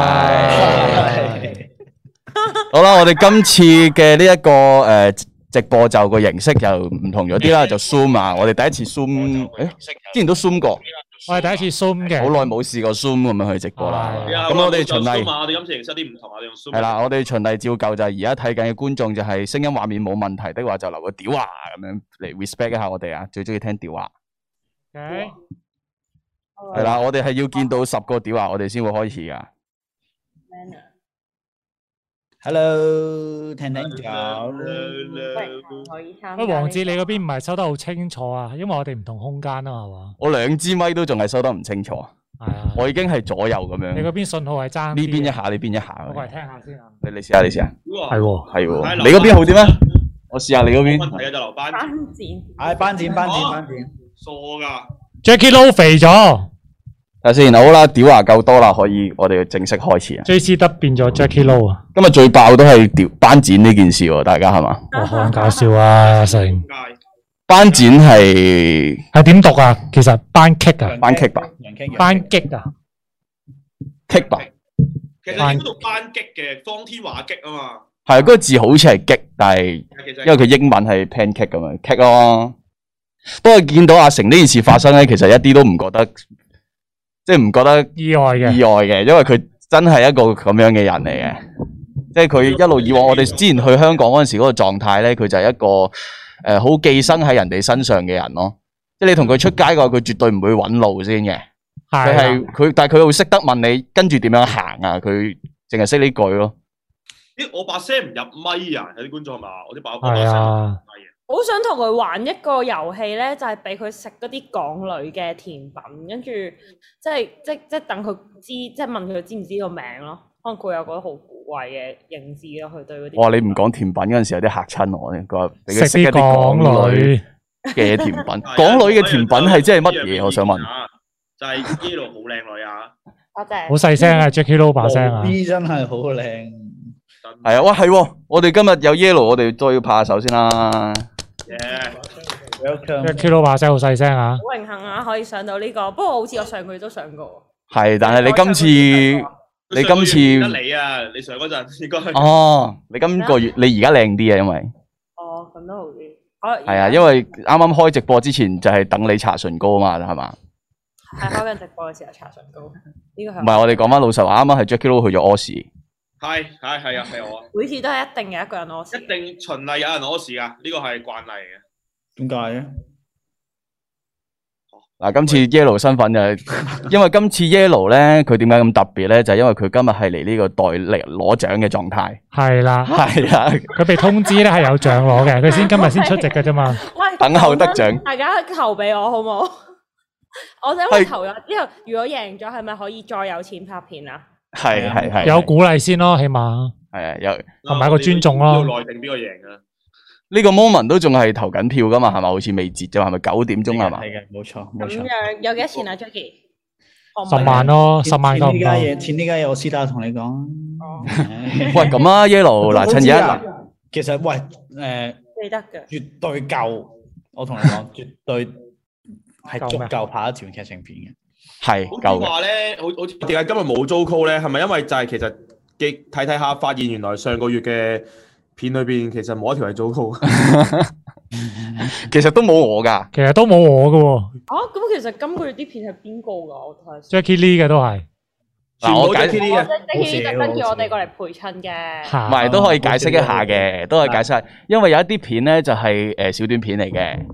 喂，好啦，我哋今次嘅呢一個诶直播就個形式就唔同咗啲啦，就 Zoom 啊，我哋第一次 Zoom，诶，之前都 Zoom 過，我係第一次 Zoom 嘅，好耐冇試過 Zoom 咁樣去直播啦。啊咁我哋循例我哋今次形式啲唔同，我哋用 Zoom 啊係啦，，我哋循例照舊就係而家睇緊嘅觀眾就係聲音畫面冇問題的話就留個屌啊咁樣嚟 respect 一下我哋啊，最中意聽屌啊。 OK，係哦啦，我哋係要見到十個屌啊，我哋先會開始噶。啊 Hello，聽聽早。可以參加呢個喂，黃志，你嗰邊唔係收得好清楚啊？因為我哋唔同空間啊嘛，我兩支咪都仲係收得唔清楚，係嘛？係啊，我已經係左右咁樣，你嗰呢邊信號係爭啲嘅邊一，下，呢邊一下我咁過嚟樣。聽下先啊。你你試下，你試下，係喎，係係喎。留你嗰邊好啲咩班？我試下你嗰冇問邊。題嘅就啊留班班戰唉，班展班展班展，傻㗎， Jackie Lou 肥咗睇下先，好啦，屌啊夠多啦，可以，我哋正式開始啊。 ，JC 得變咗 Jackie Lou 啊，今日最爆都係屌班展呢件事喎，大家係嘛？哇，好撚搞笑啊，成界班展係係點讀啊？其實班 kick 啊，班 kick 吧楊傾班 kick 啊， kick 吧，其實你嗰度班擊嘅，方天畫擊啊嘛，係嗰個字好似係激，但係其實因為佢英文係 pancake 咁樣 kick 咯。不過見到阿成呢件事發生咧，其實一啲都唔覺得，即係唔覺得。意外嘅，意外嘅，因為佢真係一個咁樣嘅人嚟嘅，即係佢一路以往我哋之前去香港嗰阵时嗰個狀態咧，佢就係一個诶好、寄生喺人哋身上嘅人咯。即係你同佢出街嘅話，佢絕對唔會揾路先嘅。佢係係啊佢，但係佢會識得問你跟住點樣行啊？佢淨係識呢句咯。咦，我把聲唔入咪啊，有啲觀眾係嘛，我啲把我把係聲唔入啊，咪啊，好想同佢玩一個遊戲咧，就係俾佢食嗰啲港女嘅甜品，跟住即係即即等佢知，即係問佢知唔知個名咯。可能佢有個好古怪嘅認知咯，佢對嗰哦啲。我話你唔講甜品嗰阵时有啲嚇親我咧，佢話俾佢食識一啲啲港港女女，嘅 甜品。港女嘅甜品啊係啊即係乜嘢？我想問。就係 Yellow 好靚女啊，多謝。好細聲啊，Jackie Lou 把聲啊， B 真係好靚，真係啊，哇係喎！我哋今日有 yellow，我哋都要拍下手先啦。嘅， Welcome， ，Jackie Lou 把聲好細聲啊好，榮幸啊，可以上到呢個。不過好似我上個月都上過。係，但係你今次。啊你今次佢上個月唔得你啊，你上嗰陣應該係哦，你今個月你而家靚啲啊，因為哦，咁都好啲。我係啊，因為啱啱開直播之前就係等你搽唇膏啊嘛，係嘛？係開緊直播嘅時候搽唇膏，呢個唔係，係我哋講翻老實話，啱啱係 Jackie Lou 去咗屙屎，係係係啊，係我啊，每次都係一定有一個人屙屎一。定循例有人屙屎㗎，呢個係慣例嘅。點解嘅？嗱，今次 Yellow 身份就係 因為今次 Yellow 咧，佢點解咁特別咧？就係因為佢今日係嚟呢個代嚟攞獎嘅狀態，係啦。係啊，佢被通知咧係有獎攞嘅，佢先今日先出席嘅啫嘛。喂，等候得獎大家投俾我好冇？我想係問投咗之後，如果贏咗，係咪可以再有錢拍片啊？係係係，有鼓勵先咯，起碼係啊有同埋一個尊重咯要內定邊個贏啊？呢個 moment 都仲係投緊票噶嘛，係咪？好似未截啫嘛，係咪九點鐘係啊嘛？係嘅，冇錯冇咁錯。樣有幾多錢啊，Jackie？可唔十可以萬咯，哦十萬夠錢唔呢家夠？嘢，錢呢家嘢，我私底下同你講。唉喂，咁啊，Yellow 嗱，趁而家我知啊 其實喂誒，記得嘅。絕對夠。我同你 講，絕對係夠足咩夠拍一條劇情片嘅。係好夠似嘅，話咧，好好似點解今日冇租 call 咧？係咪因為就係其實嘅睇睇下，發現原來上個月嘅片裏邊其實冇一條係租 call。其實都冇我㗎。其實都冇我嘅哦，咁其實今個月啲片係邊個㗎？我睇下先。喎，Jackie Lee 嘅都係 嗱，我解全部都唔 Jackie Lee 啊我覺得好 Jackie 特少登叫好我少哋過嚟陪襯嘅。嚇係啊都可以啊解釋一下嘅，都可以解釋下，因為有一啲片咧就係誒小短片嚟嘅，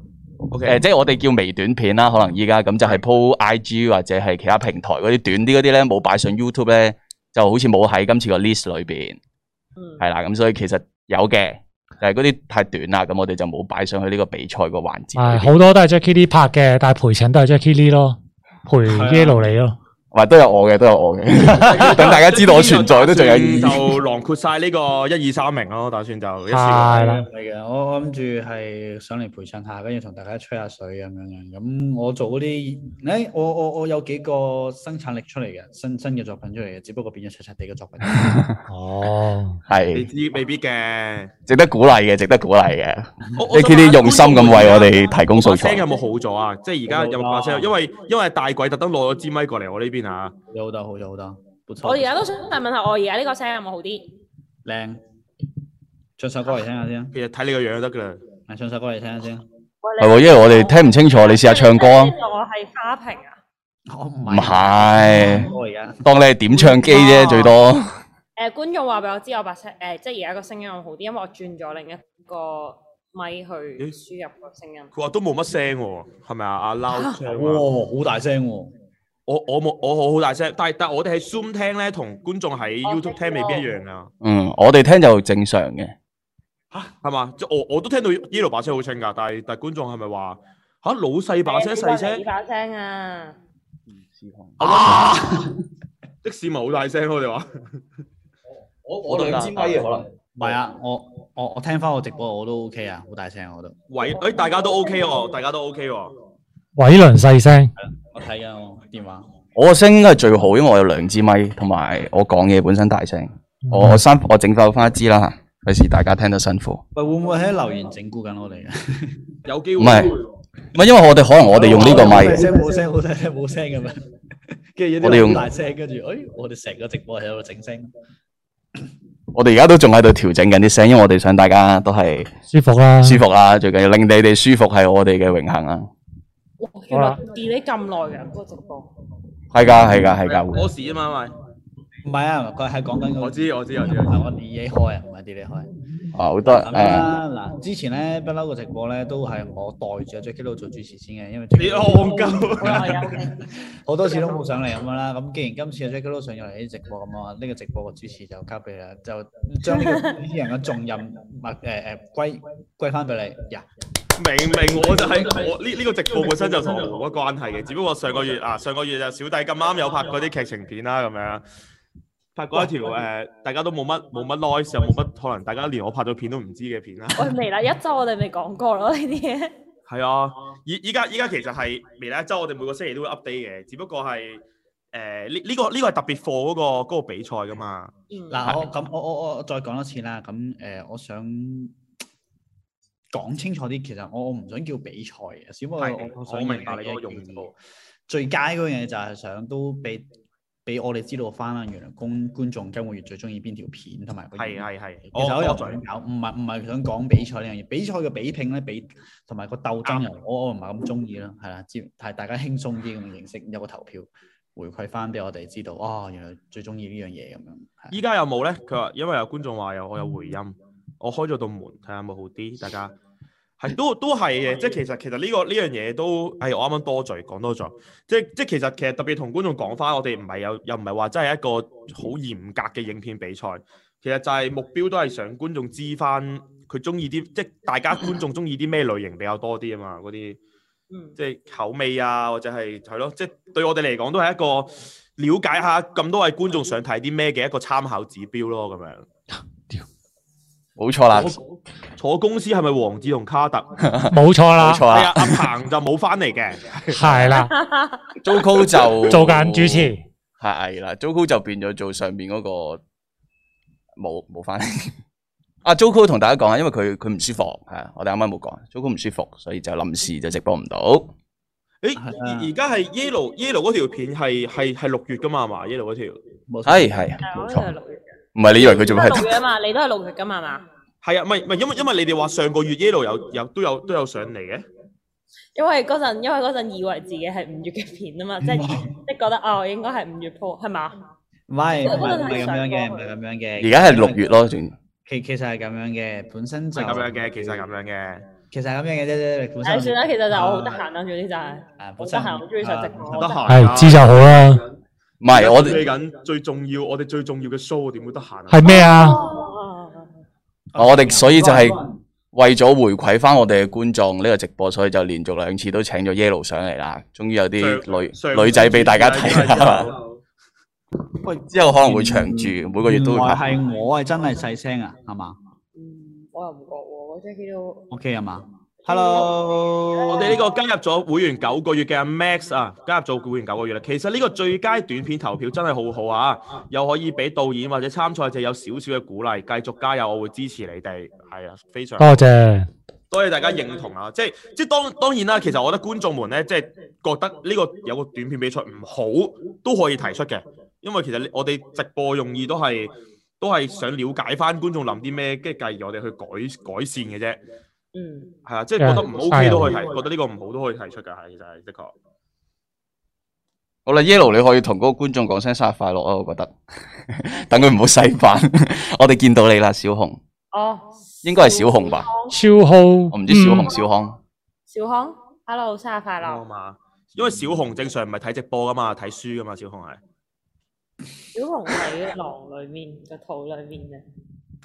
O 誒即係我哋叫微短片啦，可能依家咁嗯就係 po IG 或者係其他平台嗰啲短啲嗰啲咧冇擺上 YouTube 咧，就好似冇喺今次個 list 裏邊，嗯，係啦，咁所以其實有嘅，但係嗰啲太短啦，咁我哋就冇擺上去呢個比賽個環節係裏邊。好多都係 Jackie Lee 拍嘅，但係陪襯都係 Jackie Lee 咯，陪啊 Yellow 你咯，唔係都有我嘅，都有 我嘅。等大家知道我存在都仲有 意就義。囊括晒呢個一二三名咯，打算就一次啊係過。啦唔，係嘅，我諗住係上嚟陪襯下，跟住同大家吹下水咁樣樣。咁我做嗰啲，誒、我我我有幾個生產力出嚟嘅，新新嘅作品出嚟嘅，只不過變咗柒柒地嘅作品。哦，你係知未必 嘅。值得鼓勵嘅，值得鼓勵嘅。我我 Jacky 想 Lee 問下用心咁為我哋提供把素聲材有。冇好咗啊？即係而家有冇啊把聲？因為因為大鬼特登攞咗支咪過嚟我呢邊啊，有好多，好多，好多，不錯。我而家都想問下，我而家呢個聲有冇好啲？靚，唱首歌嚟聽下先啊，其實睇你個樣就得㗎啦。嚟唱首歌嚟聽下先啊。係喎，因為我哋聽唔清楚，你試下唱歌啊。我係花瓶啊！我唔唔係，我而家當你係點唱機啫，最多。誒呃觀眾話俾我知，我把聲誒即係而家個聲音好啲，因為我轉咗另一個咪去輸入個聲音。佢話都冇乜聲喎，係咪啊？阿撈唱啊哇，好大聲喎！我我冇我我好大聲，但係但係我哋喺 Zoom 聽咧，同觀眾喺哦 YouTube 聽未必一樣啊。嗯，我哋聽就正常嘅。嚇係嘛？即係我我都聽到 Yellow 把聲好清㗎，但係但係觀眾係咪話嚇老細把聲細你聲？把聲啊！啊！的士咪好大聲咯，我哋話。我我兩支咪嘅可能。唔係啊，我我我聽翻我直播我都 OK 啊，好大聲我都。喂，哦誒大家都 OK 喎，大家都 OK 喎。偉倫細聲，我睇緊我電話。我個聲應該係最好，因為我有兩支咪，同埋我講嘢本身大聲。我我嗯三我整翻翻一支啦，費事大家聽得辛苦。喂，會唔會喺留言整蠱緊我哋嘅？有機會。唔係唔係因為我哋可能我哋用呢個咪，哦冇聲冇聲，好大聲冇聲咁樣。跟住有我哋啲用好大聲，跟住誒，我哋成個直播喺度整聲。我哋而家都仲喺度調整緊啲聲，因為我哋想大家都係舒服啦，舒服嗯啦，最緊要令你哋舒服係我哋嘅榮幸啊！哇，原來 delay 咁耐嘅嗰個直播。係㗎，嗯係㗎，係㗎，屙屎啊嘛，咪。唔係啊，佢係講緊個我知我知我知我知係我 D A 開啊，唔係 D A 開。啊好多咁誒，嗯啦，嗱，之前咧不嬲個直播咧都係我代住阿 Jacky 度做主持先嘅，因為你哦戇 Jacky 我又鳩。係有好多次都冇上嚟咁樣啦。咁既然今次阿 Jacky 都上咗嚟啲直播咁啊，呢個直播嘅主持就交俾你啦，就將呢個主持人嘅重任物誒誒歸歸翻俾你。呀，明明我就係我呢呢個直播本身就同我冇乜關係嘅，只不過上個月啊上個月就小弟咁啱有拍嗰啲劇情片啦咁樣，拍過一條誒、呃大家都冇乜冇乜 noise 又冇乜可能大家連我拍咗片都唔知嘅片啦。喂，微辣一周我哋未講過咯呢啲嘢。係啊，依依家依家其實係未來一周我哋每個星期都會 update 嘅，只不過係誒呢呢個呢、個係特別課嗰、個嗰、個比賽噶嘛。嗯嗱，我咁我我我我再講多次啦。咁誒、呃我想講清楚啲，其實我我唔想叫比賽嘅，只不過係我我我想明白贏你嗰個嘅用叫途。最佳嗰樣嘢就係想都俾俾我哋知道翻啦，原來觀觀眾今個月最中意邊條片同埋個係演員。係係，其實我又我唔想搞，唔係唔係想講比賽呢樣嘢，比賽嘅比拼咧，比同埋個鬥啊爭又我我唔係咁中意啦，係啦，接係大家輕鬆啲咁嘅形式，有個投票回饋翻俾我哋知道，哦，原來最中意呢樣嘢咁樣。係依家有冇咧？佢話因為有觀眾話有我有回音，我開咗道門睇下有冇好啲，大家係都都係嘅，即係其實其實呢、個呢樣嘢都係、我啱啱多嘴講多咗，即係即係其實其實特別同觀眾講翻，我哋唔係有又唔係話真係一個好嚴格嘅影片比賽，其實就係目標都係想觀眾知翻佢中意啲，即係大家觀眾中意啲咩類型比較多啲啊嘛，嗰啲。嗯即係口味啊，或者係係咯，即係對我哋嚟講都係一個了解下咁多位觀眾想睇啲咩嘅一個參考指標咯，咁樣。冇錯啦，坐坐公司係咪黃志同卡特？冇錯啦冇，錯係啦啊，阿彭就冇翻嚟嘅，係 啦， ，Joco 就 做緊主持，係啦，Joco 就變咗做上面嗰個冇冇翻嚟。 阿 Joco 同大家講下，因為佢佢唔舒服，係啊，我哋啱啱冇講，Joco 唔舒服，所以就臨時就直播唔到。誒係而啊而家係 Yellow Yellow 嗰條片係係係六月噶嘛係嘛？Yellow 嗰條冇錯係係係冇我呢度係錯，六月唔嘅，係你以為佢都做咩係？六月啊嘛，你都係六月噶嘛係嘛？係啊，唔係唔係因為因為你哋話上個月 Yellow 有有都有都有上嚟嘅，因為嗰陣，因為嗰陣以為自己係五月嘅片啊嘛，即係嗯即係覺得哦，應該係五月鋪係嘛？唔係唔我都係唔係係咁樣想嘅，過唔係咁樣嘅。而家係六月。咯，仲其其實係咁樣嘅，本身就係咁樣嘅，其實係咁樣嘅。其實係咁樣嘅啫啫。本唉，身算啦，其實就我好得閒啦，總之就係啊，好本得身閒，好中意上直播。得閒啊係知就好啦。唔係我而家哋準備緊最重要，我哋最重要嘅 show 點會得閒啊？係咩啊？哦我哋所以就係為咗回饋翻我哋嘅觀眾呢個直播，所以就連續兩次都請咗 Yellow 上嚟啦，終於有啲上上女女仔俾大家睇啦。喂，之後可能會長住，每個月都會拍。原來係我係真係細聲啊，係嘛嗯，我又唔覺喎，嗰 Jackie 都？OK 係嘛？Hello，我哋呢個加入咗會員九個月嘅 Max 啊，加入咗會員九個月啦。其實呢個最佳短片投票真係好好啊，又可以俾導演或者參賽者有少少嘅鼓勵，繼續加油，我會支持你哋。係啊，非常多謝。多謝大家認同啊！即係即係當當然啦，其實我覺得觀眾們咧，即係覺得呢個有個短片比賽唔好都可以提出嘅，因為其實我哋直播用意都係都係想了解翻觀眾諗啲咩，跟住繼而我哋去改改善嘅啫。嗯係啊，即係覺得唔 OK 都可以提，覺得呢個唔好都可以提出㗎，係其實係的確。好啦，Yellow 你可以同嗰個觀眾講聲生日快樂啊！我覺得， 等佢唔好洗版。我哋見到你啦，小紅，哦，應該係小紅吧？超浩，我唔知小嗯紅、小康。小康，Hello，生日快啊樂，嘛，因為小紅正常唔係睇直播㗎嘛，睇書㗎嘛，小紅係。小紅喺狼裏面個肚裏面啊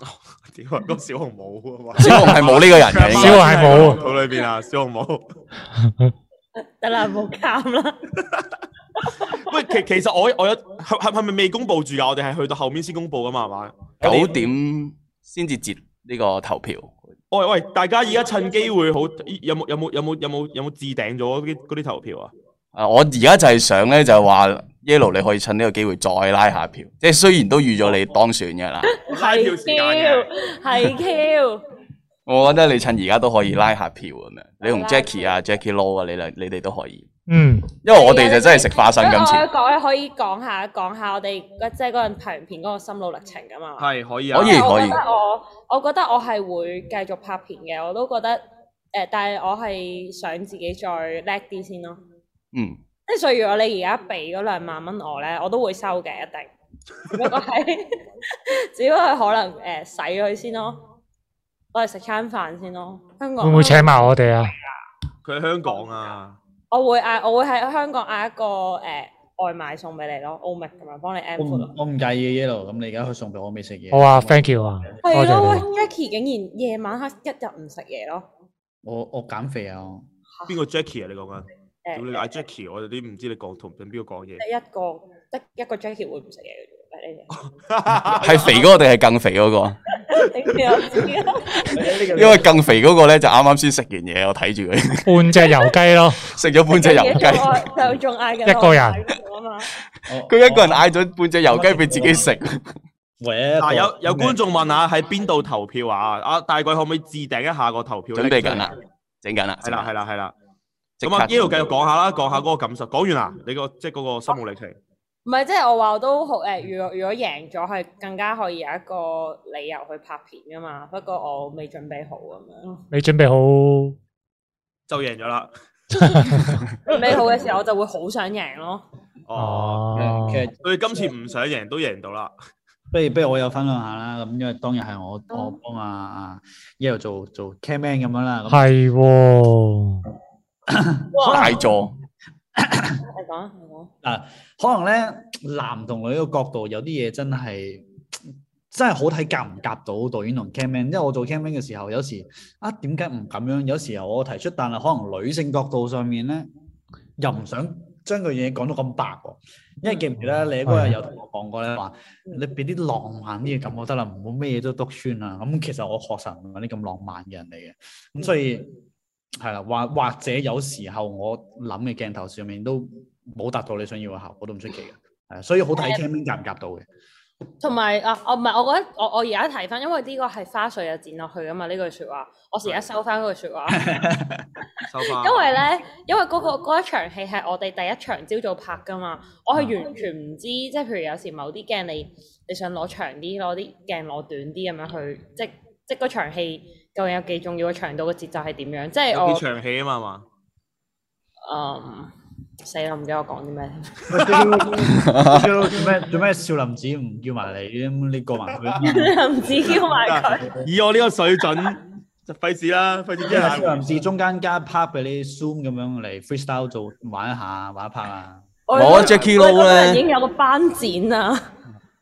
嘅， 屌，嗰小紅冇啊嘛。啊小紅係冇呢個人嘅，應 小該紅係冇肚裏邊啊，小紅冇。 得啦，冇監啦， 喂，其其實我我有係係係咪未公佈住㗎？我哋係去到後面先公佈㗎嘛，係嘛？九點先至截呢個投票。喂喂，大家而家趁機會好，咦有冇有冇有冇有冇有冇置頂咗嗰啲嗰啲投票啊？啊，我而家就係想咧，就係話 Yellow 你可以趁呢個機會再拉下票，即係雖然都預咗你當選嘅 啦，拉票時間嘅係 Q，我覺得你趁而家都可以拉下票咁樣。你同 Jackie 啊、Jackie Lou 啊，你兩你哋都可以，嗯，因為我哋就真係食花生 今次。我講可以講下講下我哋即係嗰陣拍完片嗰個心路歷程㗎嘛。係可以啊，可以因為我覺得我我覺得我係會繼續拍片嘅，我都覺得誒、呃但係我係想自己再叻啲先咯。嗯，即係所以如果你而家俾嗰兩萬蚊我咧，我都會收嘅，一定。只不過係，只不過係可能誒使咗佢先咯，我哋食餐飯先咯。香港會唔會請埋我哋啊？佢喺香港啊，我會嗌，我會喺香港嗌一個誒、呃外賣送俾你咯，奧密同埋幫你 M 我唔 food 咯。我唔介意嘅 yellow，咁你而家去送俾我未食嘢。好啊，thank you 啊，多係咯，喂謝你。 ，Jackie 竟然夜晚黑一日唔食嘢咯。我我減肥啊，我邊個 Jackie 啊？你講緊？誒、屌你嗌 Jackie，我哋啲唔知你講同同邊個講嘢。得一個得一個 Jackie 會唔食嘢嘅啫，你哋係肥嗰個定係更肥嗰個？你哋又知啊啦。因為更肥嗰個咧就啱啱先食完嘢，我睇住佢半隻油雞咯，食咗半隻油雞，就仲嗌緊一個人啊嘛，佢一個人嗌咗半隻油雞俾自己食。喂，嗱，有有觀眾問下喺邊度投票啊？阿大鬼可唔可以置頂一下個投票？準備緊啦。，整緊啦，係啦，係啦，係啦。即刻咁啊，一路繼續講下啦，講下嗰個感受。講完啦，你個即係嗰個心路歷哦程。唔係即係我話我都好誒，如果如果贏咗係更加可以有一個理由去拍片噶嘛，不過我未準備好咁樣咯。你準備好？就贏咗啦。準備好嘅時候我就會好想贏咯。哦，哦其，實佢今次唔想贏都贏到啦。不如不如我有分享下啦，咁因為當日係我我幫阿阿 yellow 做做 camman 咁樣啦，咁係喎，大座，你講啊，你講啊。可能咧，男同女嘅角度有啲嘢真係真係好睇夾唔夾到導演同 camman。因為我做 camman 嘅時候，有時啊點解唔咁樣？有時候我提出，但係可能女性角度上面咧，又唔想將句嘢講到咁白喎。因為記唔記得你嗰日有同我講過咧話，你俾啲浪漫啲嘅感覺得啦，唔好咩嘢都篤穿啦。咁其實我確實唔係啲咁浪漫嘅人嚟嘅，咁所以係啦，或或者有時候我諗嘅鏡頭上面都冇達到你想要嘅效果，都唔出奇嘅。係啊，所以好睇 cam 夾唔夾到 嘅。同埋啊，我唔係，我覺得我我而家睇翻，因為呢個係花絮又剪落去噶嘛，呢句説話，我而家收翻嗰句説話。收啊翻。因為咧，因為嗰、個嗰一場戲係我哋第一場朝早拍噶嘛，我啊係完全唔知，即係譬如有時某啲鏡你你想攞長啲，攞啲鏡攞短啲咁樣去，即即嗰場戲究竟有幾重要，個長度個節奏係點樣？即係有我幾場戲啊嘛，係嘛？嗯死啦，唔記得我講啲咩。 做咩做咩少林寺唔叫埋你咁？你過 埋佢。唔止叫埋佢，以我呢個水準， 就費事啦，費事因為啲 少人林寺中間加 part 俾你 zoom 咁樣嚟 freestyle 做玩一下玩一 part 啊。我我 Jackie Lou 我嗰陣咧已經有個頒展啦。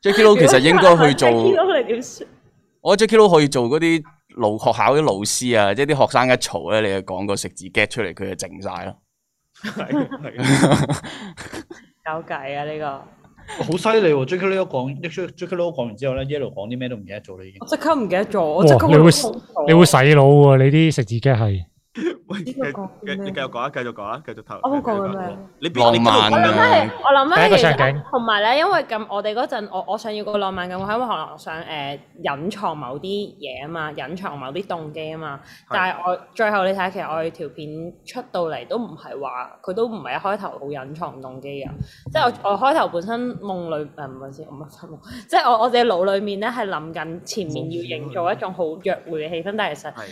Jackie Lou 其實應 該去做， Jackie Lou 你點算？我覺得 Jackie Lou 可以做嗰啲老學校啲老師啊，即係啲學生一嘈咧，你就講個食字 get 出嚟，佢就靜晒咯。係係有計啊呢個。好犀利喎！J.K. 呢講，J.K. 呢講完之後咧，Yellow 講啲咩都唔記得做啦已經我。即刻唔記得咗，我即刻哇你會會你會洗腦喎，你啲食字 g 係喂，繼呢個講緊繼咩你繼續講啊，繼續講啊，繼續投。我冇繼續講緊講咩？你邊你浪邊度漫我啊諗翻起，我諗第一個翻起場其景實，同埋咧，因為咁我哋嗰陣，我我想要個浪漫感，我係因為可能我想誒、呃、隱藏某啲嘢啊嘛，隱藏某啲動機啊嘛。但係我最後你睇，其實我哋條片出到嚟都唔係話佢都唔係一開頭好隱藏動機啊。即係我我開頭本身夢裏誒唔係先，唔係夢，即係我我哋腦裡面咧係諗緊前面要營造一種好約會嘅氣氛，但係其實係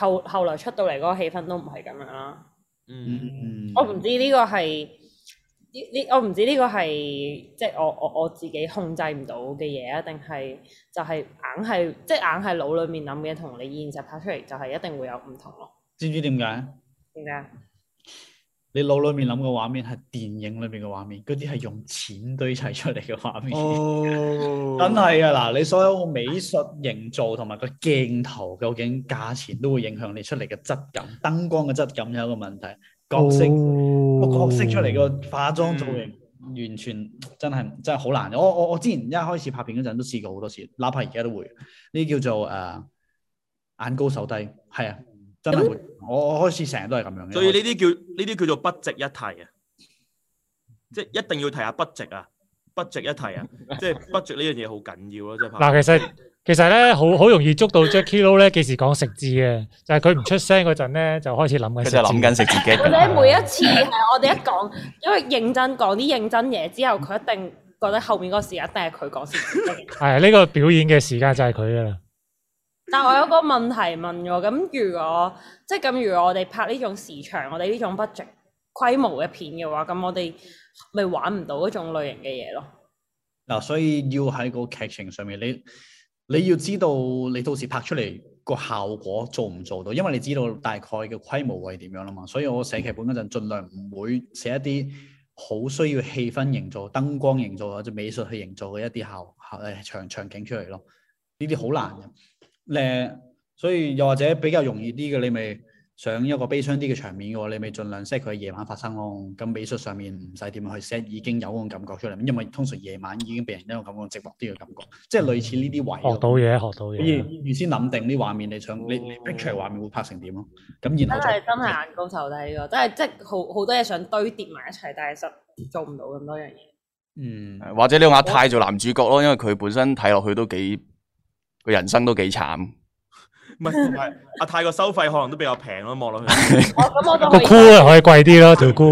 後後來出到嚟嗰個氣氛都唔係咁樣啦。嗯，嗯，我唔知呢個係呢呢，我唔知呢個係即係我我我自己控制唔到嘅嘢啊，定係就係硬係即係硬係腦裡面諗嘅同你現實拍出嚟就係一定會有唔同咯。知唔知點解？點解？啊你腦裏面諗嘅畫面係電影裏面嘅畫面，嗰啲係用錢堆砌出嚟嘅畫面。哦真係啊！嗱，你所有美術營造同埋個鏡頭究竟價錢都會影響你出嚟嘅質感，燈光嘅質感有一個問題，角色哦個角色出嚟個化妝造嗯型完全真係真係好難。我我我之前一開始拍片嗰陣都試過好多次，哪怕而家都會。呢叫做誒、呃眼高手低，係啊，真係會。我我開始成日都係咁樣 嘅。嗯所以呢啲叫呢啲叫做不值一提啊，即係一定要提下不值啊，不值一提啊，即係不值呢樣嘢好緊要咯，啊即係拍。嗱，其實其實咧好好容易捉到 Jackie Lou 咧幾時講食字嘅，就係佢唔出聲嗰陣咧就開始諗緊佢就食字。諗緊食自己我㗎啦。哋每一次係我哋一講，因為認真講啲認真嘢之後，佢一定覺得後面嗰個時間一定係佢講先。 係呢個表演嘅時間就係佢噶啦。但我有個問題問喎，咁如果即係咁，如果我哋拍呢種時長，我哋呢種 budget 規模嘅片嘅話，咁我哋咪玩唔到嗰種類型嘅嘢咯。嗱，所以要喺個劇情上面，你你要知道你到時拍出嚟個效果做唔做到，因為你知道大概嘅規模會係點樣啦嘛。所以我寫劇本嗰陣，盡量唔會寫一啲好需要氣氛營造、燈光營造或者美術去營造嘅一啲效效誒場場景出嚟咯。呢啲好難嘅。誒、所以又或者比較容易啲嘅，你咪想一個悲傷啲嘅場面嘅話，你咪盡量 set 佢喺夜晚發生咯。咁美術上面唔使點去啊 set，已經有嗰種感覺出嚟，因為通常夜晚已經俾人一種感覺寂寞啲嘅感覺，即係類似呢啲位咯。學到哦嘢，學到所嘢以。預先諗定啲畫面，你想你你 picture 畫面會拍成點咯？咁然真後係再真係眼高手低呢個，真係即係好好多嘢想堆疊埋一齊，但係實做唔到咁多樣嘢。嗯，或者你用阿泰做男主角咯，因為佢本身睇落去都幾，佢人生都幾慘。唔係同埋阿泰個收費可能都比較平咯，望落去。 我咁我都個可以箍啊可以貴啲咯，條箍。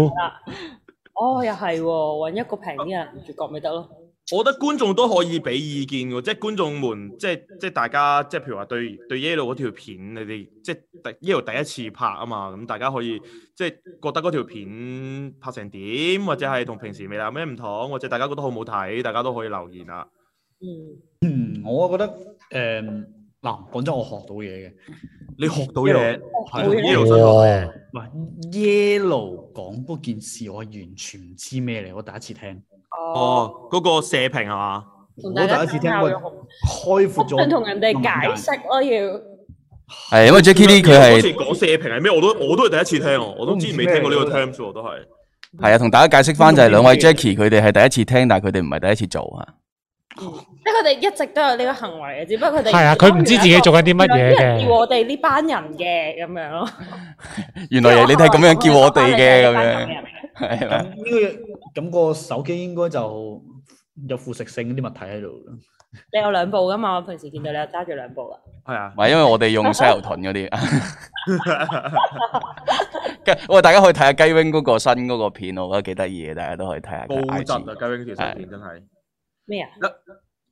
哦，又係喎，揾一個平啲嘅男主角咪得咯。我覺得觀眾都可以俾意見喎，即係觀眾們，即係即係大家，即係譬如話對對 Yellow 嗰條片，你哋即係第 Yellow 第一次拍啊嘛，咁大家可以即係覺得嗰條片拍成點，或者係同平時未來有咩唔同，或者大家覺得好唔好睇，大家都可以留言啊。嗯，嗯我覺得誒嗱，講真，我學到嘢嘅。你學到嘢，哦係會呢咧度真係哇！喂，Yellow 講嗰件事，我完全唔知咩嚟，我第一次聽，哦，嗰個射評係嘛？同我大家第一次聽交過流好開闊咗。同人哋解釋咯，要係因為 Jackie Lee 佢好似係講射評係咩？我都我都係第一次聽喎，我都之前未聽過呢個我唔 terms 喎，都係。係啊，同大家解釋翻就係兩位 Jackie 佢哋係第一次聽，但係佢哋唔係第一次做啊。即係佢哋一直都有呢個行為嘅，只不過佢哋係啊，佢唔知自己做緊啲乜嘢原來啲人要嘅。我哋呢班人嘅咁樣咯。原來你哋咁樣叫我 哋嘅咁樣，樣。係咁啦。呢個咁個手機應該就有腐蝕性嗰啲物體喺度啦。你有兩部噶嘛？我平時見到你有揸住兩部噶。係啊 唔，係因為我哋 用西牛盾嗰啲。 雞喂，大家可以睇下雞 wing 嗰個新嗰個片，我覺得幾得意嘅，大家都可以睇下。高質啊， IG 究竟條射片真係。咩啊？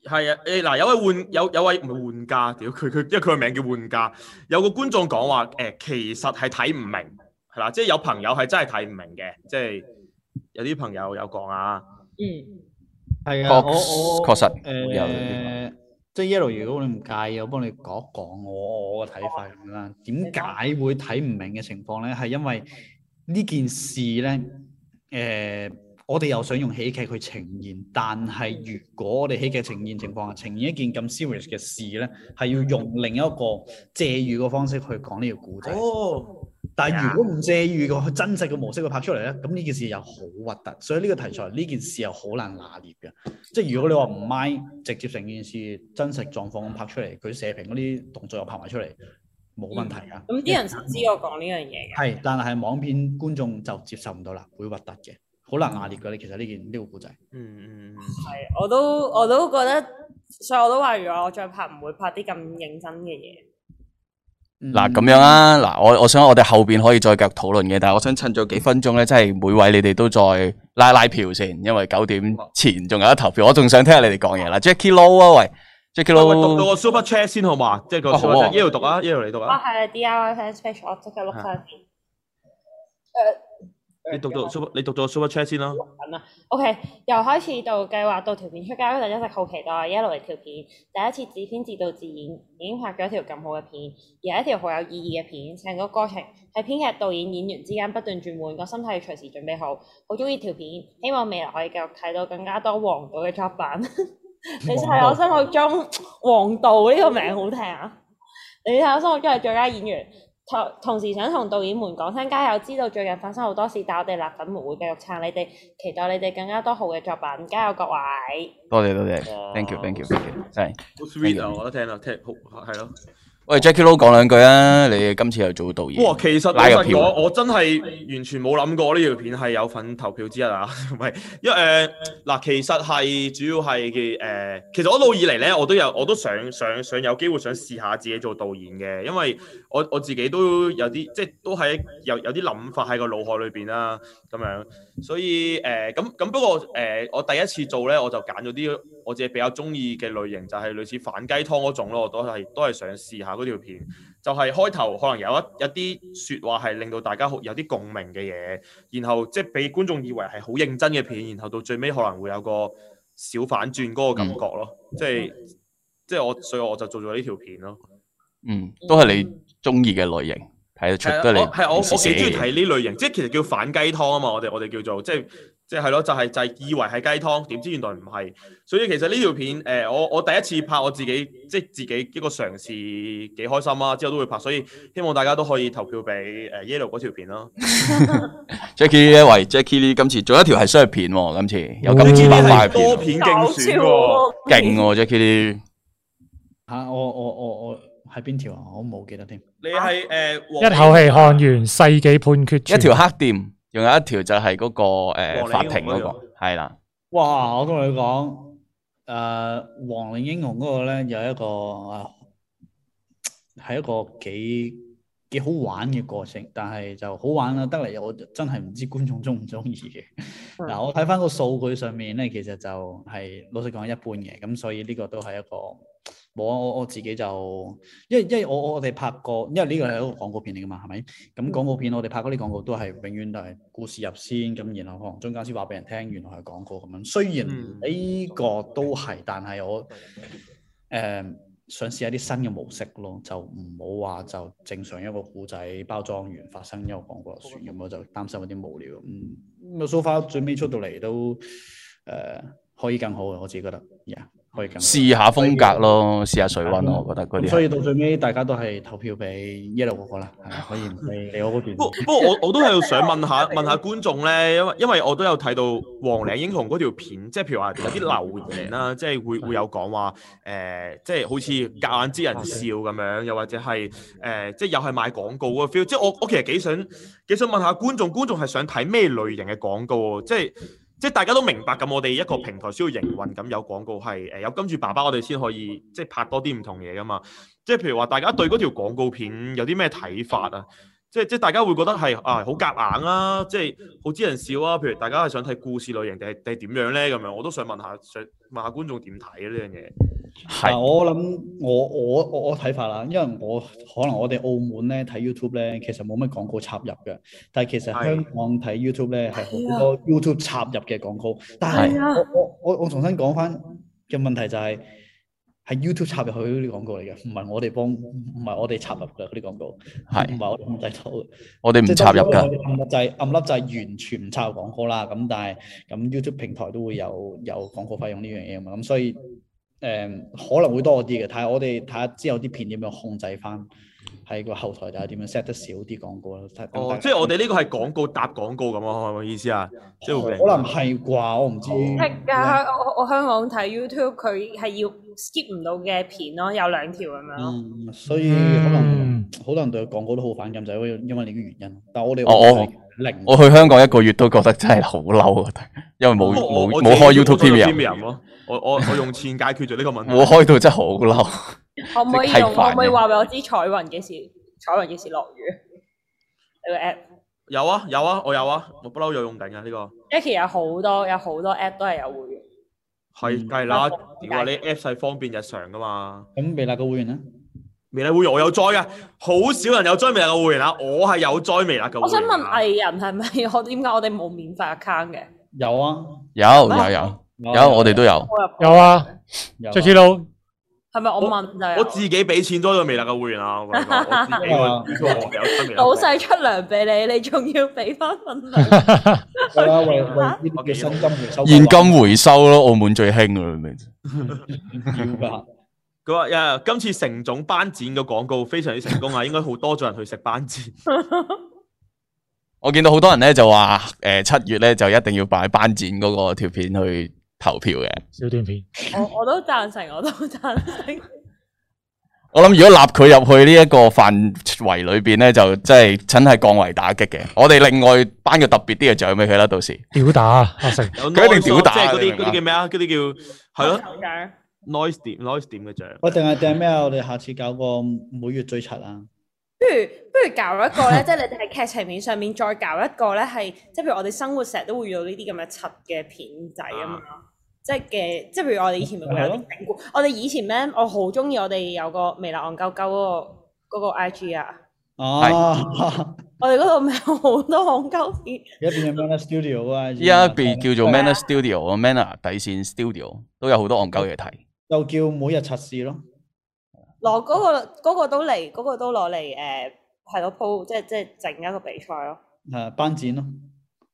係啊，誒嗱，有位玩有有位唔係玩家，屌佢佢，因為佢個名叫玩家，有個觀眾講話誒，其實係睇唔明，係啦，即係有朋友係真係睇唔明嘅，即係有啲朋友有講啊，嗯，係確我我確實會有誒，即係 Yellow，如果你唔介意，我幫你講一講我我嘅睇法咁樣啦。點解會睇唔明嘅情況咧？係因為呢件事咧，誒、我哋又想用喜劇去呈現，但係如果我哋喜劇呈現情況下呈現一件咁 serious 嘅事咧，係要用另一個借喻嘅方式去講呢個古仔。哦，但係如果唔借喻個真實嘅模式去拍出嚟咧，咁呢件事又好核突，所以呢個題材呢件事又好難拿捏嘅。即係如果你話唔 mind 直接成件事真實狀況咁拍出嚟，佢射評嗰啲動作又拍埋出嚟，冇問題㗎。咁啲人就知啊我講呢樣嘢嘅。係，但係網片觀眾就接受唔到啦，會核突嘅，好難拿捏㗎。你其實呢件呢個故仔，嗯嗯嗯，係，我都我都覺得，所以我都話，如果我再拍，唔會拍啲咁認真嘅嘢。嗯嗱咁樣啊，嗱我我想我哋後邊可以再繼續討論嘅，但係我想趁咗幾分鐘咧，真係每位你哋都再拉拉票先，因為九點前仲有得投票，我仲想聽下你哋講嘢啦。Jackie Lou 啊，喂，Jackie 喂，讀到 Lou，個 super chat 先好嘛？即係個啊 super 好啊 chat，一路讀啊，一路你讀啊，啊，係 DIY fan special，我即刻碌翻先。誒，你讀到 super，你讀到 super chat 先啦。緊啦。OK，由開始到計劃到條片出街嗰陣，一直好期待，一路嚟條片。第一次自編自導自演，已經拍咗一條咁好嘅片，而係一條好有意義嘅片。成個過程係編劇、導演、演員之間不斷轉換，個心態要隨時準備好。好中意條片，希望未來可以繼續睇到更加多黃道嘅作品。你就係我心目中黃道呢個名好聽啊！你喺我心目中係最佳演員。同同時想同導演們講聲加油，知道最近發生好多事，但我哋辣粉們會繼續撐你哋，期待你哋更加多好嘅作品，加油各位！多謝多謝哇，thank you，thank you，thank you，真係。好 sweet 啊！我覺得聽到聽好係咯。喂，Jackie Lou 講兩句啊，你今次又做導演，哇，其實老拉入實票講，我真係完全冇諗過呢條片係有份投票之一啊！ 唔係，因為誒嗱、其實係主要係嘅誒，其實我一路以嚟咧，我都有我都想想想有機會想試下自己做導演嘅，因為我我自己都有啲即係都喺有有啲諗法喺個腦海裏邊啦，咁樣，所以誒咁咁不過誒、呃我第一次做咧，我就揀咗啲我自己比較中意嘅類型，就係、類似反雞湯嗰種咯，我都係都係想試下嗰條片。就係開頭可能有一一啲説話係令到大家好有啲共鳴嘅嘢，然後即係俾觀眾以為係好認真嘅片，然後到最尾可能會有個小反轉嗰個感覺咯，即係即係我所以我就做咗呢條片咯。嗯，都係你中意嘅類型，睇得出係啊都係你我係我我平時幾寫中意嘅嘢睇呢類型，即係其實叫反雞湯啊嘛，我哋我哋叫做即係即係係咯，就係、就係、以為係雞湯，點知原來唔係。所以其實呢條片誒、呃我我第一次拍我自己，即係自己一個嘗試，幾開心啊啦、之後都會拍，所以希望大家都可以投票俾誒、呃 Yellow 嗰條片咯。 Jackie 咧，喂，Jackie 呢今次做一條係商業片喎，今次有咁哦千百塊係嘅片啊喎，多片競選喎，勁喎，Jackie 呢嚇，我我我我喺邊條啊？我冇記得添。你係誒一口氣看完世紀判決書，一條黑店，仲有一條就係嗰個誒黃法領庭嗰嗰個，係啦，哇！我同你講，誒、王力英雄嗰個咧有一個啊係、一個幾幾好玩嘅過程，但係就好玩啦，得嚟我真係唔知觀眾中唔中意嘅。嗱、我睇翻個數據上面咧，其實就係、老實講一般嘅，咁所以呢個都係一個冇啊！我我自己就因為因為我我哋拍過，因為呢個係一個廣告片嚟噶嘛，係咪？咁廣告片我哋拍嗰啲廣告都係永遠都係故事入先，咁然後可能中間先話俾人聽，原來係廣告咁樣。雖然嗯呢個都係，但係我誒、想試下啲新嘅模式咯，就唔好話就正常一個故仔包裝完發生一個廣告就算，咁我就擔心有啲無聊。嗯，咁啊，so far 最尾出到嚟都誒、可以更好嘅，我自己覺得，yeah，可以更好。試下風格咯，試下水温嗯咯，我覺得嗰咁啲所係。以到最尾大家都係投票俾 yellow 嗰個啦，係啊可以唔理理我嗰不段。不過我 我都喺度想問下問下觀眾咧，因為因為我都有睇到《黃領英雄》嗰條片，即係譬如話有啲留言啊啦，即係會會有講話誒，即係好似夾硬知人笑咁樣，又或者係誒、呃即係又係賣廣告嗰個 feel。即係我我其實幾想幾想問下觀眾，觀眾係想睇咩類型嘅廣告喎？即係即係大家都明白咁，我哋一個平台需要營運，咁有廣告係誒、呃有跟住爸爸，我哋先可以即係拍多啲唔同嘢噶嘛。即係譬如話，大家對嗰條廣告片有啲咩睇法啊？即係即係大家會覺得係啊好夾硬啦、即係好知人笑啊。譬如大家係想睇故事類型定係定係點樣咧咁樣，我都想問下想問下觀眾點睇啊呢樣嘢。係啊我諗我我我我睇法啦，因為我可能我哋澳門咧睇 YouTube 咧，其實冇乜廣告插入嘅，但係其實係香港睇 YouTube 咧係係啊好多 YouTube 插入嘅廣告，但係係啊我我我我重新講翻嘅問題就係、係 YouTube 插入去嗰啲廣告嚟嘅，唔係我哋幫，唔係我哋插入嘅嗰啲廣告，唔係係我哋控制到嘅。我哋唔插入㗎。暗粒掣，暗粒掣完全唔插入廣告啦。咁但係咁 YouTube 平台都會有有廣告費用呢樣嘢嘛。咁所以誒、可能會多啲嘅，睇下我哋睇下之後啲片點樣控制翻喺個後台，睇下點樣 set 得少啲廣告啦。睇下哦，即係我哋呢個係廣告搭廣告咁啊，係咪意思啊？即係會哦可能係啩，我唔知。嗯係㗎，我我香港睇 YouTube 佢係要 skip 唔到嘅片咯，有兩條咁樣咯。嗯，所以可能好多人對廣告都好反感，就係因為因為呢個原因。但係我哋哦我零我去香港一個月都覺得真係好嬲啊，因為冇我我冇我冇自己開用 YouTube 咗 Premium， Premium 咯。我我我用錢解決咗呢個問題。冇開到真係好嬲。可唔可以即係用？睇飯可唔可以嘅話俾我知彩雲幾時？彩雲幾時落雨？你個 app 有啊有啊，我有啊，我不嬲有用緊啊呢個。 Jackie 有好多有好多 app 都係有會員。係，嗯梗係啦，不過屌啊！你 Apps 係方便日常噶嘛。咁微辣嘅會員咧，微辣會員我有 join 嘅，好少人有 join 微辣嘅會員啦，啊我係有 join 微辣嘅會員。啊我想問，藝人係咪我點解我哋冇免費 account 嘅？有啊，有有有有，啊我哋都有。我入有啊有啊 j a c k i Lou 係啊咪我問就我有？自己俾錢 join 咗微辣嘅會員啊啦，我同你講我自己 個 YouTube 我有啊 join 微辣嘅會員。老細出糧俾你，你仲要俾翻份 糧？係啦，啊為為呢啲嘅薪金回收現金回收咯，澳門最興啊噶啦，要嗯噶，佢話：哎呀，今次成總班展嘅廣告非常之成功啊，應該好多咗人去食班展。 我見到好多人咧就話，诶七月咧就一定要擺班展嗰個條片去投票嘅。小短片，我我都贊成，我都贊成。我諗如果立佢入去呢一個範圍裏边咧，就真係真係降維打擊嘅。我哋另外頒個特別啲嘅獎俾佢啦，到時屌打啊阿成，有佢一定 noise 屌咯打即係嗰你啲明嘛嗰啲叫咩啊？嗰啲叫係 咯手掌，noise 點 noise 點嘅獎。 我定係定係咩啊？我哋下次搞個每月最柒啊！不如不如搞一個 咧，即係你哋喺劇情面上面再搞一個咧，係即係譬如我哋生活成日都會遇到呢啲咁嘅柒嘅片仔啊嘛，即係嘅，即係譬啊如我哋以前咪會有啲整蠱，我哋以前咧，我好中意我哋有個微辣戇鳩鳩嗰個嗰個 I G 啊， 哦，我哋嗰度咪有好多戇鳩片，而家變咗 Mana Studio 啊！依家被叫做 Manner Studio 啊，Manner 底線 Studio 都有好多戇鳩嘢睇。就叫每日測試咯。攞嗰、個嗰、個都嚟，嗰、個都攞嚟誒係咯 po，即係即係整一個比賽咯，誒啊班展咯，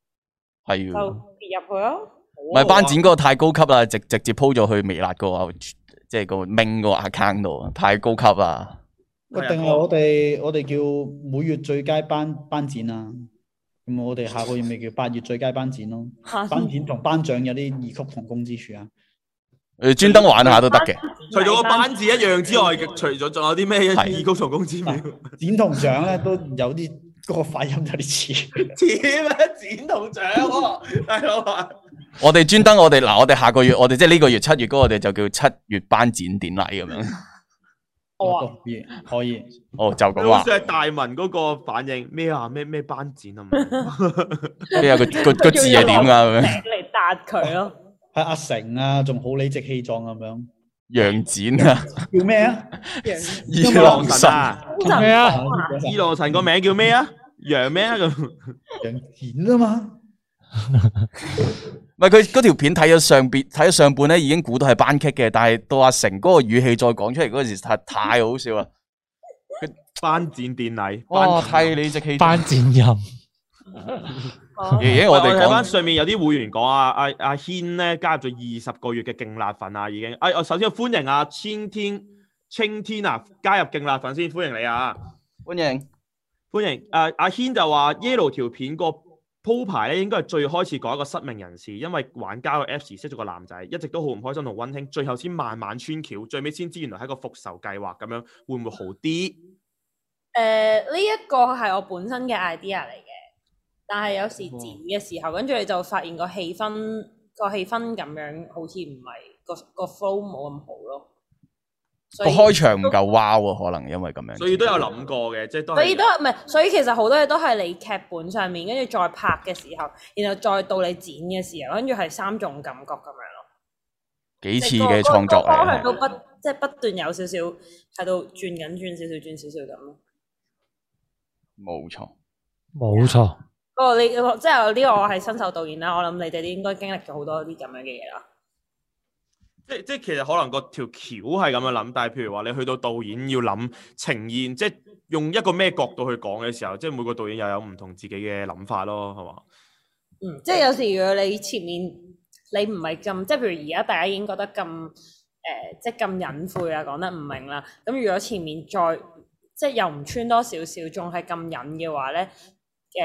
係喎就跌入去咯。啊唔啊係班展嗰個太高級啦，直直接鋪咗去微辣個即係個 Ming 個 account 度，太高級啦。喂係啊定係我哋我哋叫每月最佳班班展啊！咁我哋下個月咪叫八月最佳班 展咯。班班展同頒獎有啲異曲同工之處啊！誒專登玩下都得嘅，除咗個班字一樣之外，除咗仲有啲咩係異曲同工之妙？展同 獎咧都有啲嗰個發音有啲似。 似咩展同獎喎， 大佬啊！我哋專登我哋嗱，我哋下個月我哋即係呢個月七月嗰個，我哋就叫七月班展典禮咁 樣。我啊 可以可以。哦，就咁好話似，係大文嗰個反應咩啊？咩咩班 展啊？咩啊個個 個字係點㗎咁樣？頂嚟搭佢咯。係阿成啊，仲好理直氣壯咁樣。楊展啊， 叫咩啊？伊伊朗朗神神，啊！叫咩啊？伊朗神個名叫咩啊？楊咩啊？咁楊展啊嘛，唔係佢嗰條片睇咗上邊，睇咗上半咧已經估到係班劇嘅，但係到阿成嗰個語氣再講出嚟嗰陣時，太太好笑啊啦！班展典禮，哇，哦班展替你直氣壯，班展音，哦爺爺我哋睇講翻上面有啲會員講啊，阿阿軒咧加入咗二十個月嘅勁辣粉啊，已經。哎，我首先歡迎阿千天青天啊，加入勁辣粉先，歡迎你啊！歡迎。歡迎。誒、阿軒就話 Yellow 條片個鋪排咧，應該係最開始講一個失明人士，因為玩交友 Apps 時識咗個男仔，一直都好唔開心同温馨，最後先慢慢穿橋，最尾先知原來係一個復仇計劃咁樣，會唔會好啲？誒呢一個係我本身嘅 idea 嚟嘅，但係有時剪嘅時候，跟住你就發現個氣氛個氣氛咁樣，好似唔係個個 flow 冇咁好咯。所個以開場唔夠 wow 啊，可能因為咁樣。所以都有諗過嘅，即係都所以都係。唔係，所以其實好多嘢都係你劇本上面，跟住再拍嘅時候，然後再到你剪嘅時候，跟住係三種感覺咁樣咯。幾次即係個嘅創作個方向都嚟嘅，不即係不斷有少少喺度轉緊轉少少轉少少咁咯。冇錯。冇錯，不過哦你即係呢個我係新手導演啦，我諗你哋都應該經歷咗好多啲咁樣嘅嘢啦。即即其實可能個條橋係咁樣諗，但係譬如話你去到導演要諗呈現，即用一個咩角度去講嘅時候，即每個導演又有唔同自己嘅諗法咯，係嘛？嗯，即係有時如果你前面你唔係咁，即係譬如而家大家已經覺得咁誒、呃即係咁隱晦啦，講得唔明啦。咁如果前面再即係又唔穿多少少，仲係咁隱嘅話咧，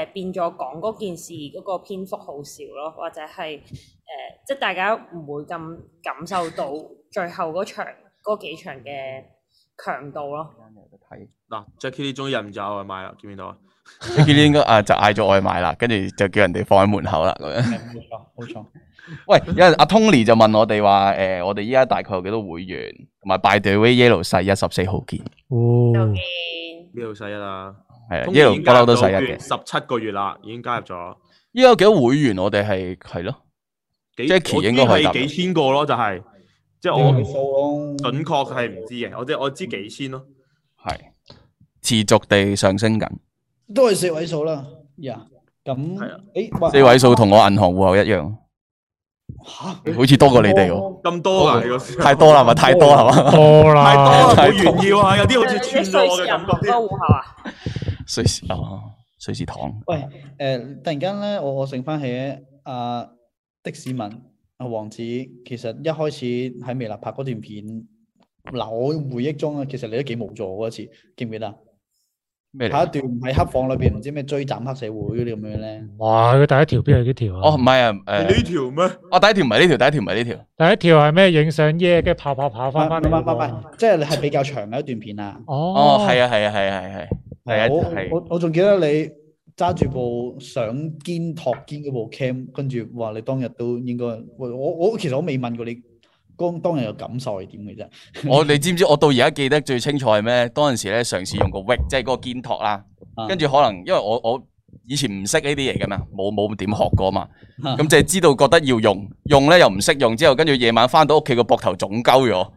誒、變咗講嗰件事嗰個篇幅好少咯，或者係誒、呃即係大家唔會咁感受到最後嗰場嗰幾場嘅強度咯。睇嗱，Jackie 呢終於忍唔住嗌外賣啦，見唔見到啊？ Jackie Lee 應該啊就嗌咗外賣啦，跟住就叫人哋放喺門口啦咁樣。冇錯冇錯，喂，有人阿 Tony 就問我哋話，诶、我哋依家大概有幾多會員，同 埋 By the way Yellow 世一十四號見，就哦呢見，度使一啦係啊，Tony 已，Yellow 經不嬲都世一嘅。十七個月啦，已經加入咗。依家有幾多會員？我哋係係咯，幾 Jackie 我知應該可以答係幾千個咯，就係、即係我嗯數咯，準確係唔知嘅，我即我知幾千咯。係持續地上升緊，都係四位數啦。呀，咁係啊誒四位數同我銀行户口一樣，嚇好似多過你哋喎，咁多啊！你個時 候太哦多啦係咪？太多係嘛？多太多啦，啦，太好多炫耀啊！有啲好似穿你你咗瑞我士嘅人感嗰覺個添。戶口啊？ 瑞士哦，瑞士糖喂誒，突然間咧，我我醒翻起阿的士文阿王子，其實一開始喺微辣拍嗰段片，嗱我回憶中啊，其實你都幾無助嗰次，記唔記得啊？咩拍一嚟？段喺黑房裏邊唔知咩追斬黑社會嗰啲咁樣咧，哇！佢第一條邊係幾條哦，唔啊？係啊，诶、呢條咩？我第一條唔係呢條，第一條唔係呢條。第一條係咩？影相耶，跟住跑跑跑唔係翻唔翻嚟係嗰唔個。係唔係，即係你係比較長嘅一段片啊。哦哦，，係啊，係啊，係啊，係啊係啊，我第哦一條我係我我仲記得你揸住部上肩托肩嗰部 cam，跟住話你當日都應該，喂我我其實我未問過你當當日嘅感受係點嘅啫。 我你知唔知？我到而家記得最清楚係咩？當陣時咧，嘗試用個 wig，即係嗰個肩托啦。啊跟住可能因為我我以前唔識呢啲嘢嘅嘛，冇冇點學過嘛，咁就係知道覺得要用，用咧又唔識用，之後跟住夜晚翻到屋企個膊頭腫鳩咗，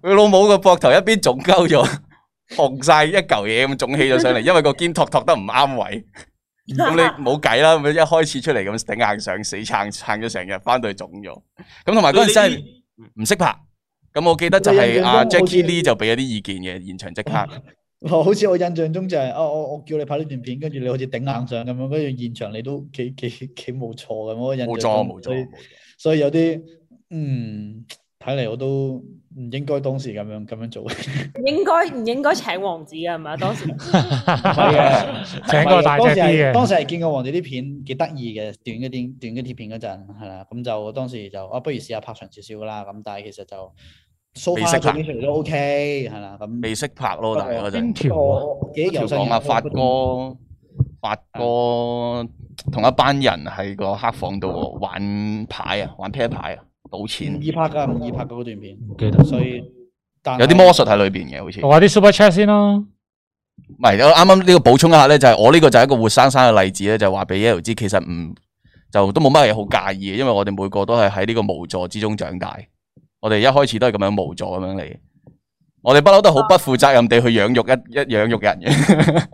佢老母個膊頭一邊腫鳩咗，紅晒一嚿嘢咁腫起咗上嚟，因為個肩托托得唔啱位。咁你冇計啦，咪一開始出嚟咁頂硬上，死撐撐咗成日，翻到去腫咗。咁同埋嗰陣時係唔識拍。咁我記得就係阿印象中好似 Jackie Lee 就俾咗啲意見嘅，現場即刻。我好似我印象中就係、啊，我我叫你拍呢段片，跟住你好似頂硬上咁樣，跟住現場你都幾幾幾冇錯咁，我印象冇錯中冇所以錯，所以有啲嗯，睇嚟我都唔應該當時咁樣咁樣做。唔應該唔應該請王子啊？係咪啊？當時係啊 請個大隻當時係啲當嘅。時係見過王子啲片幾得意嘅，短嗰啲短嗰啲片嗰陣係啦，咁就當時就啊，不如試下拍長少少㗎啦。咁但係其實就 so 未識 far 拍做起上嚟都 OK 係啦。咁未識拍哦咯，但係嗰陣。條我我記憶條猶新講啊，發哥，發哥同一班人喺個黑房度玩牌啊，玩 pair 牌啊，賭唔啊錢，易拍㗎，唔易拍㗎嗰段片，唔記得。所以但有啲係魔術喺裏邊嘅，好似。我話啲 super chat 先啦。唔係，我啱啱呢個補充一下咧，就係、我呢個就係一個活生生嘅例子咧，就話俾 Yellow 知，其實唔就都冇乜嘢好介意嘅，因為我哋每個都係喺呢個無助之中長大。我哋一開始都係咁樣無助咁樣嚟嘅，我哋不嬲都好不負責任地去養育一一養育人嘅。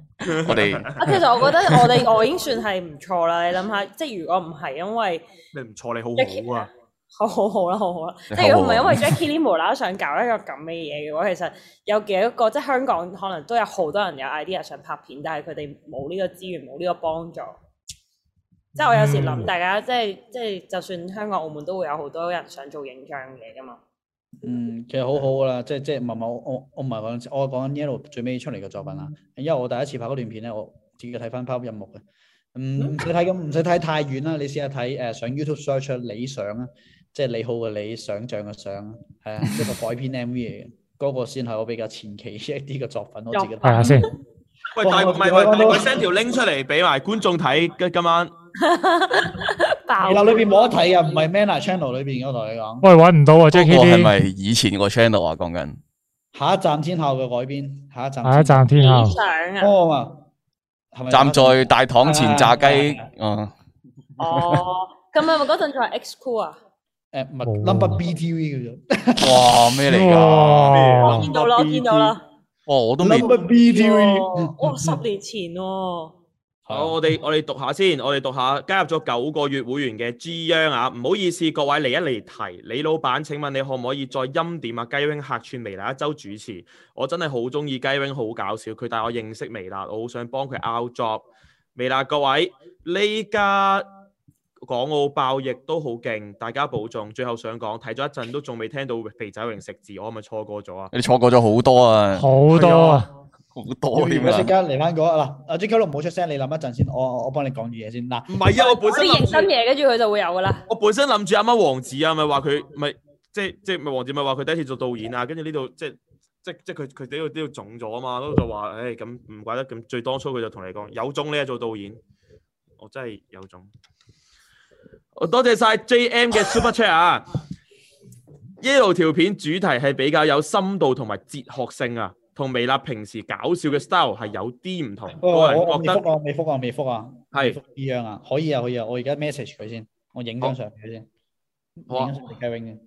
我哋啊，其實我覺得我哋 我已經算係唔錯啦。你諗下，即係如果唔係因為你唔錯，你好好啊！好好好啦，好好啦，即你係如果唔好好係因為 Jackie Lee 無啦啦想搞一個咁嘅嘢嘅話，其實有幾多個即係香港可能都有好多人有 idea 想拍片，但係佢哋冇呢個資源，冇呢個幫助。即係我有時諗，嗯大家即係即係，就算香港、澳門都會有好多人想做影像嘢噶嘛。嗯，其實好好噶啦，即係即係唔係唔係我我我唔係講，我講緊 Yellow 最尾出嚟嘅作品啦。因為我第一次拍嗰段片咧，我自己睇翻 pop 音樂嘅，嗯唔使睇咁唔使睇太遠啦，你試下睇誒上 YouTube search 啊理想啊，即係你好嘅你，想像嘅想啊，係啊，一個改編 MV 嚟嘅，嗰個先係我比較前期一啲嘅作品，我自己有睇下先。喂，哇大唔我係我喂，大我佢 send 條 link 出嚟俾埋觀眾睇，今今晚爆係啦，裏邊冇得睇啊嘅，唔係 Manner Channel 裏邊嘅，我同你講，喂，揾唔到啊嗰，Jackie 個係 D。咪以前個 channel 啊？講緊下一站天后嘅改編，下一站下一站天影后。相啊！哦嘛，係咪站在大堂前炸雞， 嗯，哦，咁係咪嗰陣仲係 X Cool 啊？誒唔係冇 number BTV 叫做。哇啊咩嚟哦㗎？哦哇哦我見到啦，哦我見到啦。哇我都未， number B T V，哇！哇，十年前喎，好，我哋我哋讀下先，我哋讀下加入咗九個月會員嘅 G 央啊，唔好意思，各位嚟一嚟題，李老闆，請問你可唔可以再欽點啊雞 wing 客串微辣一周主持？我真係好中意雞 wing，好搞笑，佢帶我認識微辣，我好想幫佢 out job。微辣各位，呢家港澳爆疫都好勁，大家保重。最後想講，睇咗一陣都仲未聽到肥仔榮食字，我係咪錯過咗啊？你錯過咗好多啊，好多啊，好如哦多果添即啊！刻嚟翻嗰嗱，阿 J 九六唔好出聲，你諗一陣先，我我我幫你講住嘢先嗱。唔係啊，我本我身啲認諗真住，嘢，跟住佢就會有噶啦。我本身諗住啱啱王子啊，咪話佢咪即係即係咪王子咪話佢第一次做導演啊，跟住呢度即係。即即佢佢呢度呢度中咗啊嘛，嗰度就話，唉咁唔怪得咁，最當初佢就同你講有種你係做導演，我真係有種。我多謝晒 J.M 嘅 Super Chat 啊！呢度條片主題係比較有深度同埋哲學性啊，同微辣平時搞笑嘅 style 係有啲唔同。喂個我人我未覺得覆啊，未覆啊，未覆啊，係呢樣啊，可以啊，可以啊，我而家 message 佢先，我影張相俾佢先，好啊影張相俾 Kevin 先。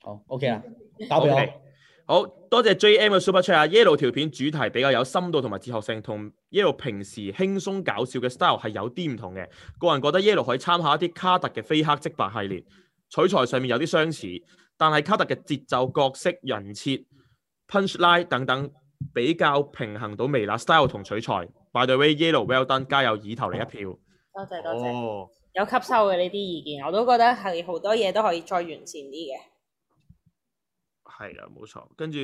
好，OK 啊，打俾我。 OK 好多謝 J.M 嘅 Super Chat 啊！Yellow 條片主題比較有深度同埋哲學性，同 Yellow 平時輕鬆搞笑嘅 style 係有啲唔同嘅。個人覺得 Yellow 可以參考一啲卡特嘅非黑即白系列，取材上面有啲相似，但係卡特嘅節奏、角色、人設、punchline 等等比較平衡到微辣 style 同取材。By the way，Yellow well done，加油，耳頭嚟一票。多謝多謝，哦，有吸收嘅呢啲意見，我都覺得係好多嘢都可以再完善啲嘅。嗯係啦，冇錯。跟住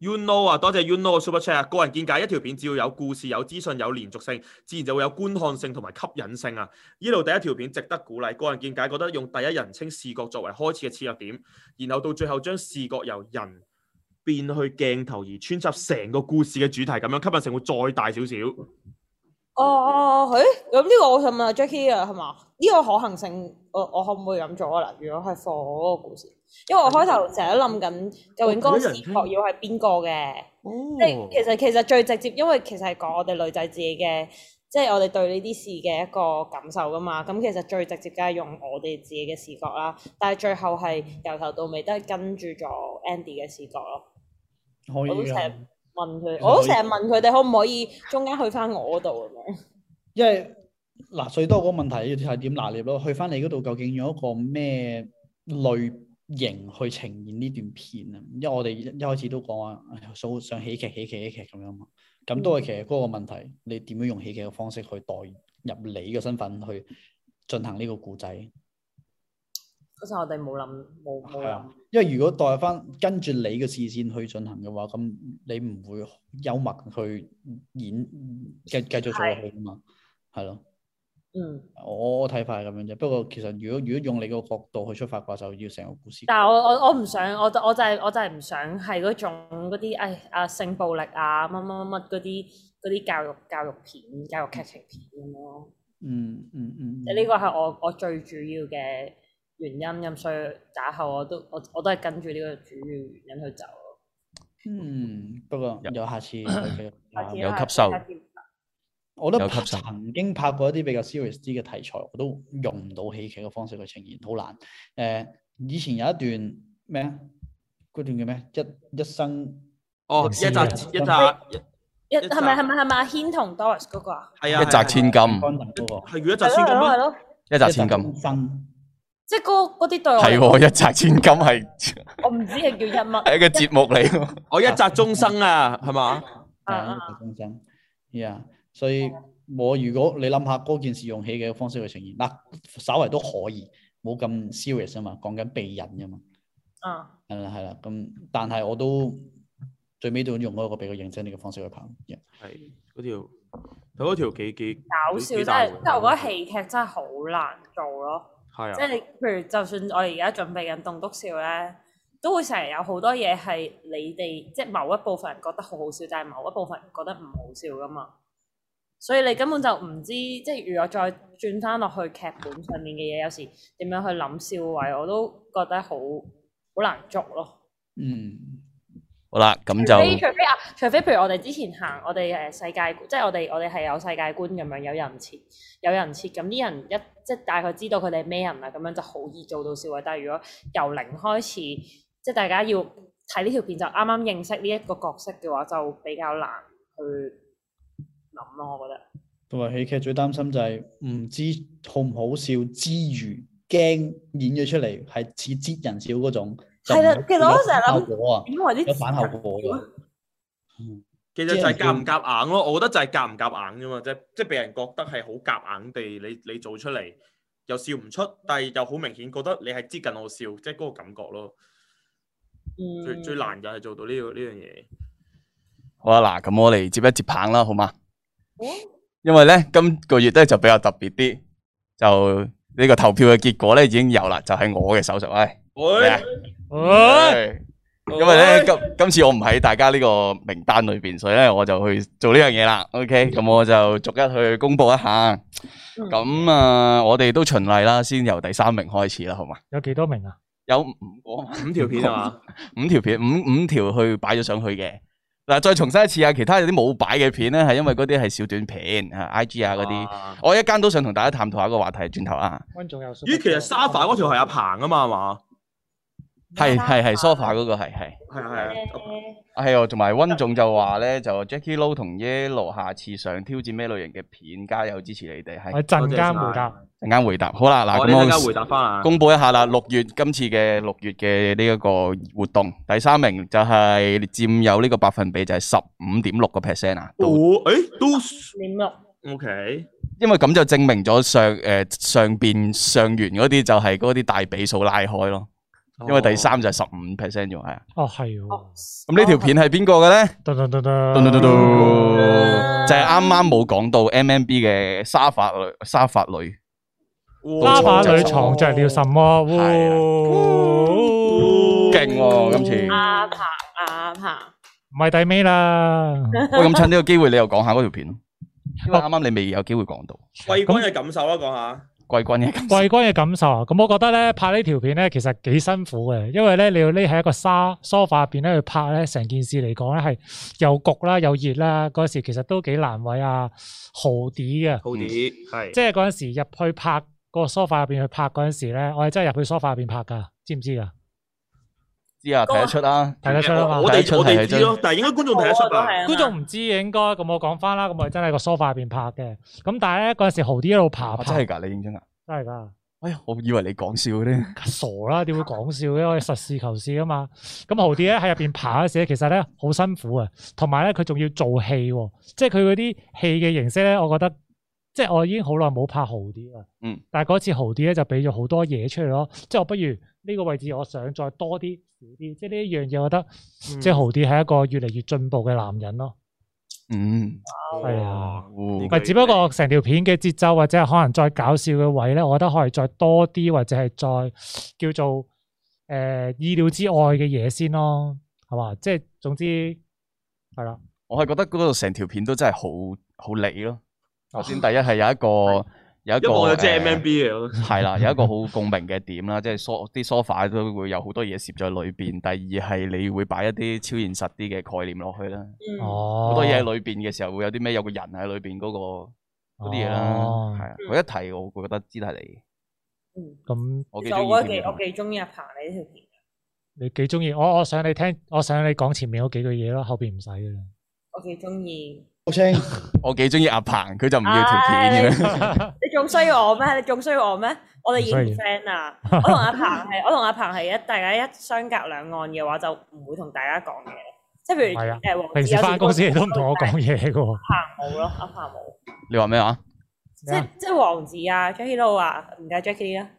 You Know 啊，多謝 You Know 嘅 Super Chat 啊。個人見解，一條片只要有故事、有資訊、有連續性，自然就會有觀看性同埋吸引性啊。呢度第一條片值得鼓勵。個人見解覺得用第一人稱視覺作為開始嘅切入點，然後到最後將視覺由人變去鏡頭而穿插成個故事嘅主題，咁樣吸引性會再大少少。哦哦，哦，誒，咁呢個我想問下 Jackie 啊，係嘛？呢個可行性，我我可唔可以咁做啊？嗱，如果係 for 嗰個故事，因為我開頭成日都諗緊，究竟嗰個視覺要係邊個嘅？即係其哦實其實最直接，因為其實係講我哋女仔自己嘅，即係我哋對呢啲事嘅一個感受噶嘛。咁其實最直接梗係用我哋自己嘅視覺啦，但係最後係由頭到尾都係跟住咗 Andy 嘅視覺咯。可我都以成啊日，問佢，其實我都可以成日問佢哋可唔可以中間去翻我嗰度咁樣。因為嗱最多嗰個問題要睇下點拿捏咯，去翻你嗰度究竟用一個咩類型去呈現呢段片啊？因為我哋一一開始都講話哎呀想想喜劇、喜劇、喜劇咁樣嘛，咁都係其實嗰個問題，你點樣用喜劇嘅方式去代入你嘅身份去進行呢個故仔？嗰陣我哋冇諗，冇係冇諗啊。，因為如果代入翻跟住你嘅視線去進行嘅話，咁你唔會幽默去演繼繼續做落去噶嘛，係咯。嗯，我我睇法係咁樣啫。不過其實如果如果用你個角度去出發嘅話，就要成個故事。但係我我我唔想，我就我就係、我就係唔想係嗰種嗰啲誒啊性暴力啊乜乜乜乜嗰啲嗰啲教育教育片、教育劇情片咁咯。嗯嗯嗯，呢個係我我最主要嘅原因咁，所以打後我都我我都係跟住呢個主要原因去走咯。嗯，不過 有下次再繼續下講次有啦吸收下次我覺得有吸收曾經拍過一啲比較 serious 啲嘅題材，我都用唔到喜劇嘅方式去呈現，好難。誒、呃以前有一段咩啊？嗰段叫咩？一一生哦，一集啊一集一集係咪係咪係咪阿軒同 Doris 嗰個啊？係啊，一擲千肝金，腎嗰個係如一集係千咯金係咯係咩？咯，一擲千一金，生即係嗰嗰啲對我係嚟喎，哎講，一擲千金係我唔知係叫 一乜係一個節目嚟喎。我哦一集終生啊，係嘛？啊係啊呢個公真，yeah，所以我如果你諗下嗰件事用喜劇嘅方式去呈現，嗱，稍為都可以，冇咁 serious 啊嘛，講緊避孕啊嘛，啊。係啦係啦，咁但係我都最尾都用嗰個比較認真啲嘅方式去拍，yeah，係嗰條，佢嗰條幾幾搞笑真幾大係，鑊即係我覺得戲劇真係好難做咯。係啊即。係譬如，就算我而家準備緊棟篤笑咧，都會成日有好多嘢係你哋即係某一部分人覺得好好笑，但係某一部分人覺得唔好笑噶嘛。所以你根本就唔知，即係如果再轉翻落去劇本上面嘅嘢，有時點樣去諗笑位，我都覺得好好難捉咯。嗯，好啦，咁除非就除非啊，除非譬如我哋之前行我哋呃誒世界觀，即係我哋我哋係有世界觀咁樣，有人設，有人設咁啲人一即係大概知道佢哋係咩人啊啦，咁樣就好易做到笑位。但係如果由零開始，即係大家要睇呢條片就啱啱認識呢一個角色嘅話，就比較難去諗咯。我覺得同埋喜劇最擔心就係唔知好唔好笑之餘，驚演咗出嚟係似擠人笑嗰種。就唔係啦有其實我成日有反諗效果啊，點為啲有反效果㗎。其實就係夾唔夾硬咯，我覺得就係夾唔夾硬啫嘛，即係即係俾人覺得係好夾硬地，你你做出嚟又笑唔出，但係又好明顯覺得你係接近我笑，即係嗰個感覺咯。最嗯最難就係做到呢、個呢樣嘢。好啊，嗱，咁我嚟接一接棒啦，好嘛？好啊因為咧今個月咧就比較特別啲，就呢個投票嘅結果咧已經有啦，就喺我嘅手上。唉，喂係啊唉因為咧今今次我唔喺大家呢個名單裏边，所以咧我就去做呢樣嘢啦。OK，咁我就逐一去公布一下。嗯咁啊、我哋都循例啦，先由第三名開始啦，好嘛？有幾多名啊？有五個嘛五條片啊嘛，五條片，五五條去擺咗上去嘅。嗱，再重申一次啊，其他有啲冇擺嘅片咧，係因為嗰啲係小短片啊、IG 啊嗰啲。啊我一間都想同大家探討下一個話題，轉頭啊，温總有數。咦，其實沙發嗰條係阿鵬啊嘛，係嘛？係係係 sofa 嗰個係係，係啊係啊，哦啊係啊，同埋温總就話咧，就 Jackie Lou 同 Yellow 下次想挑戰咩類型嘅片，加油支持你哋，係我陣間回答。陣間回答。好啦，我嗱哋陣間咁回我答翻啊。公佈一下啦，六月今次嘅六月嘅呢一個活動，第三名就係佔有呢個百分比就係十五點六個 percent 啊，到哦，誒都點六 OK，因為咁就證明咗上誒、呃上邊上元嗰啲就係嗰啲大比數拉開咯，因為第三就係十五 percent 咗係啊。哦，係喎哦。。咁呢條片係邊個嘅 咧？噔噔噔咚咚噔咚咚就係啱啱冇講到 MMB 嘅沙發女，沙發女沙沙發發女女床着了什麼？係啊唔勁嗯喎、今次。阿鵬阿鵬，係第尾 啦。喂，咁趁呢個機會，你又講下嗰條片咯，因為啱啱你未有機會講到貴君嘅感受啦，講下。貴軍嘅感受。貴軍嘅感受啊，咁我覺得咧拍呢條片咧其實幾辛苦嘅，因為咧你要匿喺一個沙 sofa 入邊咧去拍咧，成件事嚟講咧係又焗啦又熱啦，嗰時其實都幾難為啊豪啲嘅，好啲，係即係嗰陣時入去拍個 sofa 入邊去拍嗰陣時咧，我係真係入去 sofa 入邊拍㗎，知唔知㗎？知啊，睇得出啊。睇得出啊嘛我我睇得哋出我係哋真知咯，但係應該觀眾睇得出我都吧？係啊觀眾唔知嘅應該，咁我講翻啦，咁我係真係喺個 sofa 入邊拍嘅，咁但係咧嗰陣時豪啲一路爬啊爬，真係㗎，你認真啊？真係㗎。哎呀，我以為你講笑咧。傻啦，點會講笑嘅？我哋實事求是啊嘛。咁豪啲咧喺入邊爬嗰時咧，其實咧好辛苦啊，同埋咧佢仲要做戲喎，即係佢嗰啲戲嘅形式咧，我覺得即係我已經好耐冇拍豪啲啦。嗯。但係嗰次豪啲咧就俾咗好多嘢出嚟咯，即係我不如呢個位置我想再多啲少啲，即係呢一樣嘢，我覺得即係豪啲係一個越嚟越進步嘅男人咯。嗯，係啊哇哦呢咪個只不過成條片嘅節奏或者係可能再搞笑嘅位咧，我覺得可以再多啲或者係再叫做誒、呃意料之外嘅嘢先咯，係嘛？即係總之係啦，我係覺得嗰度成條片都真係好好理咯。哦頭先第一係有一個有一一個望就知呃 M M B 嘅，係啦，有一個好共鳴嘅點啦，即係 so 啲 sofa 都會有好多嘢攝在裏邊。第二係你會擺一啲超現實啲嘅概念落去啦，嗯哦，好多嘢喺裏邊嘅時候會有啲咩有個人喺裏邊嗰個嗰啲嘢啦，哦係啊，佢一提我會覺得知係你，嗯，咁我其幾實中我覺意得幾呢我個。幾中意阿鵬你呢條片。你幾中意？我我想你聽，我想你講前面嗰幾句嘢咯，後邊唔使嘅啦。我幾中意。好清，我幾中意阿鵬，佢就唔要條片咁樣。 你仲需要我咩？你仲需要我咩？我哋已經唔需要 friend 啦。我同阿鵬係，我同阿鵬係一大家一相隔兩岸嘅話，就唔會同大家講嘢。即係譬如係啊誒，黃子平時有翻公司你都唔同我但講係嘢嘅喎。阿鵬冇咯，阿鵬冇。你話咩啊話？即係即係黃子啊，Jackie Lou 啊，唔計 Jackie 啦。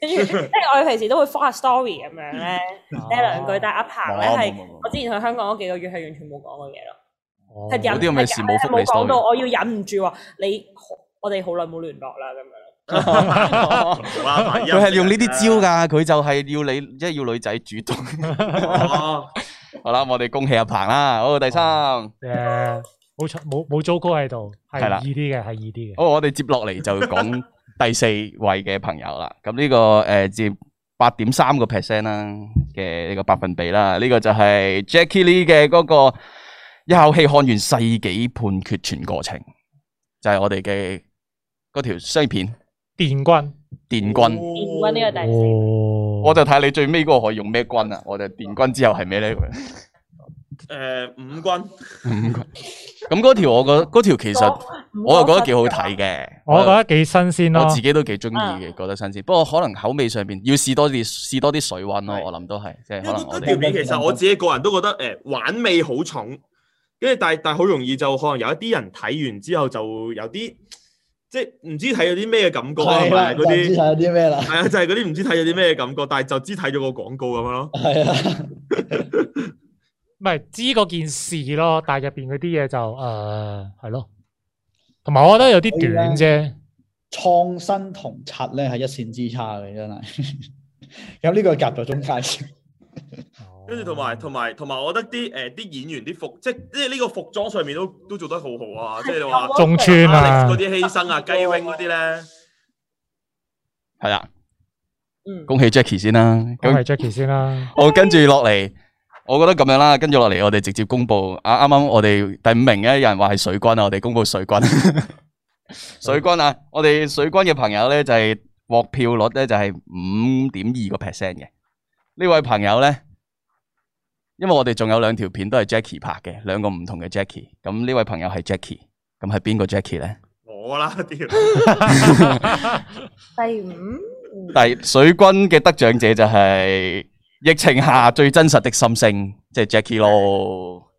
跟住即係我哋平時都會 f 下 story 咁 樣咧，嗲兩句。但係阿鵬咧啊冇係冇冇冇我之前去香港嗰幾個月係完全冇講過嘢咯。哦係忍有啲咁嘅事冇覆你冇講到， story 我要忍唔住話你，我哋好耐冇聯絡啦咁樣。佢係用呢啲招啊㗎，佢就係要你，即係要女仔主動。噶。好啦，我哋恭喜阿鵬啦。好，第三，哦 誒冇錯冇冇糟糕喺度，係係啦易啲嘅，係易啲嘅。好，我哋接落嚟就講第四位嘅朋友啦。咁呢、個诶、呃接八點三個 percent 啦嘅呢個百分比啦。呢、個就係 Jackie Lee 嘅嗰、個一口氣看完世紀判決全過程，就係我哋嘅嗰條西片電軍。電哦軍。電軍呢個第四，哦我就睇你最尾嗰個可以用咩軍啊？我就電軍之後係咩咧？诶五軍咁嗰條我覺得嗰條其實唔我又覺覺得幾好睇嘅，我覺得幾新鮮咯我。自己都幾中意啊嘅，覺得新鮮。不過可能口味上邊要試多啲試多啲水温咯，係我諗都係，即係因可為能嗰我條哋片其實我自己個人都覺得誒、玩味好重，跟住但係但係好容易就可能有一啲人睇完之後就有啲即係唔知睇咗啲咩嘅感覺啊，係同啦，埋就嗰唔知啲睇咗啲咩啦，係啊，就係嗰啲唔知睇咗啲咩嘅感覺，但係就知睇咗個廣告咁樣咯。係啊。唔係知嗰件事咯，但係入邊嗰啲嘢就誒係咯，同埋我覺得有啲短啫，創新同柒咧係一線之差嘅，真係。 咁呢個夾在中間， 跟住同埋同埋同埋，我覺得啲誒啲演員啲服即係即係呢個服裝上面都都做得好好 啊！即係你話係中村啊 Alex 嗰，啲犧牲 啊、雞 wing 嗰啲咧，係啦，嗯，恭喜 Jackie 先啦。咁係咁 Jackie 先啦，我跟住落嚟，我覺得咁樣啦。跟住落嚟，我哋直接公佈啊！啱啱我哋第五名咧，有人話係水軍啊，我哋公佈水軍。水軍啊，我哋水軍嘅朋友咧就係、獲票率咧就係五點二個 percent 嘅。呢位朋友咧，因為我哋仲有兩條片都係 Jackie 拍嘅，兩個唔同嘅 Jackie。咁呢位朋友係 Jackie，咁係邊個 Jackie 咧？我啦 屌！第五，第水軍嘅得獎者就係疫情下最真實的心聲，即、係、Jackie 咯。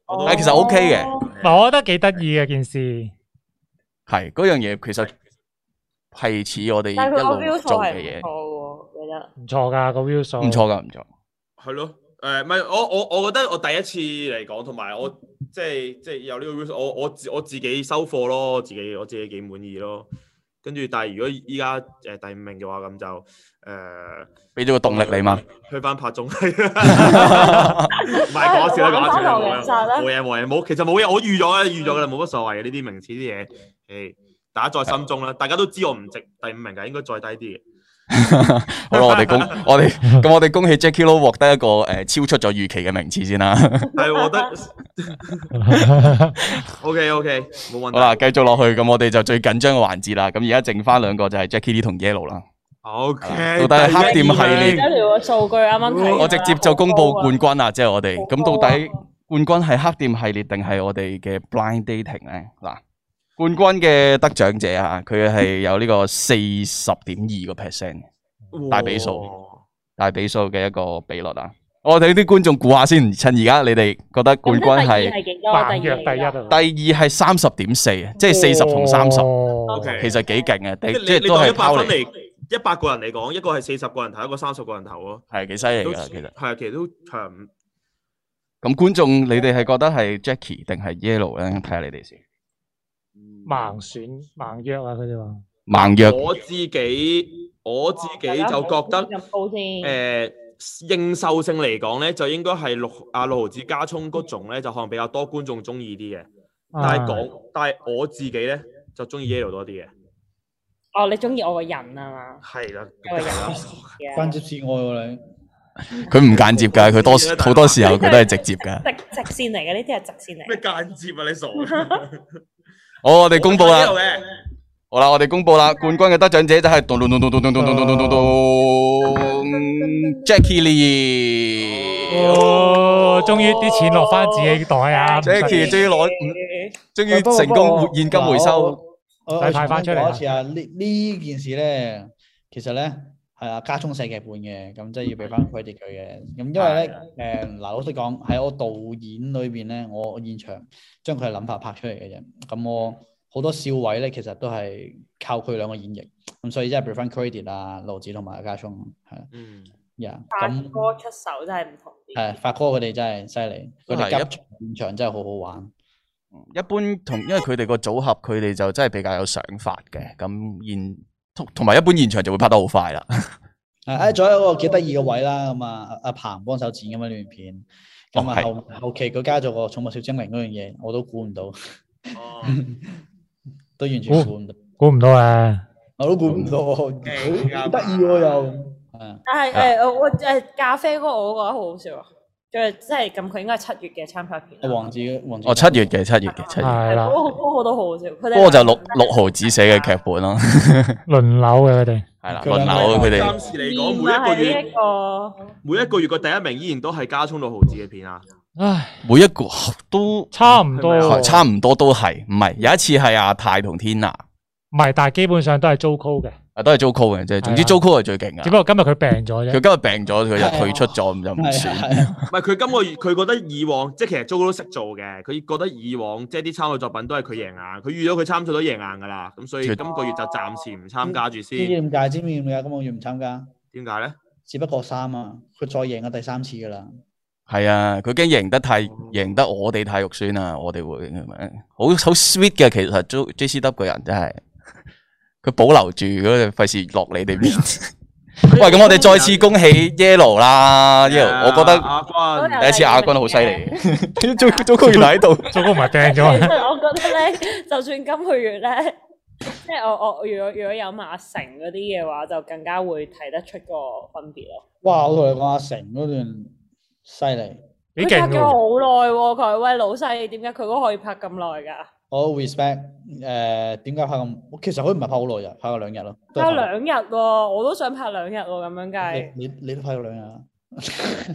我但都係其實 OK 嘅唔係我覺得幾得意嘅件事，係嗰樣嘢，其實係似我哋但係佢個一 view 路數做係嘅嘢，唔錯喎，我覺得唔錯㗎個 view 數，唔錯噶，唔錯。係咯，誒唔係我我我覺得我第一次嚟講，同埋我即係即係有呢個 r e s 我我自我自己收貨咯，我自己我自己幾滿意咯。跟住，但係如果依家誒第五名嘅話，咁就誒、俾咗個動力你 嘛，去翻拍 中，唔係講笑啦，講笑啦我諗翻頭冇嘢冇嘢冇嘢冇，其實冇嘢，我預咗啦，預咗噶啦，冇乜所謂嘅呢啲名次啲嘢，誒大家在心中啦，大家都知我唔值第五名㗎，應該再低啲嘅。好啦，我哋恭我哋咁我哋恭喜 Jackie Lou 獲得一個诶、呃超出咗預期嘅名次先 啦。但係我覺得 OK OK 冇問好啦，題。繼續落去，咁我哋就最緊張嘅環節啦。咁而家剩翻兩個就係 Jackie Lee 同 Yellow 啦。 OK，到底係黑店系列而家條個數據啱啱睇，我直接就公布冠軍啦，即係我哋好咁高到啊底冠軍係黑店系列定係我哋嘅 blind dating 咧？嗱，冠軍嘅得獎者啊，佢係有呢個四十點二個 percent 大比數大比數嘅一個比率啊！我哋啲觀眾估下先，趁而家你哋覺得冠軍係係幾多？扮約第一啊，第二係三十點四，即係四十同三十， OK，其實幾勁嘅，即即係係你你都當係一百拋分離，嚟，一百個人嚟講，一個係四十個人頭，一個三十個人頭咯。係幾犀利都㗎其實。係啊，其實都長。咁觀眾你哋係覺得係 Jackie 定係 Yellow 咧？睇下你哋先。盲選盲約啊，佢哋話盲約我自己我自己就覺得入高先。誒應呃受性嚟講咧，就應該係六啊六毫子加葱嗰種咧，就可能比較多觀眾中意啲嘅。但係啊講，但係我自己咧就中意 yellow 多啲嘅。哦，你中意我個人 啊嘛？係啦，因為人係啦關接之愛喎你，佢唔間接㗎，佢多好多時候佢都係直接㗎。直直線嚟嘅，呢啲係直線嚟咩嘅。間接啊？你 傻嘅？好，我哋公佈啦 Yellow。嘅好啦，我哋公佈啦，冠軍嘅得獎者就係咚咚咚咚咚咚咚咚咚咚咚咚 Jackie Lee。哦，終於啲錢落翻自己袋啊唔使 Jackie 終於攞五，終於喂不過成不功過現金回嗱收。我我我快派返出嚟啊重新講一次啊！呢呢件事咧，其實咧係啊，加中世劇本嘅，咁即係要俾嗯翻 credit 佢嘅。咁因為啊咧誒嗱，老實講喺我導演裏邊咧，我現場將佢嘅諗法拍出嚟嘅啫。咁我好多笑位咧，其實都係靠佢兩個演繹。咁所以即係俾翻 credit 啊，盧子同埋阿加聰係啊嗯。 ，yeah 發咁。哥出手真係唔同啲。係發哥佢哋真係犀利，都佢係哋一急場現場真係好好玩。一般同因為佢哋個組合，佢哋就真係比較有想法嘅。咁現同同埋一般現場就會拍得好快啦。誒，誒啊仲有一個幾得意嘅位啦，咁啊，阿阿彭幫手剪咁樣呢段片，咁哦啊係後後期佢加咗個寵物小精靈嗰樣嘢，我都估唔到，哦。都完哦全估唔到，估唔到啊！我都估唔到，好好得意喎又，係啊，但係誒，我誒咖啡嗰個我覺得好好笑啊！佢即係咁，佢應該係七月嘅參賽片阿啦。黃子黃子，哦，七月嘅，七月嘅，七月。係啦嗰個嗰個都好好笑。佢哋不過就六六毫子寫嘅劇本咯，輪流嘅佢哋，係啦，佢輪兩流個佢哋暫時嚟唔講，係每一個月呢一個每一個月個第一名依然都係加葱六毫子嘅片啊！唉，每一個都差唔多係咪喎，啊哦差唔多都係，唔係有一次係阿泰同天娜，唔係，但係基本上都係糟糕嘅。啊都係 Zuko 嘅啫。總之係啊 Zuko 係最勁只噶，不過今日佢病咗啫佢。今日病咗，佢係啊就退出咗，咁就唔係算。啊唔係佢今個月佢覺得以往即係其實 Jojo 都識做嘅，佢覺得以往即係啲參賽作品都係佢贏硬，佢預咗佢參賽都贏硬㗎啦，咁所以絕今個月就暫時唔參加住知唔知先，點解？知唔知點解？今個月唔參加，點解咧？只不過三啊，佢再贏咗第三次㗎啦。係啊，佢驚贏得太贏得我哋太肉酸啊，我哋會咁樣好好 sweet 嘅。其實 J J C W 個人真係，佢保留住嗰個費事落你哋面。 喂，咁我哋再次恭喜 Yellow 啦，Yellow，我覺得啊阿都有君第一次亞軍好犀利， 早早高原喺度。糟糕唔係病 其咗實啊，我覺得咧，就算今個月咧，即係我我如果如果有埋阿成嗰啲嘅話，就更加會睇得出個分別咯。哇！我同你講，阿成嗰段犀利，幾佢拍勁咗喎！好耐喎，佢喂老細，你點解佢都可以拍咁耐㗎？我 respect 誒、點解拍咁？其實佢唔係拍好耐日，拍咗兩日咯。都係拍拍兩日喎，我都想拍兩日喎，咁樣計。你你你都拍咗兩日啊，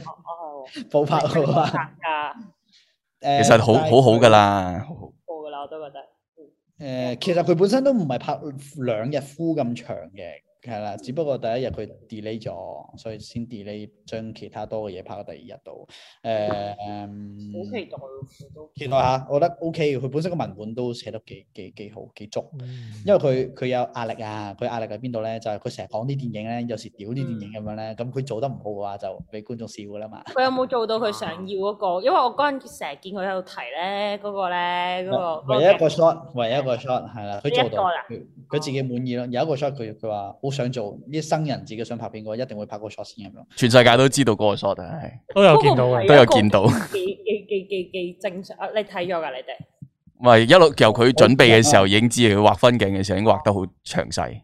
哦，補拍係好喎 啊。拍 誒㗎，其實好好好噶。啦，好㗎啦，我都覺得。但係誒，其實佢本身都唔係拍兩日 full 咁長嘅，係啦。只不過第一日佢 delay 咗，所以先 delay 將其他多嘅嘢拍到第二日度。誒、嗯好期待喎，都期待下，我覺得 OK 嘅。佢本身個文本都寫得幾幾幾好，幾足。嗯因為佢佢有壓力啊，佢壓力喺邊度咧？就係佢成日講啲電影咧，有時屌啲電嗯影咁樣咧，咁佢做得唔好嘅話就俾觀眾笑㗎啦嘛。佢有冇做到佢想要嗰嗯個？因為我嗰陣成日見佢喺度提咧，嗰個咧，嗰個唯一一個 shot，唯一一個 shot 係啦，佢做呢一個到啦，佢佢自己滿意咯。有一個 shot 佢佢話好想做，呢生人自己想拍邊個一定會拍個 shot 先咁樣。全世界都知道嗰個 shot 啊，係都有見到嗰個唔嘅係。都有見到，幾幾幾幾幾正常啊！你睇咗㗎，你哋咪一路由佢準備嘅時候已經知，佢畫分鏡嘅時候已經畫得好詳細，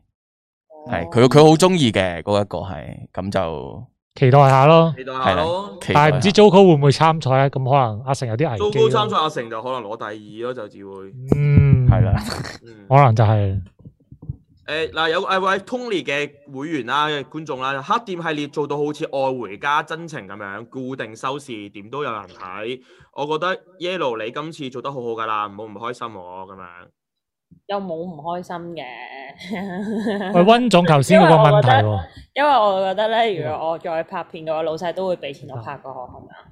係佢佢好中意嘅嗰一個係，咁就期待下咯。期待係下啦咯，。期待啊但係唔知 Jojo 會唔會參賽啊？咁可能阿成有啲危糟機糕參賽咯。阿成就可能攞第二咯，就只會。嗯，係啦，，嗯可能就係誒嗱、有誒位 Tony 嘅會員啦、嘅觀眾啦，黑店系列做到好似愛回家真情咁樣，固定收視點都有人睇。我覺得 Yellow 你今次做得好好㗎啦，唔好唔開心我咁樣。又冇唔開心 嘅。喂温總頭先嗰個問題因喎，為因為我覺得咧，嗯如果我再拍片嘅話，老細都會俾錢我拍個項目啊。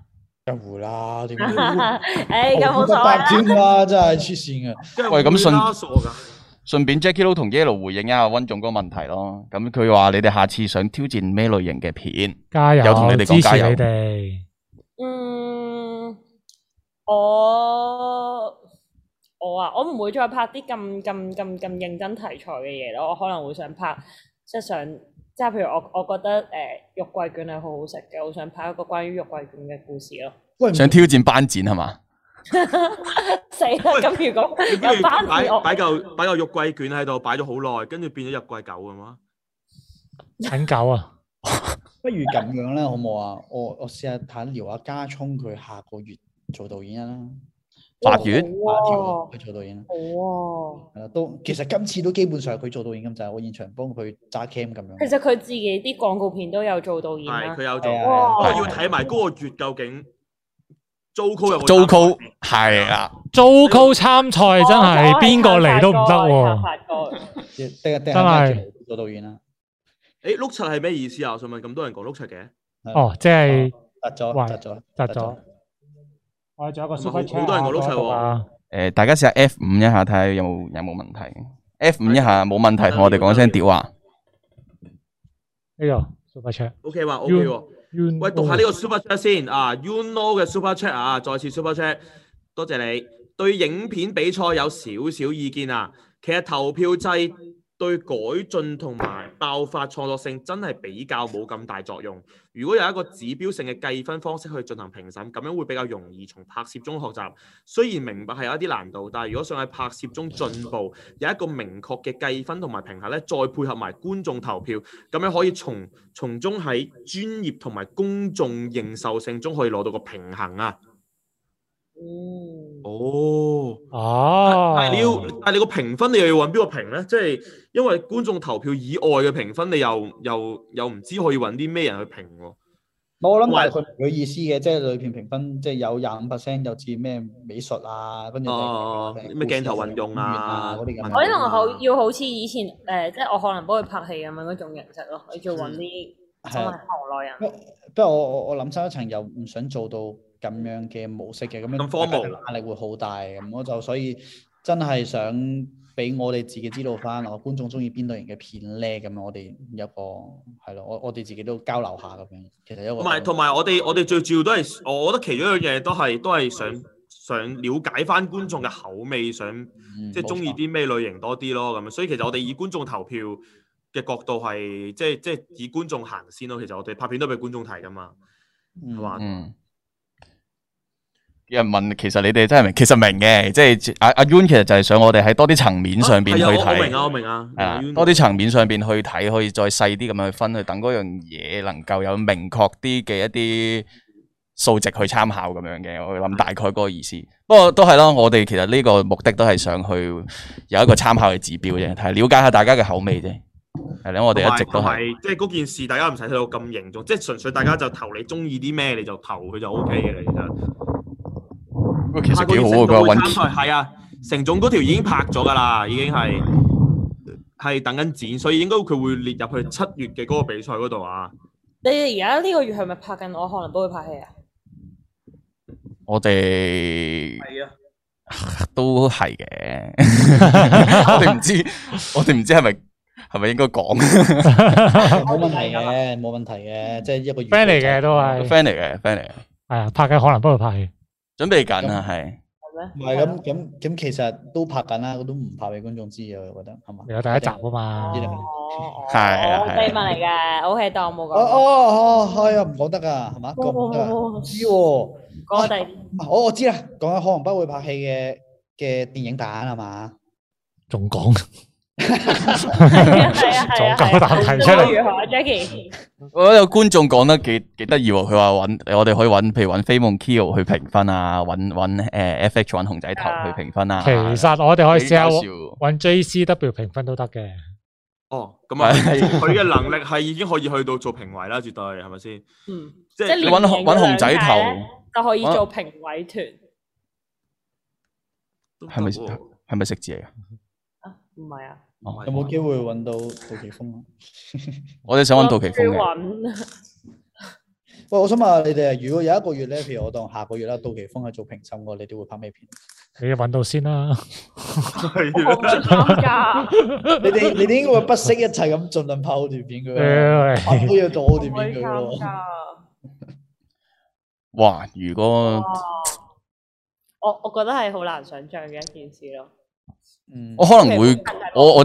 一回啦， 點誒，咁啊冇所謂啦。添 啦，真係黐線嘅。啊即係喂咁信會啦傻㗎，順便 Jackie Lou 同 Yellow 回應一下温總嗰個問題咯。咁佢話你哋下次想挑戰咩類型嘅片？加油！有同你哋講支持加油你哋。 嗯，我我啊，我唔會再拍啲咁咁咁咁認真題材嘅嘢咯。我可能會想拍，即係想，即係譬如我我覺得誒、呃肉桂卷係好好食嘅，我想拍一個關於肉桂卷嘅故事咯。 嗯喂，想挑戰班展係嘛？死啦！喂咁如果你不如有班擺字我擺嚿擺嚿肉桂卷喺度，擺咗好耐，跟住變咗肉桂狗咁啊！陳狗啊，不如咁樣啦，好冇啊？我我試下睇聊下加聰佢下個月做導演啊啦，八月下條哇啊佢做導演啦。啊好啊喎，係啦，都其實今次都基本上係佢做導演咁就係我現場幫佢揸 cam 咁樣。其實佢自己啲廣告片都有做導演係啦佢。有做，係不啊哇過要睇埋嗰個月究竟糟糕有冇糟糕係啊啦， Jojo 參賽真係我哦我邊個嚟都唔得撐喎。法國撐法國即係定係真定係係咩做導演啦？誒碌柒係咩意思啊？我想問咁多人講碌柒嘅，哦，即係突咗，突咗，窒咗。我哋仲有個 super 好 chat 好多人講碌柒喎啊！诶、大家試下 F 五一下睇下有冇有冇问题。F 五一下冇問題，同我哋講聲屌啊！呢個 super chat。 OK 話 OK 喎。喂，讀下呢個 super chat 先啊，You Know 嘅 super chat 啊，再次 super chat，多謝你。對影片比賽有少少意見啊，其實投票制對改進同埋爆發創作性真係比較冇咁大作用。如果有一個指標性嘅計分方式去進行評審，咁樣會比較容易從拍攝中學習。雖然明白係有一啲難度，但係如果想喺拍攝中進步，有一個明確嘅計分同埋平衡咧，再配合埋觀眾投票，咁樣可以從從中喺專業同埋公眾認受性中可以攞到個平衡啊！嗯，哦，哦，但係你要，但係你個評分你又要揾邊個評咧？即係因為觀眾投票以外嘅評分，你又又又唔知可以揾啲咩人去評喎。我諗但係佢佢意思嘅，即係裏邊評分即係有廿五 percent 又至咩美術啊，跟住哦就係咩鏡頭運用啊嗰啲咁樣。我可能好要好似以前誒、即係我可能幫佢拍戲咁樣嗰種形式咯，你做揾啲真係行內人。不過我我我諗深一層又唔想做到咁樣嘅模式嘅，咁樣咁荒謬大家壓力會好大嘅。咁我就所以真係想俾我哋自己知道翻，我觀眾中意邊類型嘅片咧。咁我哋有個係咯，我我哋自己都交流下咁樣。其實有個同埋同埋，我哋我哋最主要都係，我覺得其中一樣嘢都係都係想想了解翻觀眾嘅口味，想嗯即係中意。啲咩類型多啲咯咁樣。所以其實我哋以觀眾投票嘅角度係即係即係以觀眾行先咯。其實我哋拍片都俾觀眾睇噶嘛，係冇錯嘛？嗯，有人問，其實你哋真係明，其實明嘅，即係阿阿 Yun 其實就係想我哋喺多啲層面上邊去啊係啊我我明睇，啊，我明啊，係啊明啊，多啲層面上邊去睇，可以再細啲咁樣去分，去等嗰樣嘢能夠有明確啲嘅一啲數值去參考咁樣嘅，我諗大概嗰個意思。不過都係咯，我哋其實呢個目的都係想去有一個參考嘅指標啫，係了解下大家嘅口味啫。係咧，我哋一直都同埋係，即係嗰件事，大家唔使睇到咁凝重，即係純粹大家就投你中意啲咩你就投佢就 O K 嘅啦。其實。喂其實幾好啊，佢話揾係啊，成總嗰條已經拍咗㗎啦，已經係係等緊剪，所以應該佢會列入去七月嘅嗰個比賽嗰度啊。你哋而家呢個月係咪拍緊我可能幫佢拍戲啊？我哋。係啊，都係 嘅，我哋唔知，我哋唔知係咪系咪應該講 問題嘅，冇問題嘅，即係一個 friend 嚟嘅都係，係 friend 嚟嘅 friend 嚟嘅，啊，拍嘅可能不過拍戲，準備緊啊，係係唔咩？係咁咁咁，其實都拍緊啦，我都唔拍俾觀眾知嘅，我覺得係嘛？有第一集啊嘛，知道哦，係啊哦係啊秘密嚟嘅，O K，當我冇哦講。哦哦，係啊，唔講得㗎，係嘛？講唔冇，冇得冇㗎，唔冇，知喎。講第二啲唔係我我知啦，講緊可能不會拍戲嘅嘅電影版係嘛？仲講係啊係啊係啊，仲夠膽提出嚟無論如何，Jackie，我覺得有觀眾講得幾幾得意喎，佢話揾我哋可以揾，譬如揾飛夢 Kio 去評分啊，揾揾诶 FH 揾熊仔頭去評分啊，其實我哋可以幾試下搞笑揾 JCW 評分都得嘅，哦，咁啊，係佢嘅能力係已經可以去到做評委啦，絕對係咪先？嗯，即即係係你連揾贏揾嗰熊仔兩屆頭呢就可以做評委團都得係咪喎係咪食字嚟噶？啊？唔係啊，哦有冇機會揾到杜琪峰啊？我哋想揾杜琪峰嘅，我諗住揾喂，我想問下你哋啊，如果有一個月咧，譬如我當下個月啦，杜琪峰係做評審喎，你哋會拍咩片？你要揾到先啦。係我啦唔會參加，你哋你哋應該會不惜一切咁盡量拍好段片佢啦，拍誒都要做好我唔段會片佢參咯。加。哇！如果哦我我覺得係好難想像嘅一件事咯。嗯我，可能會我我好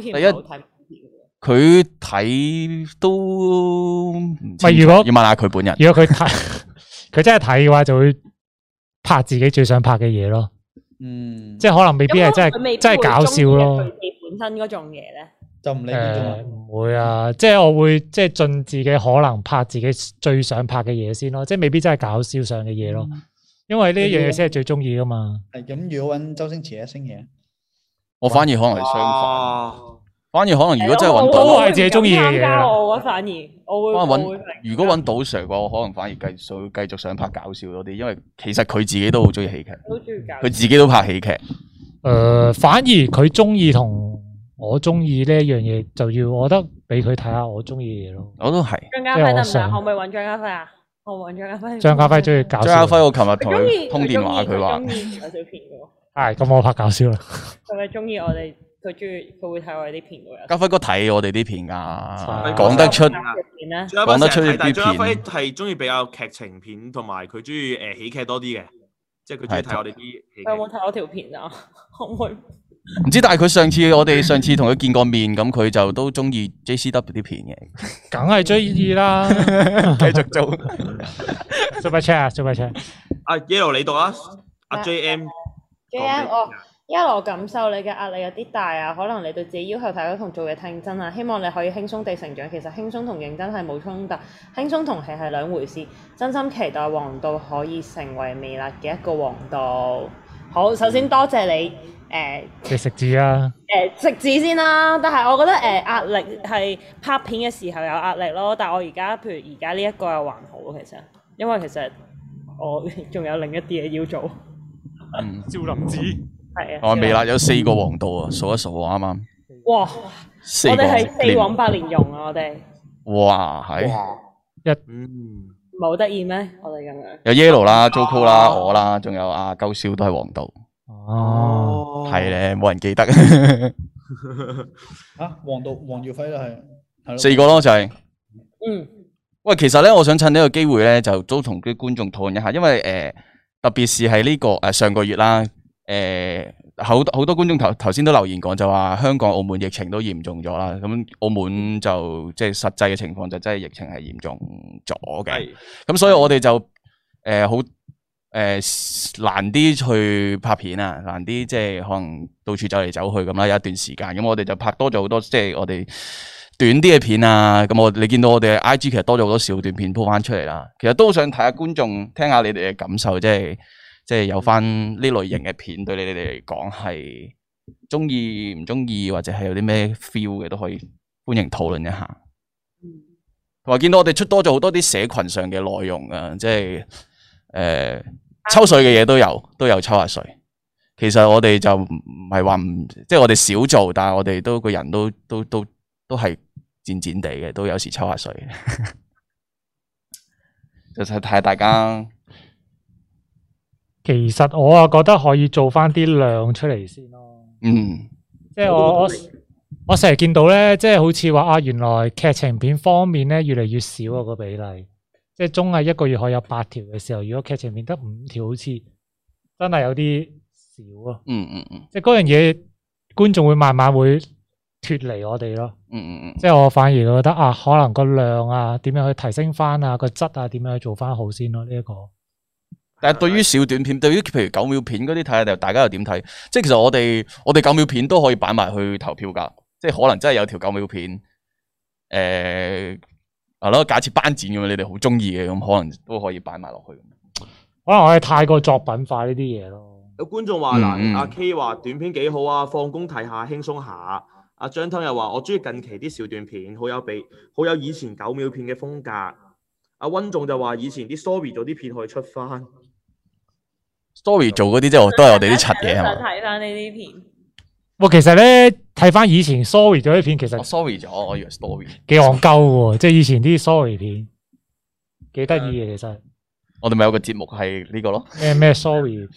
似第一冇睇佢睇都唔喂清楚如果要問下佢本人。如果佢睇， 佢真係睇嘅話，就會拍自己最想拍嘅嘢咯。嗯，即係可能未必係真咁佢未係必真係會搞笑鍾咯意。佢啊哋本身嗰種嘢咧，就唔理觀眾誒啦。唔會啊，即係我會即係盡自己可能拍自己最想拍嘅嘢先咯，即係未必真係搞笑上嘅嘢咯。嗯因為呢一樣嘢先係最中意噶嘛。係咁，如果揾周星馳咧，星爺啊我反而可能係相反，哇反而可能如果真係我揾到我到，會係自己鍾意嘅嘢唔敢參加我覺得反而我會可能我會揾如果揾到 Sir 嘅話，我可能反而繼續繼續想拍搞笑多啲，因為其實佢自己都好中意喜劇，都中意搞佢自己都拍喜劇，诶、呃反而佢中意同我中意呢一樣嘢，就要我覺得俾佢睇下我中意嘅嘢咯。我都係。張家輝即係得唔我得？想可唔可以揾張家輝啊？可唔可以揾張家輝？張家輝中意搞張家笑，輝，我琴日同佢中意佢通電話，佢話中意我條片嘅喎，係咁我拍搞笑啦。佢咪中意我哋，佢中意佢會睇我哋啲片嘅喎。家輝哥睇我哋啲片㗎，係講得出，片咧，張家輝講得出呢啲成日睇但係張家片輝係中意比較劇情片，同埋佢中意誒喜劇多啲嘅，即係佢中意係睇我哋啲喜劇佢有冇睇我條片啊？ 可唔可以？唔知但係佢上次我哋上次同佢見過面，咁佢就都中意 JCW 啲片 嘅，梗係 中意啦。繼續 做。 Super chat 啊，Super chat，啊 Yellow 你讀啊，阿 J M J M，我一來感受你嘅壓力有啲大啊，可能你對自己要求太高同做嘢太認真啊。希望你可以輕鬆地成長。其實輕鬆同認真係冇衝突，輕鬆同戲係兩回事。真心期待黃道可以成為微辣嘅一個黃道。好，首嗯先多謝你誒你食字啊，誒食指先啦，但係我覺得誒、壓力係拍片嘅時候有壓力咯，但係我而家譬如而家呢一個又還好咯，其實因為其實我 仲有另一啲嘢要做，嗯，趙林子，係啊。我哦微辣有四個黃道啊，數一數我啱啱哇！四我個哋係四連往八連用啊！我哋哇，係嗯，冇得意咩？我哋咁樣有 Yellow 啦、Joco 啦、我啦，仲有阿鳩燒都係黃道，哦，係咧，冇人記得 嚇，啊黃道黃耀輝都係係咯四個咯就係。嗯喂，其實咧，我想趁呢個機會咧，就都同啲觀眾討論一下，因為诶、呃特別是係呢、個个呃上個月啦，诶、好多好多觀眾頭头先都留言講就話香港、澳門疫情都嚴重咗啦，咁澳門就即係實際嘅情況就真係疫情係嚴重咗嘅。係咁所以我哋就誒好誒難啲去拍片啊，難啲即係可能到處走嚟走去咁啦，有一段時間咁我哋就拍多咗好多即係我哋短啲嘅片啊，咁我你見到我哋 I G 其實多咗好多小短片鋪翻出嚟啦，其實都想睇下觀眾聽下你哋嘅感受，即係即係有翻呢類型嘅片對你哋嚟講係中意唔中意，或者係有啲咩 feel 嘅都可以歡迎討論一下。同埋見到我哋出多咗好多啲社群上嘅內容啊，即係誒、呃抽水嘅嘢都有，都有抽下水。其實我哋就唔唔係話唔，即係我哋少做，但係我哋都個人都都都都係漸漸地嘅，都有時抽下水 嘅。就睇睇下大家其實我啊覺得可以做翻啲量出嚟先咯。嗯即係我我我成日見到咧，即係好似話啊，原來劇情片方面咧越嚟越少啊個比例，即係綜藝一個月可以有八條嘅時候，如果劇情片得五條，好似真係有啲少啊。嗯嗯嗯即係嗰樣嘢，觀眾會慢慢會脱離我哋咯。嗯嗯嗯即係我反而覺得啊，可能個量啊，點樣去提升翻啊，個質啊，點樣去做翻好先咯。呢、一個但係對於小短片，對於譬如九秒片嗰啲睇下大家又點睇？即係其實我哋我哋九秒片都可以擺埋去投票㗎，即係可能真係有條九秒片，誒係咯，假設班展咁樣，你哋好中意嘅咁，可能都可以擺埋落去。可能我哋太過作品化呢啲嘢咯。有觀眾話嗱，嗯嗯阿 K 話短片幾好啊，放工睇下輕鬆下。阿張通又話：我中意近期啲小短片，好有比好有以前九秒片嘅風格。阿温仲就話：以前啲 sorry 咗啲片可以出翻。 Story 做嗰啲即係都係我哋啲柒嘢係 想嘛睇翻呢啲片，哇，其實咧睇翻以前 sorry 咗啲片，其實我？Sorry 哦咗，我以為 Story。幾戇鳩喎，即係以前啲 sorry 片幾得意嘅，其實我哋咪有個節目係呢個咯，咩咩 sorry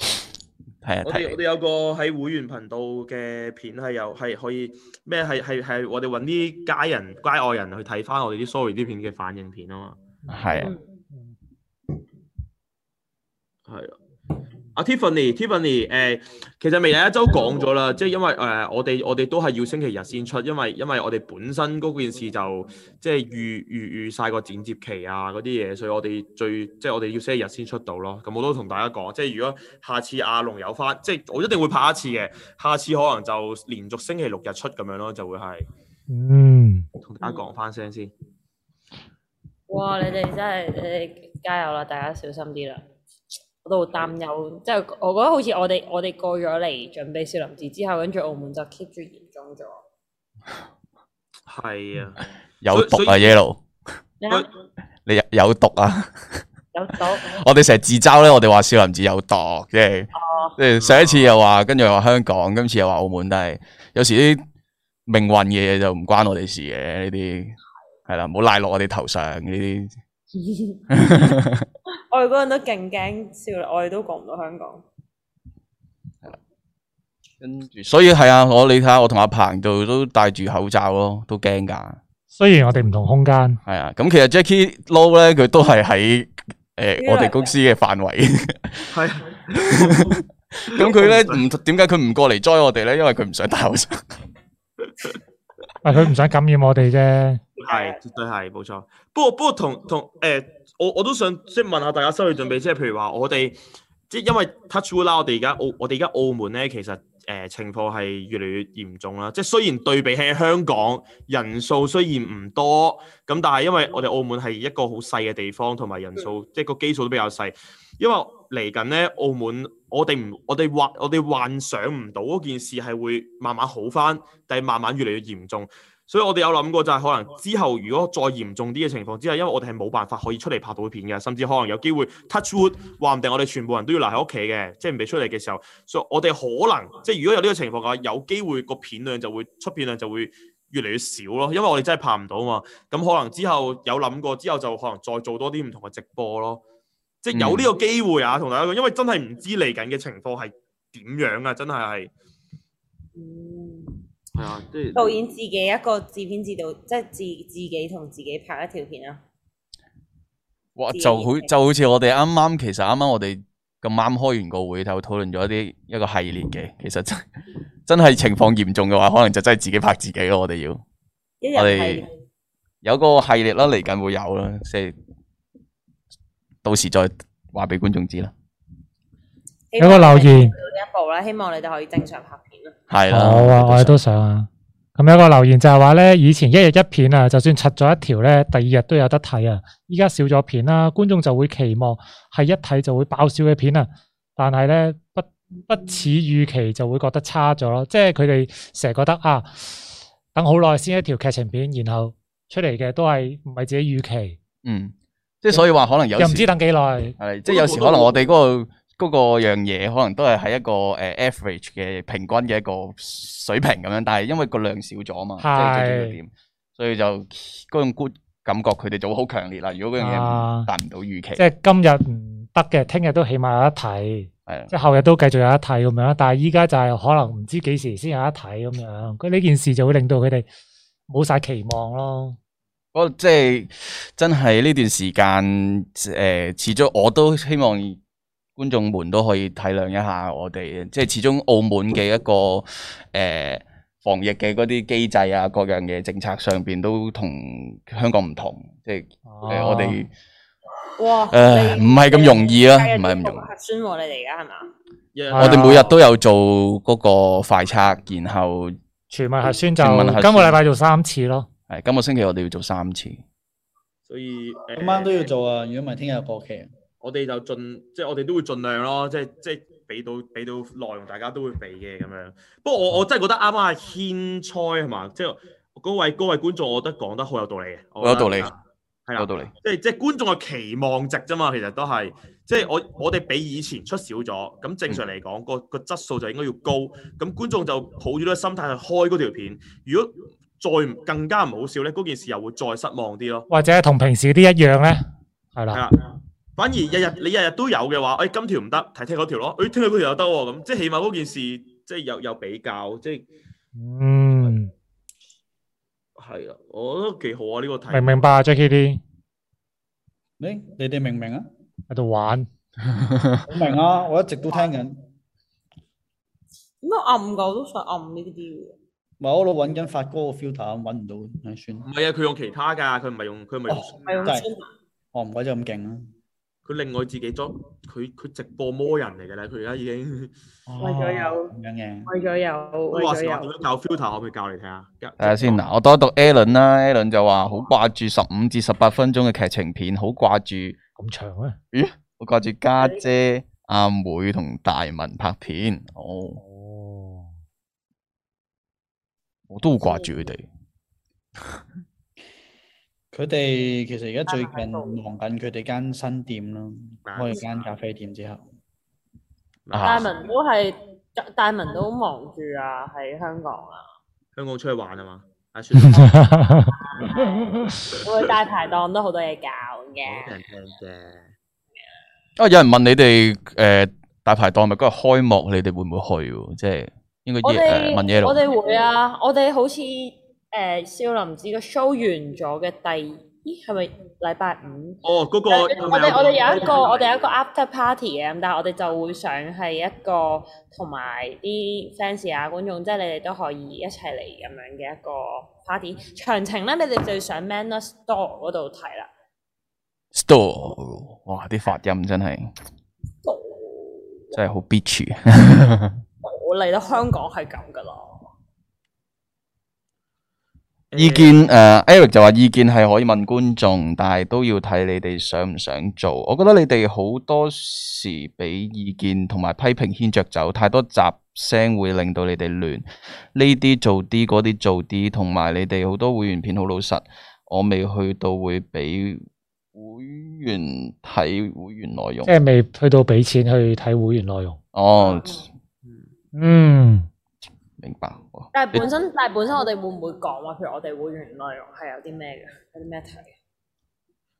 係啊我哋我睇。哋有個喺會員頻道嘅片係有係可以咩係係係我哋揾啲家人街外人去睇翻我哋啲 sorry 啲片嘅反應片啊嘛。係啊，係啊。阿 Tiffany，Tiffany，誒，其實未有一周講咗啦，即係因為誒、呃我哋我哋都係要星期日先出，因為因為我哋本身嗰件事就即係預預預晒個剪接期啊嗰啲嘢，所以我哋最即係我哋要星期日先出到咯。咁我都同大家講，即係如果下次阿龍有翻，即係我一定會拍一次嘅，下次可能就連續星期六日出咁樣咯，就會係嗯，同大家講翻聲先。哇！你哋真係你哋加油啦，大家小心啲啦。我都好擔憂，即係我覺得好似我哋我哋過咗嚟準備少林寺之後，跟住澳門就 keep 住嚴重咗。係啊，有毒所以啊，Yellow，你睇你有有毒啊！有到我哋成日自嘲咧，我哋話少林寺有毒，即係哦即係上一次又話，跟住又話香港，今次又話澳門，但係有時啲命運嘅嘢就唔關我哋事嘅呢啲，係啦，唔好賴落我哋頭上呢啲。我哋嗰人都勁驚笑啦，我哋都過唔到香港。跟住，所以係啊，我你睇下，我同阿彭度都戴住口罩咯，都驚㗎。雖然我哋唔同空間，係啊，咁其實 Jackie Low 咧，佢都係喺誒我哋公司嘅範圍。 係啊。咁佢咧唔點解佢唔過嚟 join 我哋咧？因為佢唔想戴口罩。喂啊佢唔想感染我哋啫。係係，絕對係冇錯。不過不過同同誒、我我都想即係問下大家心理準備，即係譬如話我哋即係因為 touch wood 啦，我哋而家澳我哋而家澳門咧，其實誒情況係越嚟越嚴重啦。即係雖然對比起香港人數雖然唔多，咁但係因為我哋澳門係一個好細嘅地方，同埋人數即係個基數都比較細。因為嚟緊咧，澳門我哋唔我哋幻我哋幻想唔到嗰件事係會慢慢好翻，但係慢慢越嚟越嚴重。所以我哋有諗過就係可能之後如果再嚴重啲嘅情況之下，因為我哋係冇辦法可以出嚟拍到片嘅，甚至可能有機會 touch wood，話唔定我哋全部人都要留喺屋企嘅，即係唔俾出嚟嘅時候，所以我哋可能即係如果有呢個情況嘅話，有機會個片量就會出片量就會越嚟越少咯，因為我哋真係拍唔到嘛。咁可能之後有諗過，之後就可能再做多啲唔同嘅直播咯。即係有呢個機會啊，同大家講，因為真係唔知嚟緊嘅情況係點樣啊，真係係係啊，即係嗯導演自己一個自編自導，即係自自己同自己拍一條片啊！哇，就好就好似我哋啱啱，其實啱啱我哋咁啱開完個會，就討論咗啲一個系列嘅，其實真真係情況嚴重嘅話，可能就真係自己拍自己咯，我哋要。一日我係哋有個系列啦，嚟緊會有啦，即係到時再話俾觀眾知啦。希有望個留你哋言做到呢一步啦，希望你哋可以正常拍片啦。係啦，好啊，我哋都想啊。咁有個留言就係話咧，以前一日一片啊，就算拆咗一條咧，第二日都有得睇啊。依家少咗片啦，觀眾就會期望係一睇就會爆笑嘅片啊。但係咧，不不似預期就會覺得差咗咯。即係佢哋成日覺得啊，等好耐先一條劇情片，然後出嚟嘅都係唔係自己預期，嗯，即係所以話可能有又唔時知等幾耐。係，即係有時可能我哋嗰、個嗰、個樣嘢，可能都係喺一個诶、呃 average 嘅平均嘅一個水平咁樣，但係因為個量少咗啊嘛，即係最重要係點，所以就嗰種觀感覺佢哋就會好強烈啦。如果嗰樣嘢啊唔達唔到預期，即係今日唔得嘅，聽日都起碼有得睇。係啊即係後日都繼續有得睇咁樣，但係依家就係可能唔知幾時先有得睇咁樣，佢呢件事就會令到佢哋冇晒期望咯。我即係真係呢段時間，诶、始終我都希望觀眾們都可以體諒一下我哋，即係始終澳門嘅一個诶、呃防疫嘅嗰啲機制啊，各樣嘅政策上边都同香港唔同，即哦係诶、我哋哇！诶你唔係咁容易啊，你唔係咁你容易。核酸喎，你哋而家係嘛？ Yeah，我哋每日都有做嗰個快測，然後全民核酸就全民核酸今個禮拜做三次咯。係呃今個星期我哋要做三次，所以誒今晚都要做啊！如果唔係，聽日過期啊。我哋就盡即係我哋都會盡量咯，即係即係俾到俾到內容，大家都會俾嘅咁樣。不過我我真係覺得啱啱阿軒猜係嘛，即係嗰位嗰位觀眾，我覺得講得好有道理嘅，我覺好有得道啊理係有啦係啦，道理。即係即係觀眾嘅期望值啫嘛，其實都係即係我我哋比以前出少咗，咁正常嚟講個個質素就應該要高，咁觀眾就抱住呢個心態去開嗰條片，如果再唔更加唔好笑咧，嗰件事又會再失望啲咯。或者同平時啲一樣咧，係係啦，啦，反而日日你日日都有嘅話，誒、今條唔得，睇聽嗰條咯，誒、聽日嗰條又得喎，咁即係起碼嗰件事即係有有比較，即係嗯，係啊，我覺得幾好啊呢、個題明唔明白啊？Jackie D 你你哋明唔明啊？喺度玩，我明啊！我一直都聽緊，唔點解暗噶？我都想暗呢啲嘅。係我老揾緊發哥個 filter，揾唔到，唉算啦唔。係啊，佢用其他㗎，佢唔係用佢唔係用哦係用真係酸哦，唔怪得咁勁啦。佢另外自己裝，佢佢直播魔人嚟㗎啦，佢而家已經為咗有哦咁樣嘅，為咗有，為佢話咗時話點有。樣教 filter，可唔可以教你睇下？睇下先嗱，我讀一讀 Alan 啦，Alan 就話好掛住十五至十八分鐘嘅劇情片，好掛住咁長啊？ 好掛住嗯家姐、阿妹同大文拍片。哦，哦，我都好掛住佢嗯哋。佢哋其實而家最啊啱啱喺近度啊忙緊佢哋間新店啦，開咗間咖啡店之後，大 Dạ. 啊，文都係大文都忙住啊，喺香港啊，香港出去玩啊嘛，阿雪好會大排檔都好多嘢搞嘅。人聽嘅。啊有人問你哋诶大排檔咪嗰日開幕，你哋會唔會去喎？即係應該我夜诶問耶哋我魯。哋會啊，我哋好似誒少林寺個 show 完咗嘅第，咦係咪禮拜五？哦，嗰、個我哋我哋我哋有一個我哋有一個啱 after party 嘅，咁但係我哋就會想係一個同埋啲 fans 啊觀眾，即係你哋都可以一齊嚟咁樣嘅一個 party。詳情咧，你哋就要上 Manner Store 嗰度睇啦。 Store，哇！啲發音真係嗰啊真係好 bitch。嗰嚟到香港係咁噶咯。意見誒、Eric 就話意見係可以問觀眾，但係都要睇你哋想唔想做。我覺得你哋好多時俾意見同埋批評牽着走，太多雜聲會令到你哋亂。呢啲做啲，嗰啲做啲，同埋你哋好多會員片好老實，我未去到會俾會員睇會員內容即。係未去到俾錢去睇會員內容。哦，嗯，明白。但係本身，但係本身我哋會唔會講話？譬如我哋會員內容係有啲咩嘅？有啲咩睇？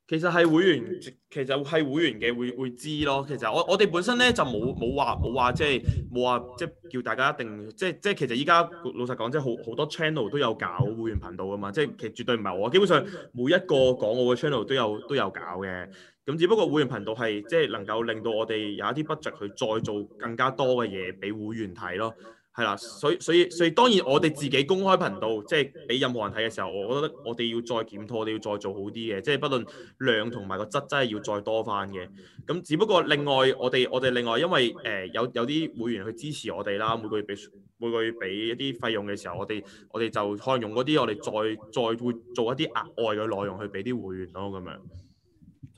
其實係會員，其實係會員嘅會會知咯。其實我我哋本身咧就冇冇話冇話即係冇話即係叫大家一定即係即係其實依家老實講，即係好好多 channel 都有搞會員頻道噶嘛。即係其實絕對唔係我，基本上每一個港澳嘅 channel 都有都有搞嘅。咁只不過會員頻道係即係能夠令到我哋有一啲 budget 去再做更加多嘅嘢俾會員睇咯。係啦，所以所以所以當然我哋自己公開頻道，即係俾任何人睇嘅時候，我覺得我哋要再檢討，我哋要再做好啲嘅，即係不論量同埋個質真係要再多翻嘅。咁只不過另外我哋我哋另外因為誒、呃有有啲會員去支持我哋啦，每個月俾每個月俾一啲費用嘅時候，我哋我哋就可能用嗰啲我哋再再會做一啲額外嘅內容去俾啲會員咯，咁樣。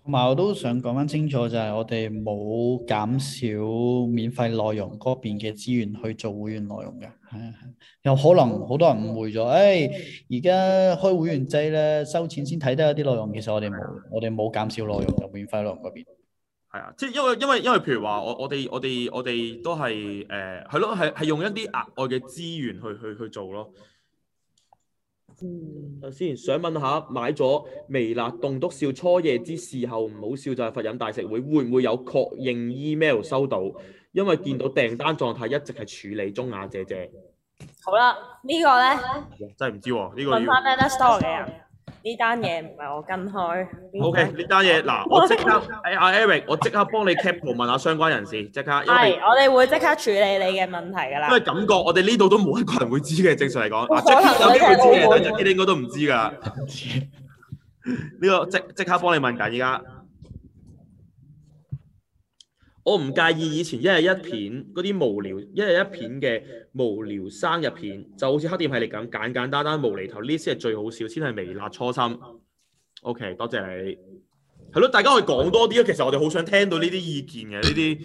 同埋我都想講翻清楚，就係我哋冇減少免費內容嗰邊嘅資源去做會員內容嘅，係啊係啊有可能好多人誤會咗，誒哎而家開會員制咧，收錢先睇得有啲內容，其實我哋冇，我哋冇減少內容，就免費內容嗰邊。係啊，即係因為因為因為譬如話，我我哋我哋我哋都係誒係咯，係係用一啲額外嘅資源去去去做咯。嗯，首先想問下，買咗微辣棟篤笑初夜之事後唔好笑就係罰飲大食會，會唔會有確認 email 收到？因為見到訂單狀態一直係處理中啊，姐姐。好啦，呢個咧哇真係唔知喎，呢、個要問翻。m a n Store 嘅人，呢單嘢唔係我跟開。 O K 呢單嘢嗱，我即刻 誒阿 Eric，我即刻幫你 cap 圖問下相關人士，即刻，因為係，我哋會即刻處理你嘅問題㗎啦因。為感覺我哋呢度都冇一個人會知嘅，正常嚟講，嗱可能啊 Jackie 有機會知嘅，但你真係 Jackie 應該都唔知㗎。呢個即即刻幫你問緊依家。我唔介意以前一日一片嗰啲無聊一日一片嘅無聊生日片，就好似黑店系列咁簡簡單單無厘頭，呢先係最好笑，先係微辣初心。OK，多謝你。係咯，大家可以講多啲啊。其實我哋好想聽到呢啲意見嘅，呢啲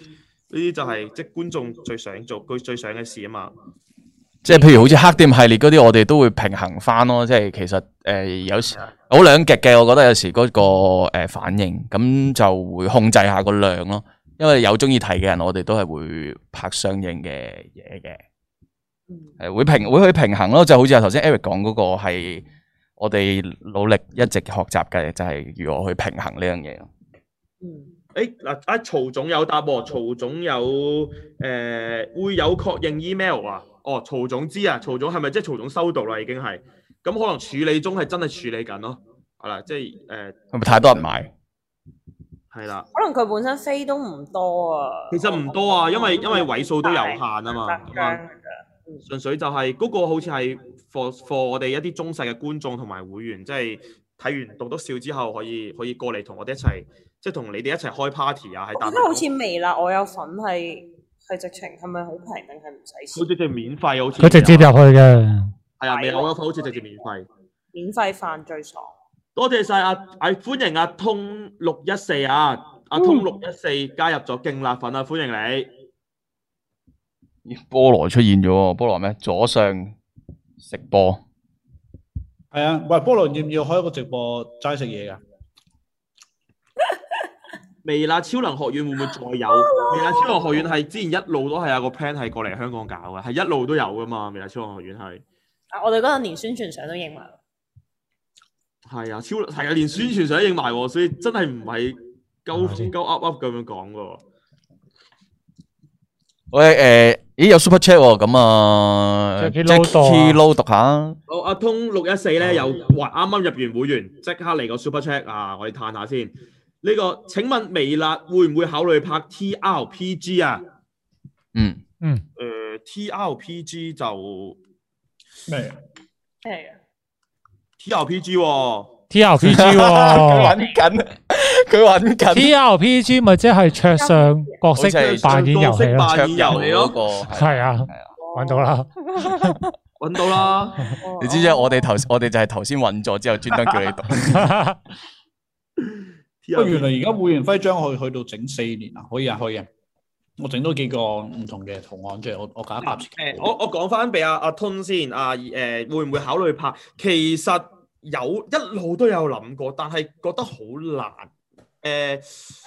呢啲就係、即係觀眾最想做、佢最想嘅事啊嘛。即係譬如好似黑店系列嗰啲，我哋都會平衡翻咯。即係其實誒、呃有時好兩極嘅，我覺得有時嗰、個、呃、反應咁就會控制下個量咯。因為有中意睇嘅人，我哋都係會拍相應嘅嘢嘅，嗯誒會平會去平衡咯。就好似頭先 Eric 講嗰個係我哋努力一直學習嘅，就係、如何去平衡呢樣嘢咯。嗯，誒嗱，啊曹總有答喎，曹總有誒、呃、會有確認 email 啊，哦曹總知啊，曹總係咪即係曹總收到啦已經係，咁可能處理中係真係處理緊咯，係啦，即係誒係咪太多人買？係啦，可能佢本身飛都唔多啊。嗯其實唔多啊，因哦為因為位數都有限啊嘛，特咁張啊嚟㗎。純粹就係、嗰、個好似係 for for 我哋一啲忠實嘅觀眾同埋會員，即係睇完讀到笑之後可以可以過嚟同我哋一齊，即係同你哋一齊開 party 啊，喺我大覺得好似微辣，我有份係係直情係咪好平定係唔使好錢？似就免費，好似佢直接入去 嘅。係啊，未有優好似直接免費。免費飯最爽。多謝晒阿阿歡迎阿通六一四啊，阿嗯通六一四加入咗勁辣粉啊，歡迎你。咦菠蘿出現咗喎，菠蘿咩？左上食波。係啊，喂，菠蘿要唔要開一個直播齋食嘢㗎？微辣超能學院會唔會再 有？微辣超能學院係之前一路都係有個 plan 係過嚟香港搞嘅，係一路都有噶嘛。微辣超能學院係啊！我哋嗰陣連宣傳相都影埋。係啊，超係啊，連宣傳上都影埋喎，所以真係唔係鳩係咪鳩先噏噏咁樣講喎。喂，诶、咦有 super chat 喎，咁啊 Jackie Lou 讀啊 Low 讀下，好，阿通六一四咧有話啱啱入完會員，即刻嚟個 super check 啊！我哋嘆下先。呢、個請問微辣會唔會考慮拍 TRPG 啊？嗯，嗯，誒、TRPG 就咩？係啊， TRPG 喎、 TRPG 佢喎 揾緊，佢揾緊，TRPG 咪即係桌上角色扮演遊戲角色咯，扮演遊戲嗰咯。個係係啊，哇揾到啦，揾到啦，哦你知啊唔知我哋頭我哋就係頭先揾咗之後，專登叫你讀。不過原來而家會員徽章可以去到整四年啊，可以啊，可以啊。我整到幾個唔同嘅圖案出嚟，我我搞一百次。誒， 我我講翻俾阿阿 Tun 先，阿誒會唔會考慮拍？其實有一路都有諗過，但係覺得好難。呃誒、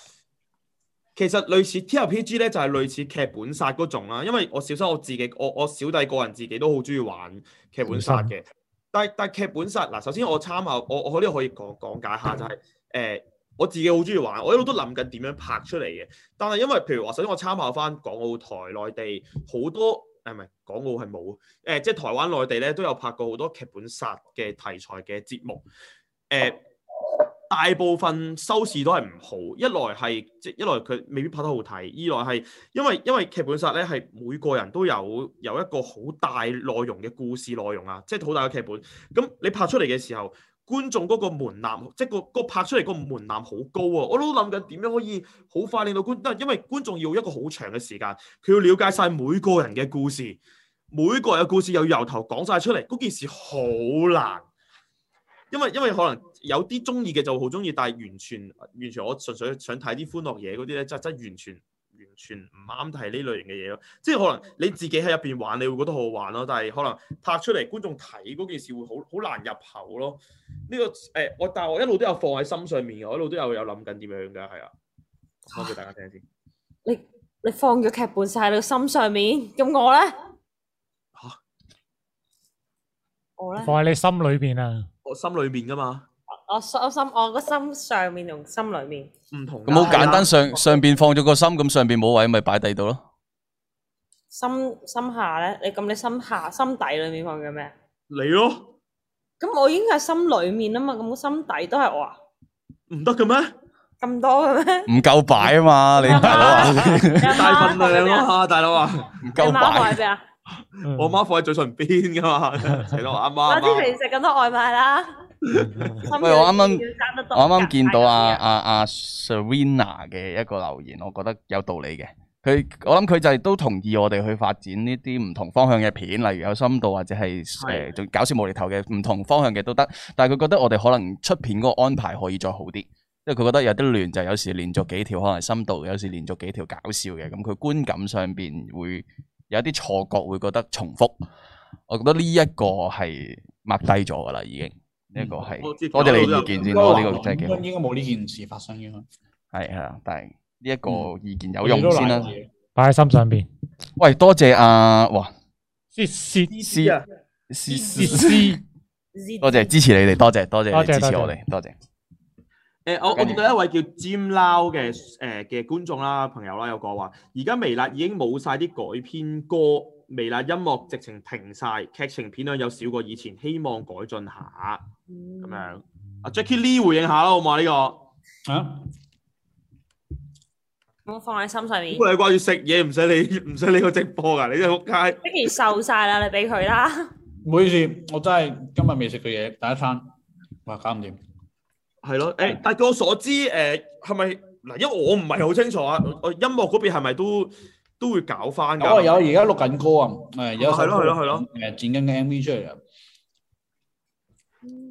其實類似 TRPG 咧，就係、類似劇本殺嗰種啦。因為我小心我自己，我我小弟個人自己都好中意玩劇本殺嘅。但但劇本殺嗱，首先我參考我我呢度可以講講解下，就係、誒、我自己好中意玩，我一路都諗緊點樣拍出嚟嘅。但係因為譬如話，首先我參考翻港澳台、內地好多誒，唔係港澳係冇誒，即係台灣、內地咧都有拍過好多劇本殺嘅題材嘅節目。誒、呃大部分收視都係唔好，一來係即係一來佢未必拍得好睇，二來係因為因為劇本殺咧係每個人都有有一個好大內容嘅故事內容啊，即係好大嘅劇本。咁你拍出嚟嘅時候，觀眾嗰個門檻，即係個個拍出嚟個門檻好高啊！我都諗緊點樣可以好快令到觀，因為觀眾要一個好長嘅時間，佢要了解晒每個人嘅故事，每個人嘅故事又要由頭講晒出嚟，嗰件事好難。因為因為可能有啲中意嘅就好中意，但係完全完全我純粹想睇啲歡樂嘢嗰啲咧，真真完全完全唔啱睇呢類型嘅嘢咯。即係可能你自己喺入邊玩，你會覺得好好玩咯，但係可能拍出嚟觀眾睇嗰件事會好好難入口咯。呢、個誒、我但係我一路都有放喺心上面嘅，我一路都有有諗緊點樣㗎，係啊。講俾大家聽先。你你放咗劇本晒喺你個心上面，咁我咧吓我咧，放喺你心裏边啊！我心裏面㗎嘛，我心我心我個心上面同心裏面，唔同㗎。啊咁好簡啊單，上上邊放咗個心，咁上邊冇位咪擺第二度咯。 心心下咧，你咁你心下心底裏面放咗咩？你咯，咁我已經係心裏面啊嘛，咁我心底都係我啊，唔得嘅咩？咁多嘅唔咩？夠擺啊嘛，你大佬 啊，大份量啊！啊，大佬啊！唔你夠媽放擺喺。邊啊？嗯我媽放喺嘴唇邊㗎嘛， 成日都話阿媽我阿之前媽。食咁多外賣啦。喂我啱啱我啱啱見見到阿阿阿 Serena 嘅一個留言，我覺得有道理嘅。佢我諗佢就係都同意我哋去發展呢啲唔同方向嘅片，例如有深度或者係誒仲搞笑無厘頭嘅唔同方向嘅都得。但係佢覺得我哋可能出片嗰個安排可以再好啲，因為佢覺得有啲亂，就係有時連續幾條可能係深度，有時連續幾條搞笑嘅，咁佢觀感上邊會有一啲錯覺，會覺得重複。我覺得呢一個係抹低咗㗎啦，已經。呢一個係嗯我知多謝你意見先，我呢個真係幾好應。該應該冇呢件事發生嘅嘛。係係啊，但係呢一個意見有用先你都賴啦我。嘢擺喺心上边，喂，多謝啊，哇，薛薛思啊思薛思，思，多謝支持你哋，多謝多謝多你謝支持多謝我哋，多謝。誒、我我見到一位叫尖撈嘅誒嘅觀眾啦、朋友啦，有講話，而家微辣已經冇晒啲改編歌，微辣音樂直情停晒，劇情片啊量有少過以前，希望改進下咁樣。阿 Jackie Lee 回應下啦，好嘛？呢、個啊！咁放喺心上面。啊你掛住食嘢，唔使理唔使理個直播㗎，你真係撲街。不如瘦晒啦，你俾佢啦。唔好意思，我真係今日未食嘅嘢，第一餐哇搞唔掂。係咯，誒、但據我所知，誒係咪嗱？因為我唔係好清楚啊，我我音樂嗰邊係咪都都會搞翻有啊㗎？有，而家錄緊歌啊，誒有係咯係咯係咯咯，誒剪緊嘅 M V 出嚟啊。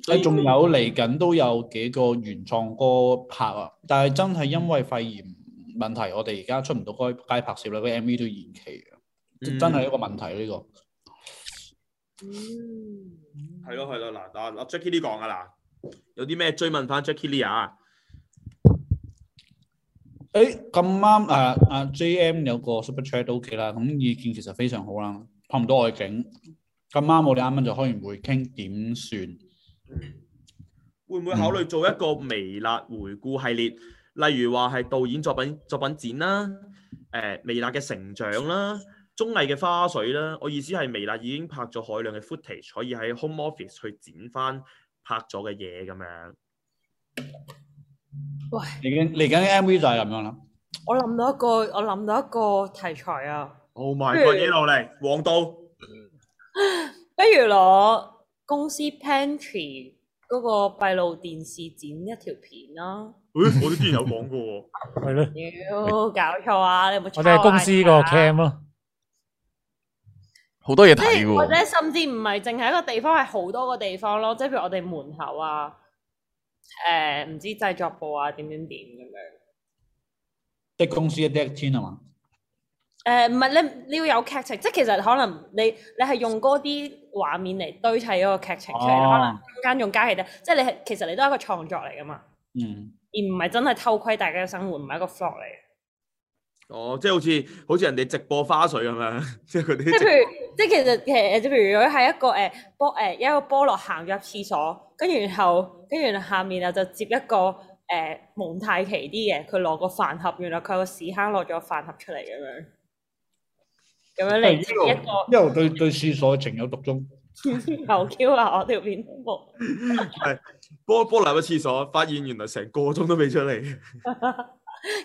誒仲有嚟緊都有幾個原創歌拍啊，但係真係因為肺炎問題，我哋而家出唔到街街拍攝啦，個 M V 都延期啊，真真係一個問題呢個。嗯係咯係咯，嗱嗱嗱 Jackie Lee 講噶啦，有啲咩追問翻 Jackie Lee 啊？誒咁啱啊啊 J M 有個 Super Chat 都 OK 啦，咁意見其實非常好啦，拍唔到外景。咁啱我哋啱啱就開完會傾點算，會唔會考慮做一個微辣回顧系列，例如話係導演作品作品展啦，誒、微辣嘅成長啦，綜藝嘅花絮啦。我意思係微辣已經拍咗海量嘅 footage，可以喺 home office 去剪翻拍咗嘅嘢咁樣。嚟緊嚟緊嘅 M V 就係咁樣啦。我諗到一個，我諗到一個題材啊， Oh my 不 god！如一路嚟，黃道不如攞公司 pantry 嗰個閉路電視剪一條片啦。咦我哋之前有講過喎。系咯，哦屌，搞錯啊！你有冇抄我哋係公人司個啊 cam 咯，好多嘢即睇係或者喎。甚至唔係淨係一個地方，係好多個地方咯。即係譬如我哋門口啊，誒、唔知製作部啊點點點咁樣。即係公司嘅 deck 天啊嘛，誒唔係你你要有劇情，即係其實可能你你係用嗰啲畫面嚟堆砌嗰個劇情出嚟，哦可能中間用加戲得，即係你係其實你都係一個創作嚟噶嘛，嗯，而唔係真係偷窺大家嘅生活，唔係一個 vlog 嚟嘅。哦，即係好似好似人哋直播花絮咁樣， 即係佢即係啲直譬如，即係其實誒，即係譬如如果係一個誒波誒一個菠蘿行入廁所，跟住然後跟住然後下面啊就接一個誒、呃、蒙太奇啲嘅，佢攞個飯盒，原來佢有個屎坑落咗個飯盒出嚟咁樣，咁樣嚟接一個因為對對廁所情有獨鍾，牛 Q 啊！我條片都冇。波波入咗廁所，發現原來成個鐘都未出嚟。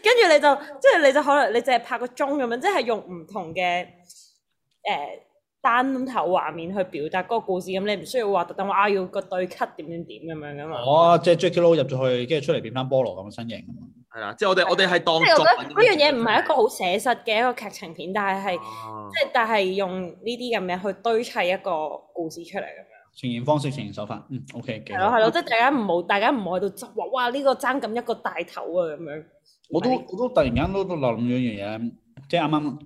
跟住你就即係你就可能你淨係拍個鐘咁樣，即係用唔同嘅誒、呃、單頭畫面去表達嗰個故事咁，你唔需要話特登話啊要個對 cut 點點點咁樣噶嘛。哦，即係 Jacky Lou 入咗去，跟住出嚟變翻菠蘿咁嘅身形，係啦，即係我哋我哋係當即係我作覺品得咁嗰樣樣嘢唔係一個好寫實嘅一個劇情片，但係係哦即係但係用呢啲咁樣去堆砌一個故事出嚟咁樣。呈現方式、呈現手法，嗯，OK，幾係咯好係。咯，即係大家唔好大家唔好喺度執話哇呢、個爭咁一個大頭啊咁樣。我都我都突然間都都諗咗一樣嘢，即係啱啱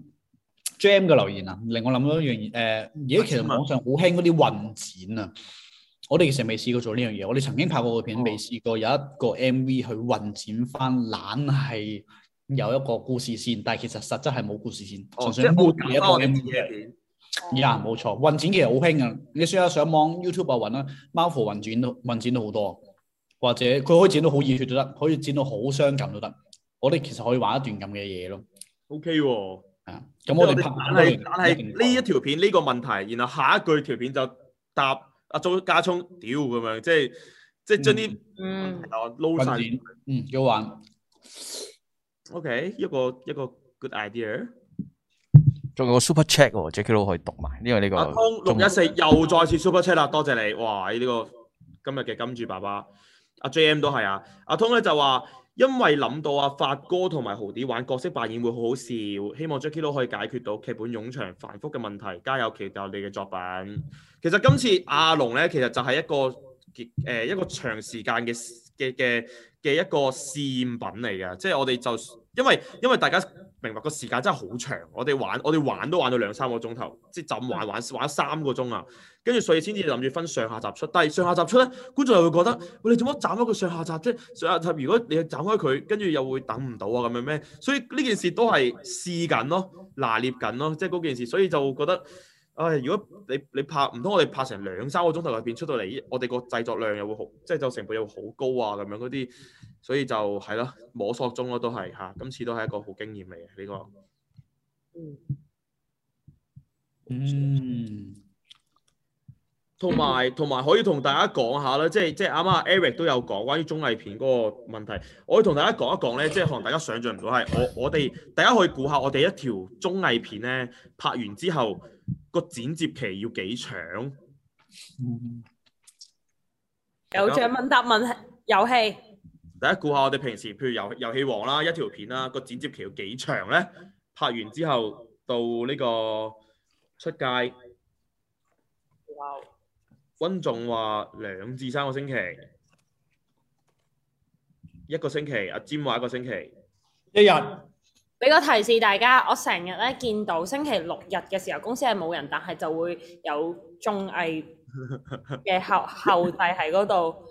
Jam 嘅留言啊，令我諗到一樣嘢。誒、而家其實網上好興嗰啲混剪啊，我哋其實未試過做呢樣嘢。我哋曾經拍過個片，未試過有一個 MV 去混剪翻，懶係有一個故事線，但係其實實質係冇故事線，哦純即粹啊係抹冇住搞一個翻我哋 MV 自出己嚟嘅片。呀，嗯冇錯，混剪其實好興啊！你試下上網 YouTube 啊揾啦，貓符混剪都混剪到好多，或者佢可以剪到好熱血都得，可以剪到好傷感都得。我哋其實可以玩一段咁嘅嘢咯， O K 喎，係啊。咁咁我哋拍但係但係呢一條片呢個問題，然後下一句條片就答阿周家聰屌咁樣，即係即係將啲問嗯題，啊撈混晒剪。，嗯，要玩。 O K，一個一個 good idea。仲有個 super check 喎，Jacky Lou 可以讀埋，因為呢個阿通六一四又再次 super chat 啦，多謝你，哇！呢、個今日嘅金主爸爸，阿 J M 都係啊，阿通咧就話，因為諗到阿啊發哥同埋豪啲玩角色扮演會好好笑，希望 Jacky Lou 可以解決到劇本冗長繁複嘅問題，加油期待你嘅作品。其實今次阿龍咧，其實就係一個誒、呃一個長時間嘅嘅嘅嘅一個試驗品嚟嘅，即係我哋就因為因為大家明白個時間真係好長，我哋玩我哋玩都玩到兩三個鐘頭，即係就咁玩玩玩三個鐘啊，跟住所以先至諗住分上下集出，但係上下集出咧，觀眾又會覺得喂你做乜斬開個上下集啫？上下集如果你斬開佢，跟住又會等唔到啊咁樣咩？所以呢件事都係試緊咯，拿捏緊咯，即係嗰件事，所以就覺得。唉、如果你你拍唔通，我哋拍成兩三個鐘頭入邊出到嚟，我哋個製作量又會好，即係就成本又會好高啊咁樣嗰啲，所以就係咯，摸索中咯都係嚇，今次都係一個好經驗嚟嘅呢個。嗯，同埋嗯同埋可以同大家講下啦，即係即係啱啱阿 Eric 都有講關於綜藝片嗰個問題，我要同大家講一講咧，即係可能大家想象唔到係我我哋大家可以估下我哋一條綜藝片咧拍完之後個剪接期要幾長？嗯有獎問答問題遊戲，大家估下我哋平時譬如遊遊戲王啦，一條片啦，個剪接期要幾長咧？拍完之後到呢個出街，哇！温仲話兩至三個星期，一個星期，阿詹話一個星期。一日啊俾個提示大家，我成日咧見到星期六日嘅時候，公司係冇人，但係就會有綜藝嘅後後帝喺嗰度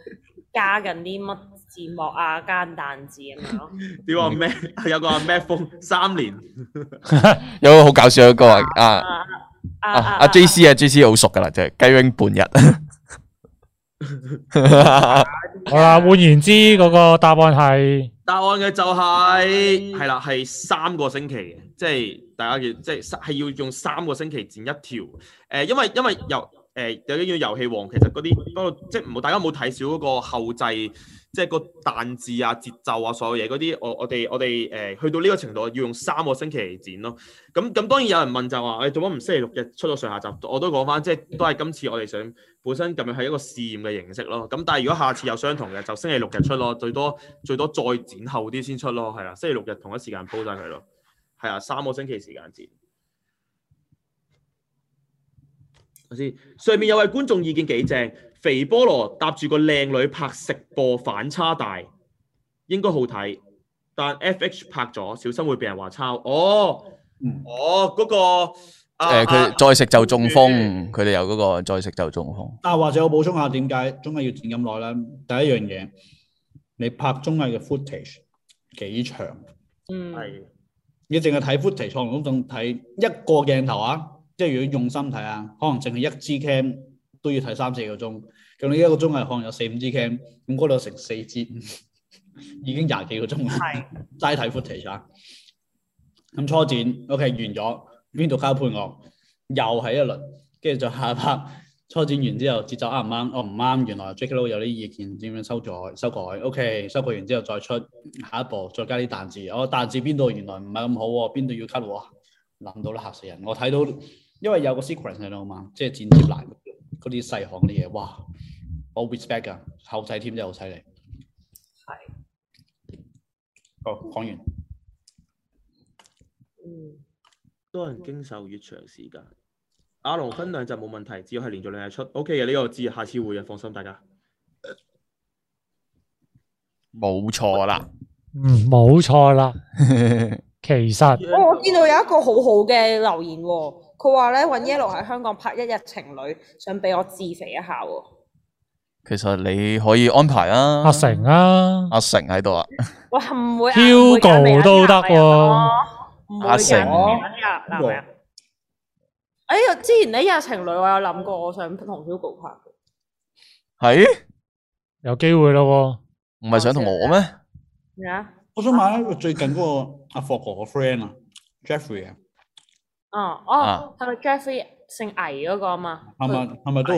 加緊啲乜字幕啊、加彈字咁樣咯。屌阿 Mac 有個阿 Mac 風三年，有個好搞笑一個啊啊啊啊啊阿 J C 啊 J C 好熟噶啦，就係雞 wing 半日。好啦，換言之，嗰個答案係答案嘅就係係啦，係三個星期嘅，即係大家要即係係要用三個星期剪一條。誒、因為因為遊誒有一樣遊戲王，其實嗰啲不過即係唔好大家冇睇少嗰個後製，即係個彈字啊、節奏啊、所有嘢嗰啲，我我哋我哋誒、去到呢個程度，要用三個星期嚟剪咯。咁咁當然有人問就話，誒做乜唔星期六日出咗上下集？我都講翻，即係都係今次我哋想本身咁樣係一個試驗嘅形式咯。咁但係如果下次有相同嘅，就星期六日出咯，最多最多再剪後啲先出咯，係啦，星期六日同一時間鋪晒佢咯，係啊，三個星期時間剪。睇先，上面有位觀眾意見幾正，肥菠蘿搭住個靚女拍食播反差大，應該好睇。但 FH 拍咗，小心會俾人話抄。哦，嗯哦，嗰、個啊诶，啊佢再食就中風，佢哋有嗰個再食就中風。但係或者我補充下點解綜藝要剪咁耐咧？第一樣嘢，你拍綜藝嘅 footage 幾長？嗯，係你淨係睇 footage，可能都仲睇一個鏡頭啊，即係如果用心睇啊，可能淨係一支 cam 都要睇三四個鐘。咁你一個鐘係可能有四五支 cam，咁嗰度有成四支， 已經廿幾個鐘啦。齋睇 footage 啊。咁初剪 OK 完咗，邊度交配樂又係一輪，跟住就下一 part 初剪完之後節奏啱唔啱？哦唔啱，原來 j a c k Lou 有啲意見點樣修改修改，OK 修改完之後再出下一步，再加啲彈字。哦彈字邊度原來唔係咁好喎，邊度要 cut 喎？諗到啦嚇死人！我睇到因為有個 sequence 喺度嘛，即係剪接難嗰啲細項嗰啲嘢，哇！我 respect 㗎，後製 team 真係好犀利。係。好，講完。嗯，多人經受越長時間。阿龍分兩集冇問題，只要係連續兩日出，OK 嘅呢、個知，下次會嘅，放心大家。冇錯啦，嗯，冇錯 啦。其實哦，我見到有一個好好嘅留言喎，佢話咧揾 Yellow 喺香港拍一日情侶，想俾我自肥一下喎。其實你可以安排啊。阿成啊，阿成喺度啊，哇，唔會啊 Hugo 唔會揀男人都得男人喎咯唔會阿成揀男人啊男人。哎呀，之前呢有情侶，我有諗過，我想同 Hugo 拍嘅。係有機會咯唔係想同我咩？咩啊？我想問咧，最近嗰個阿霍哥個 friend 啊，Jeffrey 啊，哦啊哦，係咪 Jeffrey 姓倪嗰個啊嘛？係咪佢係咪都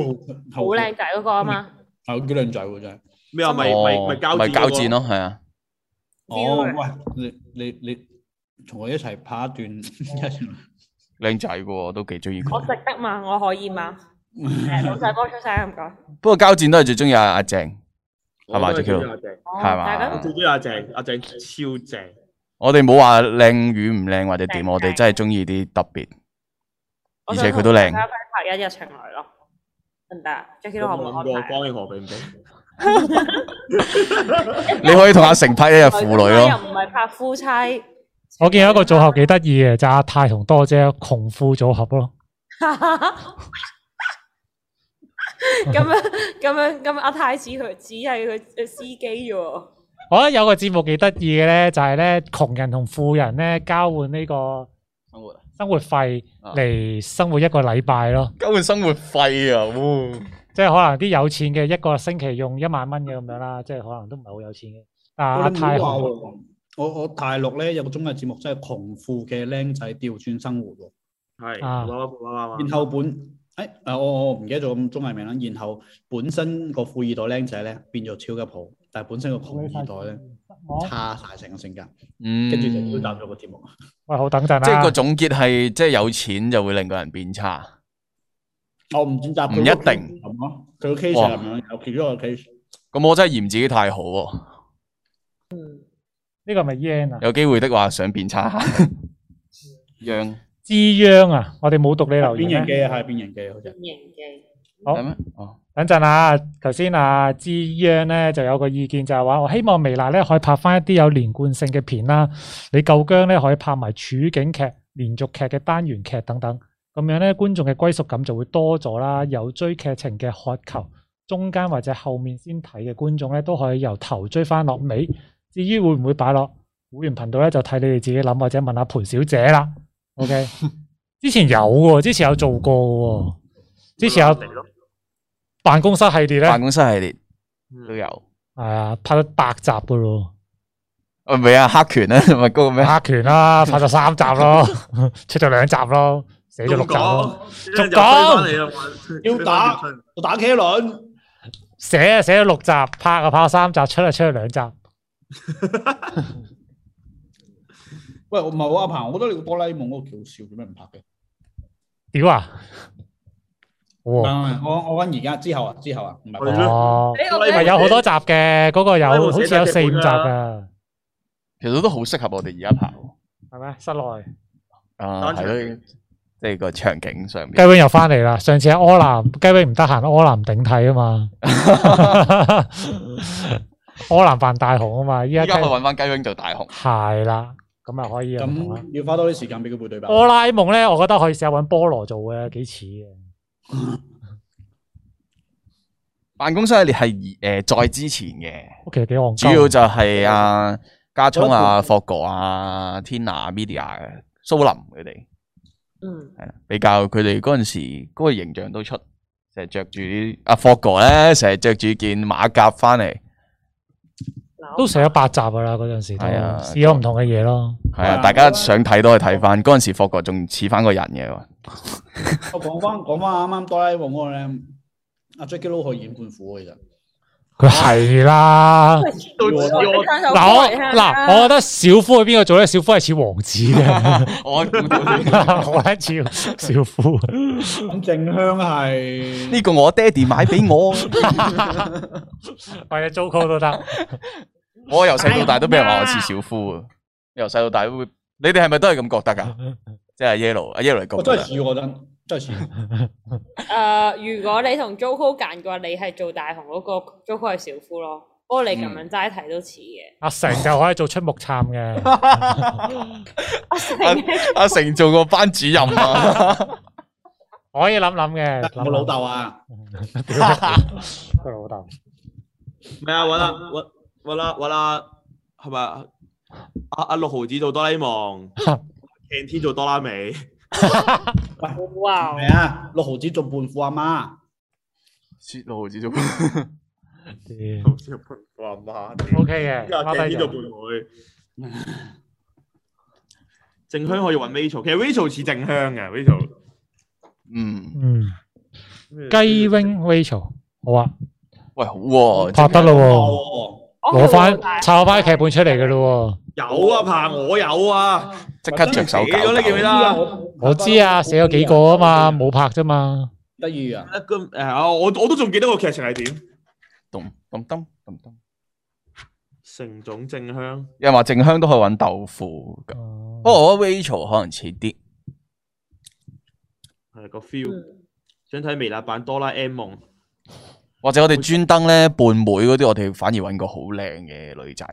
好好靚仔嗰個啊嘛？好幾靚仔喎真係。咩啊？咪咪咪交哦咪交戰戰咯，係啊，哦 Viewer，喂，你你你同我一齊拍一段 一靚仔嘅喎，都幾中意我佢。值得嘛？我可以嘛？誒老細幫我出聲，唔該。不過交戰都係最中意阿阿鄭，我係嘛都 J.K. 係最中意阿鄭哦係嘛大家我最中意阿鄭，阿鄭超正。我哋冇話靚與唔靚或者點，靚我哋真係中意啲特別，我而想且同佢都靚大家拍一日情侶咯，得唔得啊？Jackie 都可我唔諗可過江以安排啊？慶河俾唔俾？你可以同阿成拍一日父女又咯。唔係拍夫妻。 喎。我見有一個組合幾得意嘅，就係阿泰同多姐窮富組合咯。咁樣咁樣咁樣阿太子佢只係佢司機啫喎。我覺得有個節目幾得意嘅咧，就係咧窮人同富人咧交換呢個生活生活費啊嚟生活一個禮拜咯。交換生活費啊，哇即係可能啲有錢嘅一個星期用一萬蚊嘅咁樣啦，即係可能都唔係好有錢嘅。但阿泰我豪我我大陸咧有個綜藝節目，真係窮富嘅僆仔調轉生活喎。係，啊哇哇哇哇哇然後本誒誒我我唔記得咗咁綜藝名啦。然後本身個富二代僆仔咧變做超級好，但係本身個窮二代咧哦差晒成個性格，嗯，跟住就即挑戰咗個節目。喂，好等陣啊係個啦，總結係，即係有錢就會令個人變差。我唔選擇佢唔一定個 case 咁咯，佢個 case 哇係咁樣，有其中一個 case 咁我真係嫌自己太好喎，呢個係咪 yen 啊？有機會的話想變差。樣之央啊，我哋冇讀你留變言形咩？記啊，係變形記啊好似係。型嘅。好係，咩？哦，等陣啊，頭先啊之央咧就有個意見就係話，我希望微辣咧可以拍翻一啲有連貫性嘅片啦。你夠姜咧可以拍埋處境劇、連續劇嘅單元劇等等，咁樣咧觀眾嘅歸屬感就會多咗啦，有追劇情嘅渴求。中間或者後面先睇嘅觀眾咧，都可以由頭追翻落尾。至於會唔會擺落會員頻道咧，就睇你哋自己諗，或者問下裴小姐啦。OK，之前有喎，之前有做過喎，之前有辦公室系列咧，辦係公室系列嗯都有。啊，拍咗八集噶咯，啊，未啊，黑拳啊， 咪嗰個咩？黑拳啦，拍咗三集咯， 出咗兩集咯，寫咗六集咯，仲講，又要打我打茄輪。寫啊寫咗六集，拍啊拍咗三集，出啊出咗兩集。喂，我唔係喎，阿鵬，我覺得你個哆啦 A 夢嗰個幾好笑，做咩唔拍嘅？屌啊！唔哇！係啊我我揾而家之後啊，之後啊，唔係係咯哦，誒我喂覺咪得有好多集嘅，嗰個有喂我好似有四五集噶，其實都好適合我哋而家拍喎。係咪？室內啊，單場係咯，即係個場景上雞面。 wing 又翻嚟啦，上次喺柯南，雞 wing 唔得閒，柯南頂替啊嘛，柯南扮大雄啊嘛，依家依家去雞揾翻雞 wing 做大雄，係啦，咁又可以啊。咁要花多啲時間俾佢背對白。哆啦 A 夢咧，我覺得可以試下揾菠蘿做嘅，幾似嘅。辦公室系列係诶再之前嘅，屋企幾戇鳩主要就係阿加聰啊、霍哥啊、Tina、Media、蘇林佢哋。嗯，係啦，比較佢哋嗰陣時嗰個形象都出，成日着住啲阿霍哥咧，成日着住件馬甲翻嚟，都寫咗八集噶啦，嗰陣時都係啊試咗唔同嘅嘢咯。係啊，哇大家想睇都去睇翻。嗰陣時霍哥仲似翻個人嘅喎，我講翻講翻啱啱哆啦 A 夢嗰個咧，阿 Jackie Lou 可以演胖虎嘅其實。佢係啦。都知我嗱我嗱，我覺得小夫係邊個做咧？小夫係似王子 嘅，我估到我覺得似小夫。咁靜香啊係呢個我爹哋買俾我，或者 Joco 啊都得。我由細到大都俾人話我似小夫啊，由細到大都會，你哋係咪都係咁覺得㗎？即係 Yellow，阿 Yellow 係咁我真係覺得，似我覺得真係似。誒，如果你同 Jojo 揀嘅話，你係做大雄嗰個，Jojo 係小夫咯。不過你咁樣齋睇都似嘅。阿成就可以做出木杉嘅。 阿成係阿成做個班主任 啊，可以諗諗嘅，諗諗我老豆啊，佢老豆咩啊？搵啦，搵搵啦，搵啦，係咪啊？阿阿六毫子做哆啦 A 夢，Ken T 做哆啦美，哇！係啊，六毫子做胖虎阿媽，雪路子做，好似我阿媽。 O K 嘅，依家孖 Ken 低 T 咗做伴妹。靜香可以揾 Rachel，其實 Rachel 似靜香嘅 Rachel。嗯，嗯，雞 wing Rachel 好啊，喂好喎，拍得咯哦，我喎，係攞老大翻抄翻劇本出嚟嘅咯有啊，怕我有啊，即刻着手死咗你記唔搞記得。啊啊？喎，我知啊，寫咗幾個啊嘛，冇拍啫嘛，得意啊，咁誒，啊我我都仲記得個劇情係點。咚咚咚咚咚。成種靜香，有人話靜香都可以揾豆腐㗎，不過我哦，覺得 Rachel 可能似啲，係個 feel。想睇微辣版哆啦 A 夢，或者我哋專登咧伴妹嗰啲，我哋反而揾個好靚嘅女仔，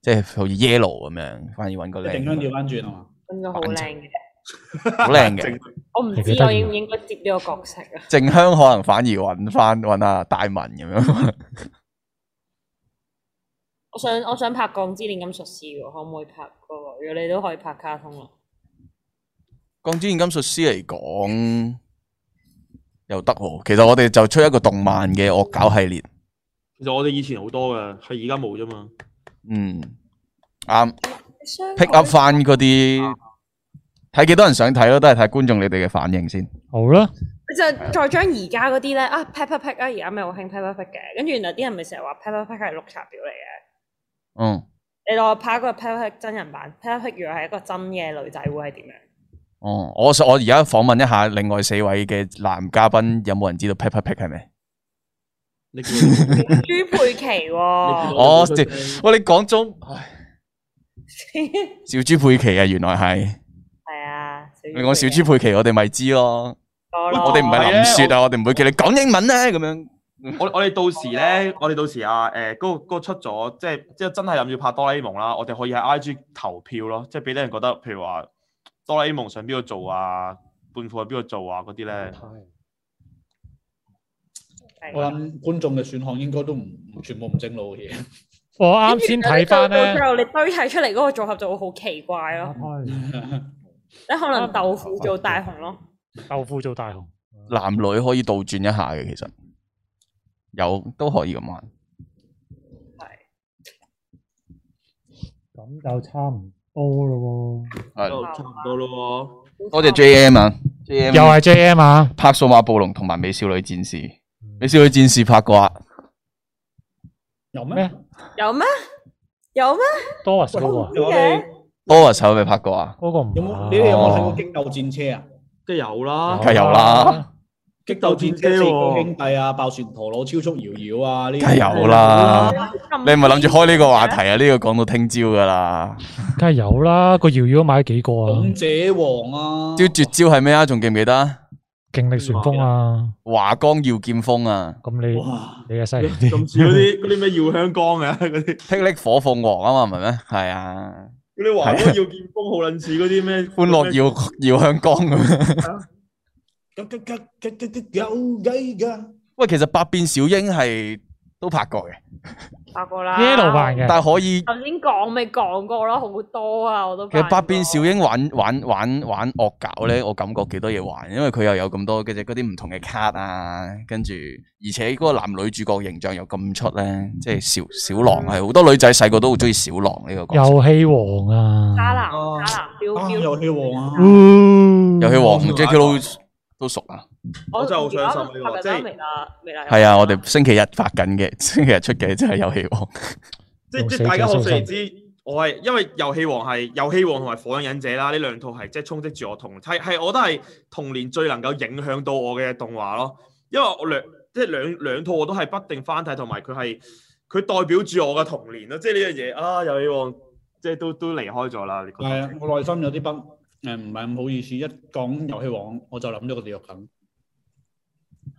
即係好似 Yellow 咁樣，反而揾個靚靜香調翻轉啊嘛，應該好靚嘅，好靚嘅。我唔知我應唔應該接呢個角色啊？靜香可能反而揾翻揾下大文咁樣，我想我想拍《鋼之煉金術師》喎，可唔可以拍嗰個？如果你都可以拍卡通啦，鋼之煉金術師嚟講又得喎。其實我哋就出一個動漫嘅惡搞系列，其實我哋以前好多嘅，係而家冇啫嘛。嗯，啱 pick up 翻嗰啲，睇幾多人想睇咯，都係睇觀眾你哋嘅反應先。好啦，就再將而家嗰啲咧啊 p e p e p e 啊，而家咪好興 p e p e p e 嘅，跟住原來啲人咪成日話 p e p e p e 係綠茶婊嚟嘅。嗯。你當我拍一個 p e p e p e 真人版 p e p e p e 如果係一個真嘅女仔會係點樣？哦，我想我而家訪問一下另外四位嘅男嘉賓，有冇人知道 p e p e p e 係咩？你見我朱佩琪喎，哦你見我喂，你講中唉小豬佩奇啊，原來係係啊，你講小豬佩奇，我哋咪知咯。我哋唔係林雪啊，我哋唔會叫你講英文咧咁樣。我我哋到時咧，我哋到時啊，誒、嗰、個嗰個出咗，即係即係真係諗住拍哆啦 A 夢啦，我哋可以喺 I G 投票咯，即係俾啲人覺得，譬如話哆啦 A 夢想邊個做啊，半副喺邊個做啊嗰啲咧，我諗觀眾嘅選項應該都唔全部唔正路嘅我啱先睇翻到咧最，後你堆砌出嚟嗰個組合就會好奇怪咯，嘢，你可能豆腐做大雄咯，豆腐做大雄，男女可以倒轉一下嘅，其實有都可以咁玩。咁就差唔多咯係就差唔多咯多謝 J M 啊，J 又 M 係 J M 啊，拍數碼暴龍同埋美少女戰士，美少女戰士拍過啊，有咩咩？有咩？有咩？多啊嗰個啊，我哋多啊手咪拍過啊，嗰個唔有係冇？你哋有冇睇過激鬥戰車啊？喎，即係有啦，梗係有啦。激鬥戰車喎四哥兄弟啊，爆旋陀螺、超速搖搖啊，呢啲梗哎係有 Ờ. 啦。你你哦唔係諗住開呢個話題啊？呢、個講到聽朝噶啦。梗係有啦，個搖搖都買咗幾個啊，勇者王啊，招絕招係咩啊？仲記唔記得啊？勁力旋風啊，華江耀劍鋒啊，咁你哇，你嘅犀利咁啲，似嗰啲嗰啲咩耀香江啊，嗰啲霹靂火鳳凰啊嘛，唔係咩？係啊，嗰啲華哥耀劍鋒好撚似嗰啲咩歡樂耀耀向江咁。吉吉吉吉吉吉有計㗎，喂，其實百變小櫻係都拍過嘅，拍過啦 yellow 扮嘅，但係可以頭先講咪講過咯，好多啊，我都其實百變變小櫻玩玩玩玩惡搞咧，我感覺幾多嘢玩，因為佢又有咁多嘅只嗰啲唔同嘅卡啊，跟住而且嗰個男女主角形象又咁出咧，即係小小狼係好多女仔細個都好中意小狼呢個角色，遊戲王啊，渣男哦渣男標啊標遊戲王啊，遊戲王嗯 Jackie 都都熟啊，我真係好傷心呢個而家都拍緊啦即係未啦未啦，係啊，我哋星期日發緊嘅，星期日出嘅真係遊戲王，即即用死大家可者想而心知，我係因為遊戲王係遊戲王同埋火影忍者啦，呢兩套係即係充斥住我童係係我覺得係童年最能夠影響到我嘅動畫咯，因為我兩即係兩兩套我都係不定翻睇，同埋佢係佢代表住我嘅童年咯，即係呢樣嘢啊遊戲王即係都都離開咗啦，你覺係啊得？，我內心有啲崩，誒唔係咁好意思，一講遊戲王我就諗咗個地獄梗，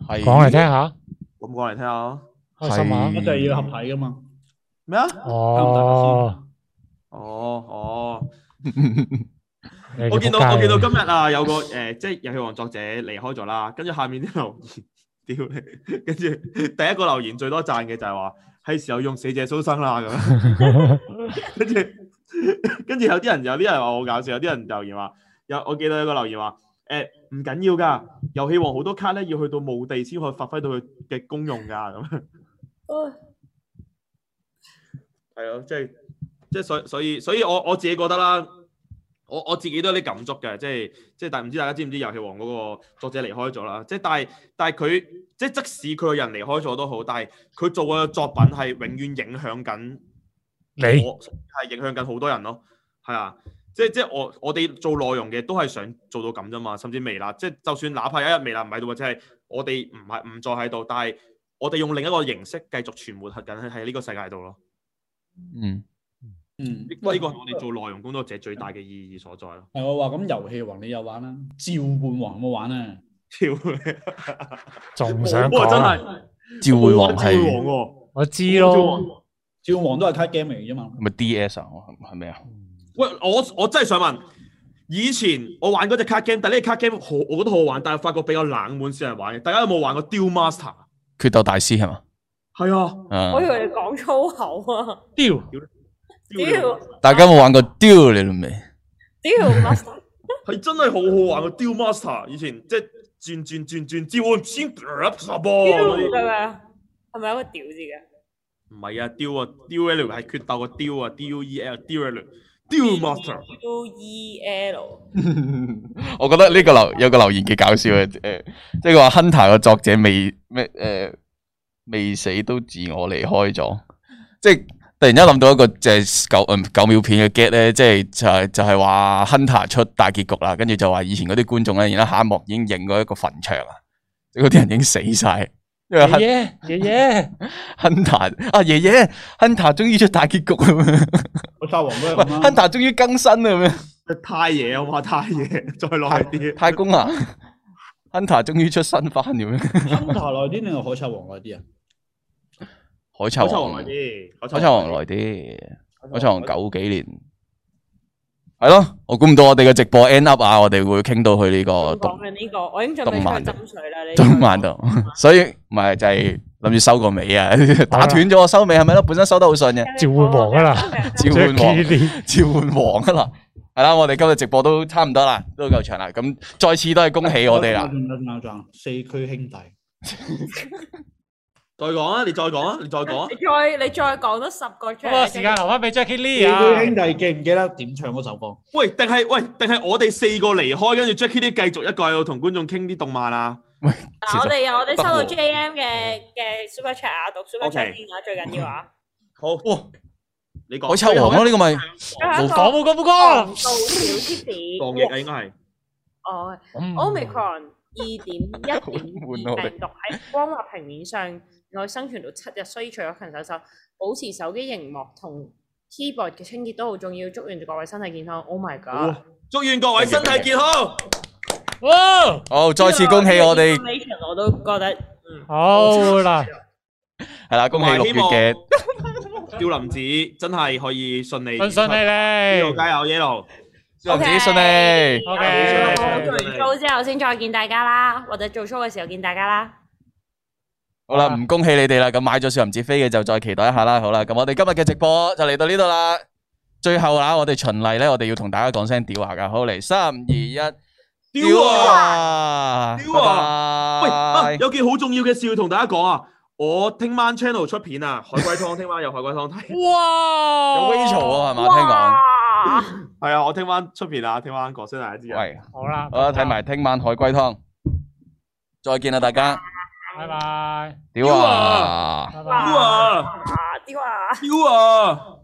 係講嚟聽下，咁講嚟聽下啊開心啊係，一定係要合體㗎嘛，咩啊？哦，哦哦。你我見到仆街我見到今日啊，有個誒、呃即係遊戲王作者離開咗啦，跟住下面啲留 言，屌你！跟住第一個留言最多讚嘅就係話係時候用死者蘇生啦咁樣， 跟住跟住有啲人有啲人話好搞笑，有啲人留言話有我記到有個留言話誒唔緊要㗎，遊戲王好多卡咧要去到墓地先可以發揮到佢嘅功用㗎咁樣。唉係啊咯，即係即係所所以所以我我自己覺得啦，我我自己都有啲感觸嘅，即係即係但唔知大家知唔知遊戲王嗰個作者離開咗啦？即係但係但係佢即係即使佢個人離開咗都好，但係佢做嘅作品係永遠影響緊你我係影響緊好多人咯，係啊。即係即係我我哋做內容嘅都係想做到咁啫嘛，甚至微辣，即係就算哪怕有一日微辣唔喺度，或者係我哋唔係唔再喺度，但係我哋用另一個形式繼續存活緊喺喺呢個世界度咯。嗯，嗯呢，呢個係我哋做內容工作者最大嘅意義所在咯。係我話咁遊戲王你又玩啦，召喚王有冇玩啊？屌，仲想哇真講啊，係召喚王召喚係王喎我知咯召喚。王召喚王都係卡 game 嚟嘅啫嘛，咪 DS 啊？係咪啊？喂，我我真係想問，以前我玩嗰只卡 game，但呢只卡 game 好，我覺得好好玩，但係發覺比較冷門先人玩嘅。大家有冇玩過 Duel Master？決鬥大師係嘛？係啊，啊我以為你講粗口啊！屌，屌屌大家有冇玩過 Duel 你哋未？屌 master 係真係好好玩個 Duel Master。以前即係轉轉轉轉召喚先十屌波。咁樣，係咪有個屌字嘅？唔係啊，Duel 啊，Duel 係決鬥個 Duel 啊，D U E L，Duel Duel Master。 U E L 我覺得呢個留有個留言幾搞笑嘅，誒、即係佢話 Hunter 個作者未咩誒未死都自我離開咗，即係突然間諗到一個就係九嗯九秒片嘅 get 咧，即係就係、就係、話 Hunter 出大結局啦，跟住就話以前嗰啲觀眾咧，然後下一幕已經影咗一個墳場啊，即係嗰啲人已經死晒，因為 Hun- 爺爺爺爺， Hunter 啊爺爺 Hunter 終於出大結局啦，我獸王都喂係 咁啦， Hunter 終於更新啦咁樣。太嘢好嘛，太嘢，再落去啲。太公 啊，Hunter 終於出新番咁樣，亨塔耐啲定係海賊王耐啲啊？海海賊賊王，王來海啲，海賊王耐啲，海賊王九幾年，係咯，我估唔到我哋嘅直播 end up 啊，我哋會傾到去呢個講動緊呢個，我已經準動漫備出去爭取啦。你動漫度， 所以唔係就係諗住收個尾啊，打斷咗我收尾係咪咯？本身收得好順嘅，召喚王啊啦召喚王。 Jackie 召喚王啊啦，係啦，我哋今日直播都差唔多啦，都夠長啦，咁再次都係恭喜我哋 啦，仲有仲有仲有四驅兄弟，再講啊，你再講啊，你再講啊你。再你再講多十個出咁啊，嚟，時間留翻俾 Jackie 四 Lee 驅兄啊，弟記唔記得點唱嗰首歌？ 喂，定係喂，定係我哋四個離開，跟住 Jackie 啲繼續一個喺度同觀眾傾啲動漫啊。嗱我哋我哋收到其 J M 嘅嘅 Super Chat 啊，讀 Super OK Chat 先啊，最緊要啊。好，你講。海賊王咯，啊呢個咪香港講冇講冇到講小之子，防疫啊，應該係。哦嗯，Omicron 二點一點二病毒喺光滑平面上內生存到七日，所以除咗勤洗手，保持手機熒幕同 keyboard 嘅清潔都好重要。祝願各位身體健康。Oh my 好 god！啊祝願各位身體健康。哇！好，再次恭喜我哋呢個 information 我都覺得嗯好啦，係啦，恭喜六月嘅 少林寺真係可以順利順順利 Yellow 利，加油 Yellow，祝自己順利。 OK 啊我做完 show 之後先再見大家啦，或者做 show 嘅時候見大家啦。好啦，唔恭喜你哋啦，咁買咗少林寺飛嘅就再期待一下啦。好啦，咁我哋今日嘅直播就嚟到呢度啦。最後啦，我哋循例咧，我哋要同大家講聲屌下噶。好嚟，三二一，屌啊！啊屌啊喂，拜啊拜有件好重要嘅事要同大家講啊！我聽晚 channel 出片啊，海龜湯聽晚有海 龜湯睇，哇！有 Rachel 啊，係嘛？聽講。哇！係啊，我聽晚出片啊，聽晚講聲大家知啊。喂，好啦，好啦，睇埋聽晚海龜湯。再見啦，大家。拜拜，屌屌啊！拜屌拜。啊！啊，屌啊！屌啊！